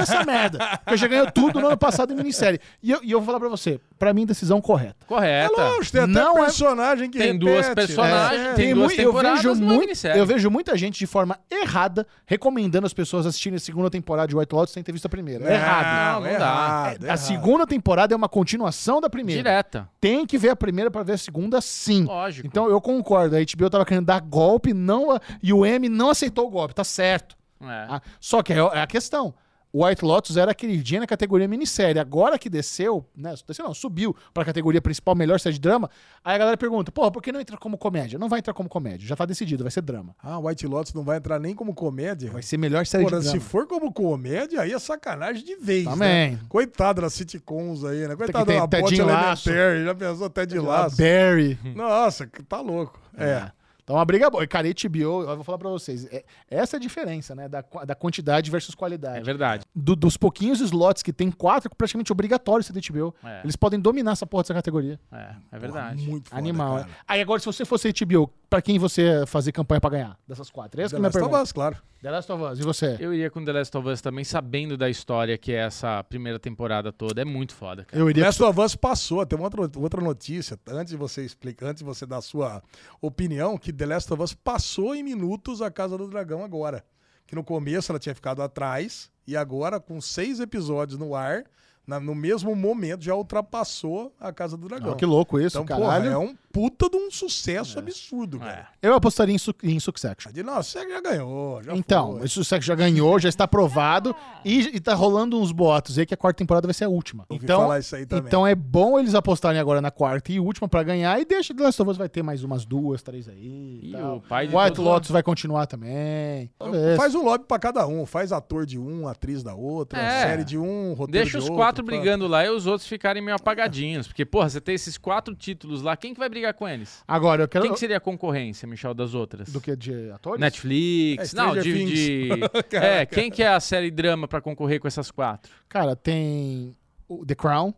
Speaker 1: <laughs>
Speaker 2: essa merda. Porque eu já ganhei tudo no ano passado em minissérie. E eu, e eu vou falar pra você, pra mim, decisão correta.
Speaker 4: É
Speaker 1: Correta.
Speaker 4: lógico, tem
Speaker 2: Não
Speaker 4: até
Speaker 2: é-
Speaker 4: personagem que
Speaker 1: Tem duas
Speaker 4: repete.
Speaker 1: personagens,
Speaker 4: É,
Speaker 1: tem
Speaker 4: é.
Speaker 1: duas
Speaker 2: mui-
Speaker 1: temporadas,
Speaker 2: eu vejo
Speaker 1: mas
Speaker 2: muito,
Speaker 1: minissérie.
Speaker 2: Eu vejo muita gente de forma errada recomendando as pessoas assistirem a segunda temporada de White Lotus sem ter visto a primeira. É Errado.
Speaker 1: Não, não dá.
Speaker 4: né? é errado,
Speaker 2: A
Speaker 4: errado.
Speaker 2: segunda temporada é uma continuação da primeira.
Speaker 1: Direta.
Speaker 2: Tem que ver a primeira pra ver a segunda, sim.
Speaker 1: Lógico.
Speaker 2: Então eu concordo, a HBO tava querendo dar golpe, não, e o M não aceitou o golpe, tá certo.
Speaker 1: É.
Speaker 2: Ah, Só que é é a questão. O White Lotus era queridinha na categoria minissérie. Agora que desceu, né? Desceu não, subiu pra categoria principal, melhor série de drama. Aí a galera pergunta: porra, por que não entra como comédia? Não vai entrar como comédia, já tá decidido, vai ser drama.
Speaker 4: Ah, White Lotus não vai entrar nem como comédia.
Speaker 2: Vai ser melhor série
Speaker 4: Porra,
Speaker 2: de
Speaker 4: se
Speaker 2: drama.
Speaker 4: for como comédia, aí é sacanagem de vez.
Speaker 2: Também.
Speaker 4: Né? Coitado das sitcoms aí, né? Coitado
Speaker 2: tem
Speaker 4: da bote
Speaker 2: Tedinho Laço.
Speaker 4: elementary. Já pensou até de
Speaker 2: A
Speaker 4: laço.
Speaker 2: Barry.
Speaker 4: Nossa, que tá louco. É.
Speaker 2: Então, uma briga boa. E, Cara, HBO, eu vou falar pra vocês, é- essa é a diferença, né? Da, qua- da quantidade versus
Speaker 1: É
Speaker 2: qualidade.
Speaker 1: verdade.
Speaker 2: Do- dos pouquinhos slots que tem quatro, que praticamente é obrigatório ser da HBO.
Speaker 1: É.
Speaker 2: Eles podem dominar essa porra dessa categoria.
Speaker 1: É, é verdade.
Speaker 4: Muito foda,
Speaker 2: Animal,
Speaker 4: cara.
Speaker 2: né? Aí agora, se você fosse HBO, pra quem você ia fazer campanha pra ganhar? Dessas quatro? Essa que
Speaker 4: The
Speaker 2: é a minha
Speaker 4: Last of
Speaker 2: pergunta.
Speaker 4: Us, claro.
Speaker 2: The Last of Us. E você?
Speaker 1: Eu iria com The Last of Us também, sabendo da história que é essa primeira temporada toda. É muito foda, cara.
Speaker 2: Eu
Speaker 4: The Last of Us passou, tem uma outra, outra notícia, antes de você explicar, antes de você dar a sua opinião, que The Last of Us passou em minutos a Casa do Dragão agora. Que no começo ela tinha ficado atrás, e agora, com seis episódios no ar, na- no mesmo momento, já ultrapassou a Casa do Dragão.
Speaker 2: Não, Ah, que louco isso,
Speaker 4: então,
Speaker 2: caralho. É.
Speaker 4: porra, é um puta de um sucesso absurdo, cara. Tá
Speaker 2: Eu apostaria em, su em Succession.
Speaker 4: De, nossa, você já ganhou, já
Speaker 2: Então,
Speaker 4: foi.
Speaker 2: esse Succession já ganhou, já está aprovado e, e tá rolando uns boatos aí que a quarta temporada vai ser a última.
Speaker 4: Ouvi
Speaker 2: Então,
Speaker 4: falar isso aí também.
Speaker 2: então é bom eles apostarem agora na quarta e última pra ganhar e deixa The Last of Us vai ter mais umas duas, três aí.
Speaker 1: E
Speaker 2: E tal.
Speaker 1: o pai de
Speaker 2: White
Speaker 1: todo-
Speaker 2: Lotus vai continuar também. Talvez.
Speaker 4: Faz um lobby pra cada um. Faz ator de um, atriz da outra,
Speaker 1: É.
Speaker 4: série de um, roteiro
Speaker 1: Deixa
Speaker 4: de
Speaker 1: os
Speaker 4: outro,
Speaker 1: quatro
Speaker 4: pra-
Speaker 1: brigando lá e os outros ficarem meio apagadinhos. Porque, porra, você tem esses quatro títulos lá. Quem que vai brigar com eles?
Speaker 2: Agora, eu quero.
Speaker 1: Quem que seria a concorrência, Michel, das outras?
Speaker 2: Do que de atores?
Speaker 1: Netflix?
Speaker 4: É,
Speaker 1: Não,
Speaker 4: Stranger
Speaker 1: de.
Speaker 4: <laughs>
Speaker 1: de- é, quem que é a série drama pra concorrer com essas quatro?
Speaker 2: Cara, tem o The Crown,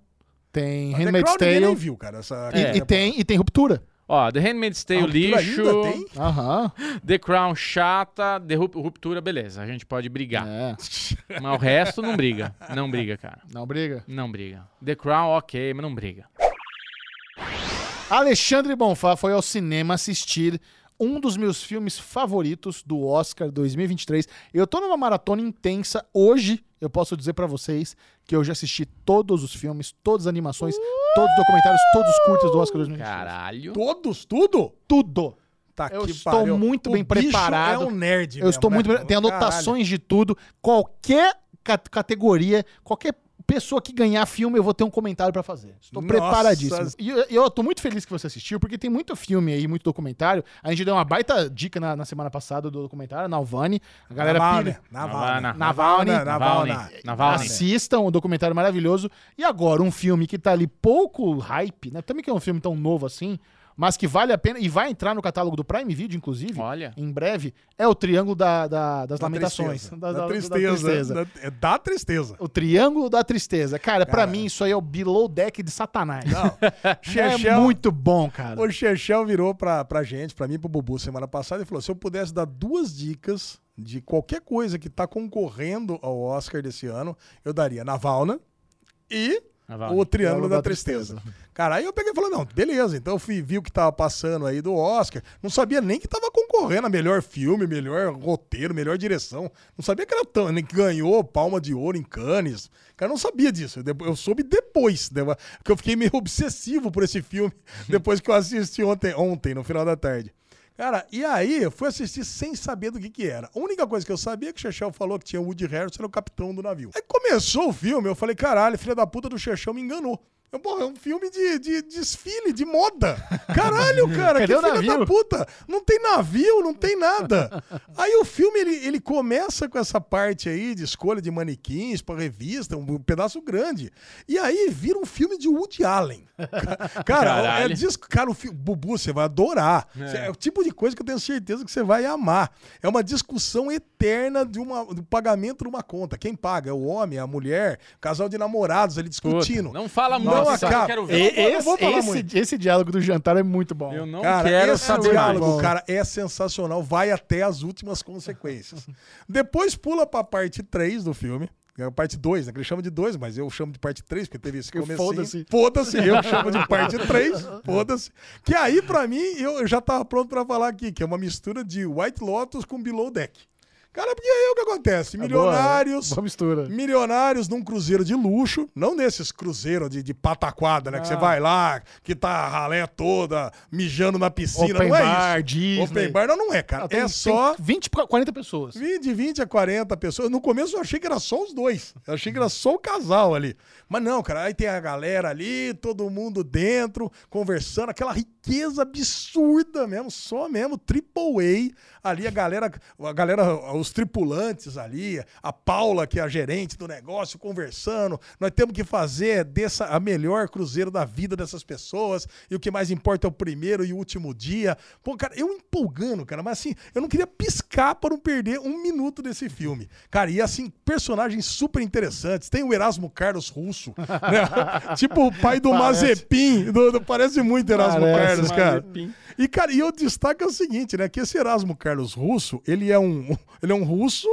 Speaker 2: tem
Speaker 4: Até Crown
Speaker 2: Handmaid's
Speaker 4: ninguém nem
Speaker 2: Tale
Speaker 4: viu, cara. Essa...
Speaker 2: e,
Speaker 1: É,
Speaker 2: e tem, e tem Ruptura.
Speaker 1: Ó, The Handmaid's Tale,
Speaker 4: Ah, Ruptura
Speaker 1: lixo.
Speaker 4: ainda tem?
Speaker 2: Aham.
Speaker 1: The Crown, chata. The Rup- Ruptura, beleza. A gente pode brigar.
Speaker 2: É.
Speaker 1: Mas o resto não briga. Não briga, cara.
Speaker 2: Não briga.
Speaker 1: Não briga. The Crown, ok, mas não briga.
Speaker 2: Alexandre Bonfá foi ao cinema assistir um dos meus filmes favoritos do Oscar 2023. Eu tô numa maratona intensa hoje. Eu posso dizer pra vocês que eu já assisti todos os filmes, todas as animações, todos os documentários, todos os curtas do Oscar 2023.
Speaker 1: Caralho.
Speaker 4: Todos, tudo?
Speaker 2: Tudo.
Speaker 4: Tá
Speaker 2: Eu
Speaker 4: que
Speaker 2: estou
Speaker 4: pariu.
Speaker 2: muito
Speaker 4: O
Speaker 2: bem
Speaker 4: bicho
Speaker 2: preparado.
Speaker 4: é um nerd
Speaker 2: Eu estou muito. Tem anotações de tudo. Qualquer ca- categoria, qualquer pessoa que ganhar filme, eu vou ter um comentário pra fazer. Estou
Speaker 4: Nossa.
Speaker 2: preparadíssimo. E eu, eu tô muito feliz que você assistiu, porque tem muito filme aí, muito documentário. A gente deu uma baita dica na, na semana passada do documentário, Nalvani. A galera
Speaker 4: Navalny.
Speaker 2: pira.
Speaker 4: Navalny.
Speaker 2: Navalny.
Speaker 1: Navalny.
Speaker 4: Navalny. Ah,
Speaker 1: Navalny.
Speaker 2: Assistam o documentário maravilhoso. E agora, um filme que tá ali pouco hype, né? Também que é um filme tão novo assim, mas que vale a pena e vai entrar no catálogo do Prime Video, inclusive.
Speaker 1: Olha.
Speaker 2: Em breve, é o Triângulo da- da- das
Speaker 4: Da
Speaker 2: Lamentações.
Speaker 4: tristeza.
Speaker 2: Da- da-
Speaker 4: Da
Speaker 2: da
Speaker 4: tristeza.
Speaker 2: tristeza.
Speaker 4: Da- é Da tristeza.
Speaker 2: O Triângulo da Tristeza. Cara, pra
Speaker 4: Cara.
Speaker 2: mim, isso aí é o below deck de Satanás. <laughs> É
Speaker 4: Chechel-
Speaker 2: muito bom, cara.
Speaker 4: O Chechel virou pra, pra gente, pra mim e pro Bubu semana passada e falou: se eu pudesse dar duas dicas de qualquer coisa que tá concorrendo ao Oscar desse ano, eu daria Navalna e
Speaker 1: Navalny.
Speaker 4: o Triângulo da, tristeza. Cara, aí eu peguei e falei: não, beleza. Então eu fui, vi o que tava passando aí do Oscar. Não sabia nem que tava concorrendo a melhor filme, melhor roteiro, melhor direção. Não sabia que era tão. Nem que ganhou palma de ouro em Cannes. Cara, eu não sabia disso. Eu, depo- eu soube depois. né? Porque eu fiquei meio obsessivo por esse filme <laughs> depois que eu assisti ontem, ontem no final da tarde. Cara, e aí eu fui assistir sem saber do que que era. A única coisa que eu sabia é que o Chechel falou que tinha o Woody Harrelson era o capitão do navio. Aí começou o filme, eu falei, caralho, filha da puta do Chechel me enganou. Eu, Porra, é um filme de, de desfile, de
Speaker 2: <laughs>
Speaker 4: moda. Caralho, cara,
Speaker 2: Cadê
Speaker 4: que
Speaker 2: o
Speaker 4: filha da
Speaker 2: navio?
Speaker 4: puta. Não tem navio, não tem nada. Aí o filme, ele, ele começa com essa parte aí de escolha de manequins pra revista, um pedaço grande. E aí vira um filme de Woody Allen. Ca- Cara, é
Speaker 1: Caralho.
Speaker 4: diz, cara, o fi- Bubu, você vai adorar. Cê- É. o tipo de coisa que eu tenho certeza que você vai amar. É uma discussão eterna de uma, do pagamento de uma conta. Quem paga? É o homem, é a mulher, casal de namorados ali
Speaker 1: Puta,
Speaker 4: discutindo.
Speaker 1: Não fala
Speaker 4: Não
Speaker 1: muito, não
Speaker 4: acaba.
Speaker 1: eu quero ver.
Speaker 4: Eu não vou- eu não
Speaker 2: esse,
Speaker 4: vou falar
Speaker 2: esse-
Speaker 4: muito.
Speaker 2: esse diálogo do jantar é muito bom.
Speaker 1: Eu não
Speaker 4: Cara,
Speaker 1: quero
Speaker 4: esse
Speaker 1: saber
Speaker 4: diálogo,
Speaker 1: mais.
Speaker 4: cara, é sensacional. Vai até as
Speaker 1: <laughs>
Speaker 4: últimas consequências. Depois pula pra parte 3 do filme. que é a Parte 2, né? Que ele chama de 2, mas eu chamo de parte 3, porque teve esse
Speaker 2: Que
Speaker 4: começo.
Speaker 2: foda-se.
Speaker 4: Foda-se, eu chamo de parte 3. Foda-se. Que aí, pra mim, eu eu já tava pronto pra falar aqui, que é uma mistura de White Lotus com Below Deck. Cara, porque aí é o que acontece?
Speaker 2: É boa, né?
Speaker 4: Milionários,
Speaker 2: Boa mistura.
Speaker 4: Milionários num cruzeiro de luxo, não desses cruzeiros de, de pataquada, né? Que
Speaker 2: Ah.
Speaker 4: você vai lá, que tá a ralé toda, mijando na piscina,
Speaker 2: Open
Speaker 4: não é
Speaker 2: bar,
Speaker 4: isso.
Speaker 2: Disney.
Speaker 4: Open bar não, não é, cara.
Speaker 2: Ah, tem-
Speaker 4: é
Speaker 2: tem
Speaker 4: só
Speaker 2: 20, pra 40 pessoas.
Speaker 4: vi- de 20 a 40 pessoas. No começo eu achei que era só os dois. Eu achei que era só o casal ali. Mas não, cara, aí tem a galera ali, todo mundo dentro, conversando, aquela riqueza absurda mesmo, só mesmo, triple A. Ali a galera, a galera, os os tripulantes ali, a Paula, que é a gerente do negócio, conversando. Nós temos que fazer dessa a melhor cruzeiro da vida dessas pessoas. E o que mais importa é o primeiro e último dia. Pô, cara, eu empolgando, cara, mas assim, eu não queria piscar para não perder um minuto desse filme. Cara, e assim, personagens super interessantes. Tem o Erasmo Carlos Russo,
Speaker 2: <laughs>
Speaker 4: né? tipo o pai do
Speaker 2: Parece.
Speaker 4: Mazepin. do- do- parece muito Erasmo
Speaker 2: Parece,
Speaker 4: Carlos, cara.
Speaker 1: Mazepin.
Speaker 4: E, cara, e eu destaco é o seguinte, né? Que esse Erasmo Carlos Russo, ele é um, <laughs> ele é um russo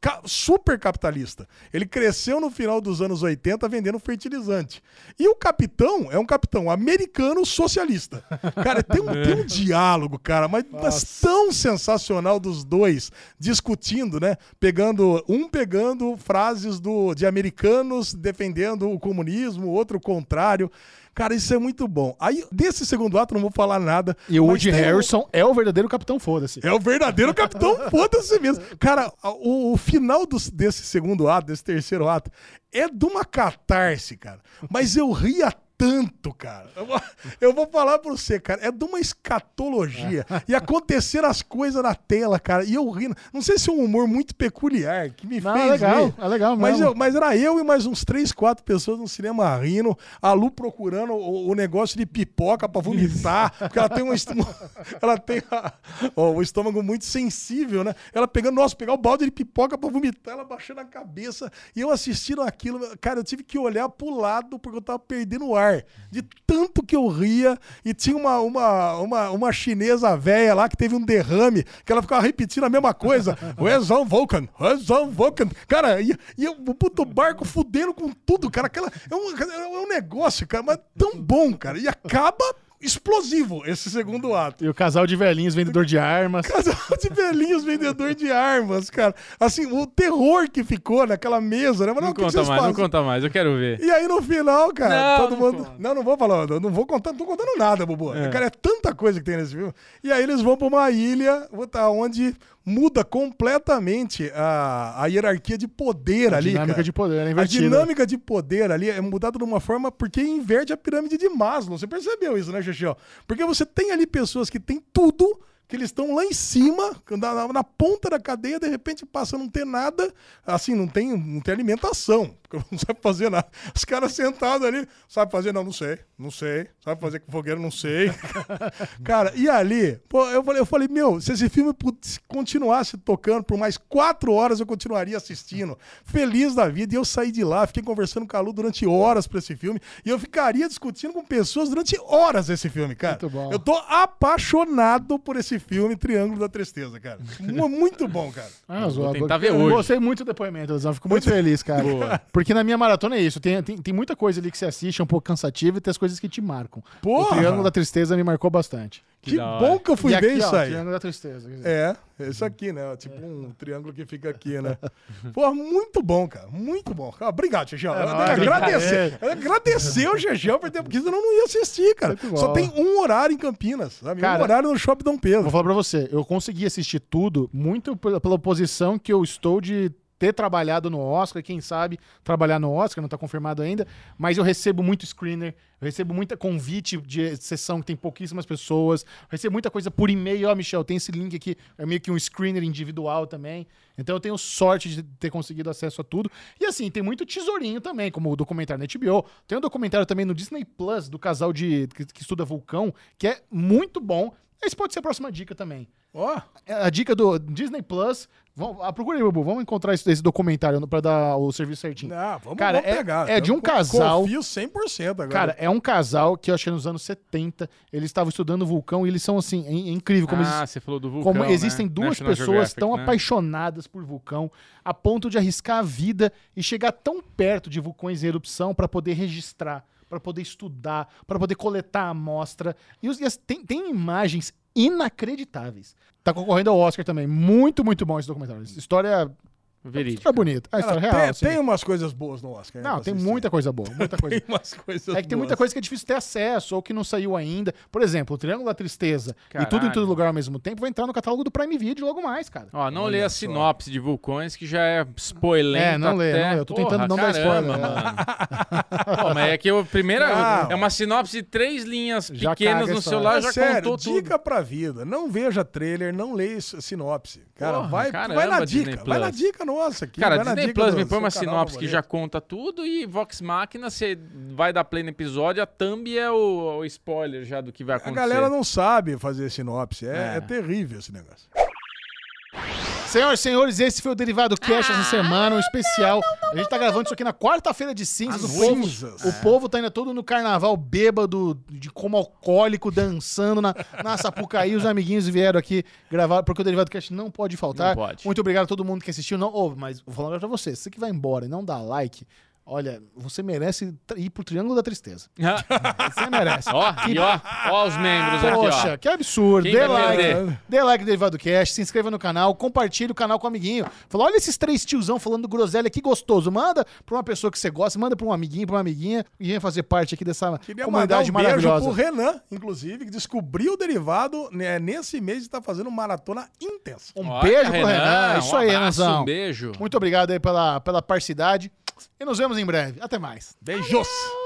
Speaker 4: ca- super capitalista. Ele cresceu no final dos anos 80 vendendo fertilizante. E o capitão é um capitão americano socialista. Cara, tem um, tem um diálogo, cara, mas, mas tão sensacional dos dois discutindo, né? Pegando um pegando frases do de americanos defendendo o comunismo, outro o contrário. Cara, isso é muito bom. Aí, desse segundo ato, não vou falar nada.
Speaker 2: E o
Speaker 4: mas
Speaker 2: Woody
Speaker 4: tem um-
Speaker 2: Harrison é o verdadeiro capitão, foda-se.
Speaker 4: é o verdadeiro capitão,
Speaker 2: <laughs>
Speaker 4: foda-se mesmo. Cara, a- o, o final dos- desse segundo ato, desse terceiro ato, é de uma catarse, cara. Mas eu ria tanto, cara. Eu vou, eu vou falar pra você, cara. É de uma escatologia. E aconteceram as coisas na tela, cara. E eu rindo. Não sei se é um humor muito peculiar que me
Speaker 2: Não,
Speaker 4: fez.
Speaker 2: é legal,
Speaker 4: rir.
Speaker 2: é legal
Speaker 4: Mas,
Speaker 2: mesmo.
Speaker 4: eu- mas era eu e mais uns três, quatro pessoas no cinema rindo. A Lu procurando o, o negócio de pipoca pra vomitar. Porque ela tem um estômago. <laughs> ela tem a- ó, o estômago muito sensível, né? Ela pegando, nossa, pegar o balde de pipoca pra vomitar, ela baixando a cabeça. E eu assistindo aquilo, cara, eu tive que olhar pro lado porque eu tava perdendo o ar. De tanto que eu ria. E tinha uma, uma, uma, uma chinesa velha lá que teve um derrame, que ela ficava repetindo a mesma
Speaker 1: <laughs>
Speaker 4: coisa. Wesson Vulcan, Wesson Vulcan. Cara, e, e eu, o puto barco fudendo com tudo, cara. Aquela, é, um, é um negócio, cara, mas tão bom, cara. E acaba explosivo esse segundo ato.
Speaker 2: E o casal de velhinhos, vendedor de armas.
Speaker 4: Casal de velhinhos vendedor de armas, cara. Assim, o terror que ficou naquela mesa, né? Mas,
Speaker 1: Não
Speaker 4: o que que
Speaker 1: conta
Speaker 4: vocês
Speaker 1: mais, não
Speaker 4: fazem?
Speaker 1: conta mais, eu quero ver.
Speaker 4: E aí no final, cara,
Speaker 1: Não,
Speaker 4: todo
Speaker 1: não
Speaker 4: mundo.
Speaker 1: conta.
Speaker 4: Não, não vou falar, eu não vou contar, não tô contando nada, Bubu. Cara, é tanta coisa que tem nesse filme. E aí eles vão pra uma ilha tá, onde muda completamente a, a hierarquia de poder ali.
Speaker 2: dinâmica
Speaker 4: cara.
Speaker 2: de poder, é
Speaker 4: A
Speaker 2: invertida.
Speaker 4: dinâmica de poder ali é mudada de uma forma porque inverte a pirâmide de Maslow. Você percebeu isso, né, Xixi? Porque você tem ali pessoas que têm tudo. Que eles estão lá em cima, na, na- na ponta da cadeia, de repente passa a não ter nada, assim, não tem, não tem alimentação, porque <laughs> não sabe fazer nada. Os caras sentados ali, sabe fazer? Não, não sei, não sei. Sabe fazer com fogueira? Não sei. <laughs> Cara, e ali, pô, eu falei, eu falei, meu, se esse filme putz, continuasse tocando por mais quatro horas, eu continuaria assistindo. Feliz da vida. E eu saí de lá, fiquei conversando com a Lu durante horas pra esse filme. E eu ficaria discutindo com pessoas durante horas esse filme, cara.
Speaker 2: Muito bom.
Speaker 4: Eu tô apaixonado por esse filme, Triângulo da Tristeza,
Speaker 2: <laughs>
Speaker 4: cara. Mu- Muito bom, cara.
Speaker 2: Arrasou,
Speaker 1: Vou tentar
Speaker 2: agora.
Speaker 1: ver
Speaker 2: Ah, eu
Speaker 1: hoje.
Speaker 2: gostei muito do depoimento, Elisão. Fico muito feliz, cara. Porque na minha maratona é isso. Tem, tem, tem muita coisa ali que você assiste, é um pouco cansativo e tem as coisas que te marcam. O
Speaker 4: Porra!
Speaker 2: Triângulo da Tristeza me marcou bastante.
Speaker 4: Que,
Speaker 1: da hora.
Speaker 4: bom que eu fui
Speaker 2: e aqui,
Speaker 4: ver isso
Speaker 2: ó,
Speaker 4: aí.
Speaker 2: Triângulo da Tristeza. quer dizer.
Speaker 4: É, é isso aqui, né? Tipo um triângulo que fica aqui, né? Pô, muito bom, cara. Muito bom. Cara, Obrigado, Gegel. Eu
Speaker 2: É nóis,
Speaker 4: tenho que Agradecer. Agradecer o Gegel por ter, porque senão eu não ia assistir, cara.
Speaker 2: Muito bom.
Speaker 4: Só tem um horário em Campinas, sabe?
Speaker 2: Cara,
Speaker 4: um horário no Shopping Dom
Speaker 2: Vou
Speaker 4: Pedro.
Speaker 2: falar pra você, eu consegui assistir tudo muito pela, pela posição que eu estou de ter trabalhado no Oscar, quem sabe trabalhar no Oscar, não tá confirmado ainda, mas eu recebo muito screener, eu recebo muita convite de sessão que tem pouquíssimas pessoas, eu recebo muita coisa por e-mail, ó, Michel, tem esse link aqui, é meio que um screener individual também. Então eu tenho sorte de ter conseguido acesso a tudo. E assim, tem muito tesourinho também, como o documentário na HBO. Tem um documentário também no Disney Plus do casal de que, que estuda vulcão, que é muito bom. Esse pode ser a próxima dica também.
Speaker 4: Ó,
Speaker 2: É A dica do Disney Plus. Vão, ah, procura aí, Bubu. Vamos encontrar esse, esse documentário no- pra dar o serviço certinho.
Speaker 4: não, ah, vamos,
Speaker 2: Cara,
Speaker 4: vamos
Speaker 2: é-
Speaker 4: pegar.
Speaker 2: é de um
Speaker 4: Eu co-
Speaker 2: casal-
Speaker 4: Confio 100% agora.
Speaker 2: Cara, é um casal que eu achei nos anos 70. Eles estavam estudando vulcão e eles são assim, é, é incrível como eles
Speaker 1: Ah, você falou do vulcão,
Speaker 2: como
Speaker 1: né?
Speaker 2: existem duas
Speaker 1: National
Speaker 2: pessoas
Speaker 1: Geographic,
Speaker 2: tão
Speaker 1: né?
Speaker 2: apaixonadas por vulcão a ponto de arriscar a vida e chegar tão perto de vulcões em erupção para poder registrar, para poder estudar, para poder coletar a amostra. E, os- e as- tem, tem imagens inacreditáveis. Tá concorrendo ao Oscar também. Muito, muito bom esse documentário. História
Speaker 1: Verídico.
Speaker 2: É bonito. É a história
Speaker 4: Cara,
Speaker 2: real.
Speaker 4: tem,
Speaker 2: sim.
Speaker 4: tem um umas coisas boas no Oscar. né,
Speaker 2: Não,
Speaker 4: pra
Speaker 2: tem
Speaker 4: assistir.
Speaker 2: muita coisa boa.
Speaker 4: <laughs>
Speaker 2: Muita coisa.
Speaker 4: Tem umas coisas
Speaker 2: É que tem
Speaker 4: boas.
Speaker 2: muita coisa que é difícil ter acesso ou que não saiu ainda. Por exemplo, o Triângulo da Tristeza e tudo em
Speaker 1: Caralho.
Speaker 2: todo lugar ao mesmo tempo vai entrar no catálogo do Prime Video logo mais, cara.
Speaker 1: Ó, não lê a sinopse de Vulcões, que já é spoiler.
Speaker 2: É, não lê, não lê. Eu tô tentando não dar spoiler, né?
Speaker 1: Pô, mas é que a primeira.
Speaker 4: Não.
Speaker 1: É uma sinopse de três linhas
Speaker 2: Já
Speaker 1: pequenas
Speaker 2: caga É
Speaker 1: no
Speaker 2: essa-
Speaker 1: celular, já
Speaker 4: É Sério,
Speaker 1: contou tudo.
Speaker 4: dica pra vida. Não veja trailer, não leia isso- sinopse. Cara,
Speaker 1: Porra,
Speaker 4: vai,
Speaker 1: caramba,
Speaker 4: vai na
Speaker 1: Disney
Speaker 4: dica. Vai na
Speaker 1: Plus.
Speaker 4: dica nossa aqui.
Speaker 1: Cara,
Speaker 4: vai na
Speaker 1: Disney
Speaker 4: dica
Speaker 1: Plus
Speaker 4: do
Speaker 1: me põe
Speaker 4: seu
Speaker 1: uma
Speaker 4: canal
Speaker 1: sinopse que já
Speaker 4: favorito.
Speaker 1: conta tudo e Vox Machina, você vai dar play no episódio, a thumb é o, o spoiler já do que vai
Speaker 4: A
Speaker 1: acontecer.
Speaker 4: galera não sabe fazer sinopse. É,
Speaker 1: É.
Speaker 4: é terrível esse negócio.
Speaker 2: Senhoras e senhores, esse foi o Derivado Cash
Speaker 1: Ah,
Speaker 2: essa semana, um especial. a gente tá gravando isso aqui na quarta-feira de cinzas.
Speaker 4: Ah,
Speaker 2: o, povo,
Speaker 4: cinzas.
Speaker 2: o povo tá ainda todo no carnaval bêbado, de como alcoólico, dançando na, na Sapucaí. Os amiguinhos vieram aqui gravar, porque o Derivado Cash não pode faltar.
Speaker 1: Não pode.
Speaker 2: Muito obrigado a todo mundo que assistiu. Não, ô, mas vou falar agora pra você, você que vai embora e não dá like... Olha, você merece tr- ir pro Triângulo da Tristeza. Você merece.
Speaker 1: <laughs> ó, e ó, ó os membros
Speaker 2: Poxa,
Speaker 1: aqui,
Speaker 2: que absurdo.
Speaker 1: Quem
Speaker 2: Dê
Speaker 1: vai
Speaker 2: like, né?
Speaker 1: perder?
Speaker 2: dê like no Derivado Cast, se inscreva no canal, compartilhe o canal com o amiguinho. Fala, olha esses três tiozão falando groselha, que gostoso. Manda pra uma pessoa que você gosta, manda pra um amiguinho, pra uma amiguinha e vem fazer parte aqui dessa
Speaker 4: Queria mandar
Speaker 2: comunidade
Speaker 4: um beijo
Speaker 2: maravilhosa.
Speaker 4: pro Renan, inclusive, que descobriu o derivado né, nesse mês e tá fazendo maratona intensa.
Speaker 1: ó.
Speaker 2: Um
Speaker 1: Ó,
Speaker 2: beijo pro Renan. É
Speaker 1: um
Speaker 2: Isso aí,
Speaker 1: abraço,
Speaker 2: Renanzão.
Speaker 1: Um beijo.
Speaker 2: Muito obrigado aí pela, pela parcidade e nos vemos em breve. Até mais.
Speaker 4: Beijos!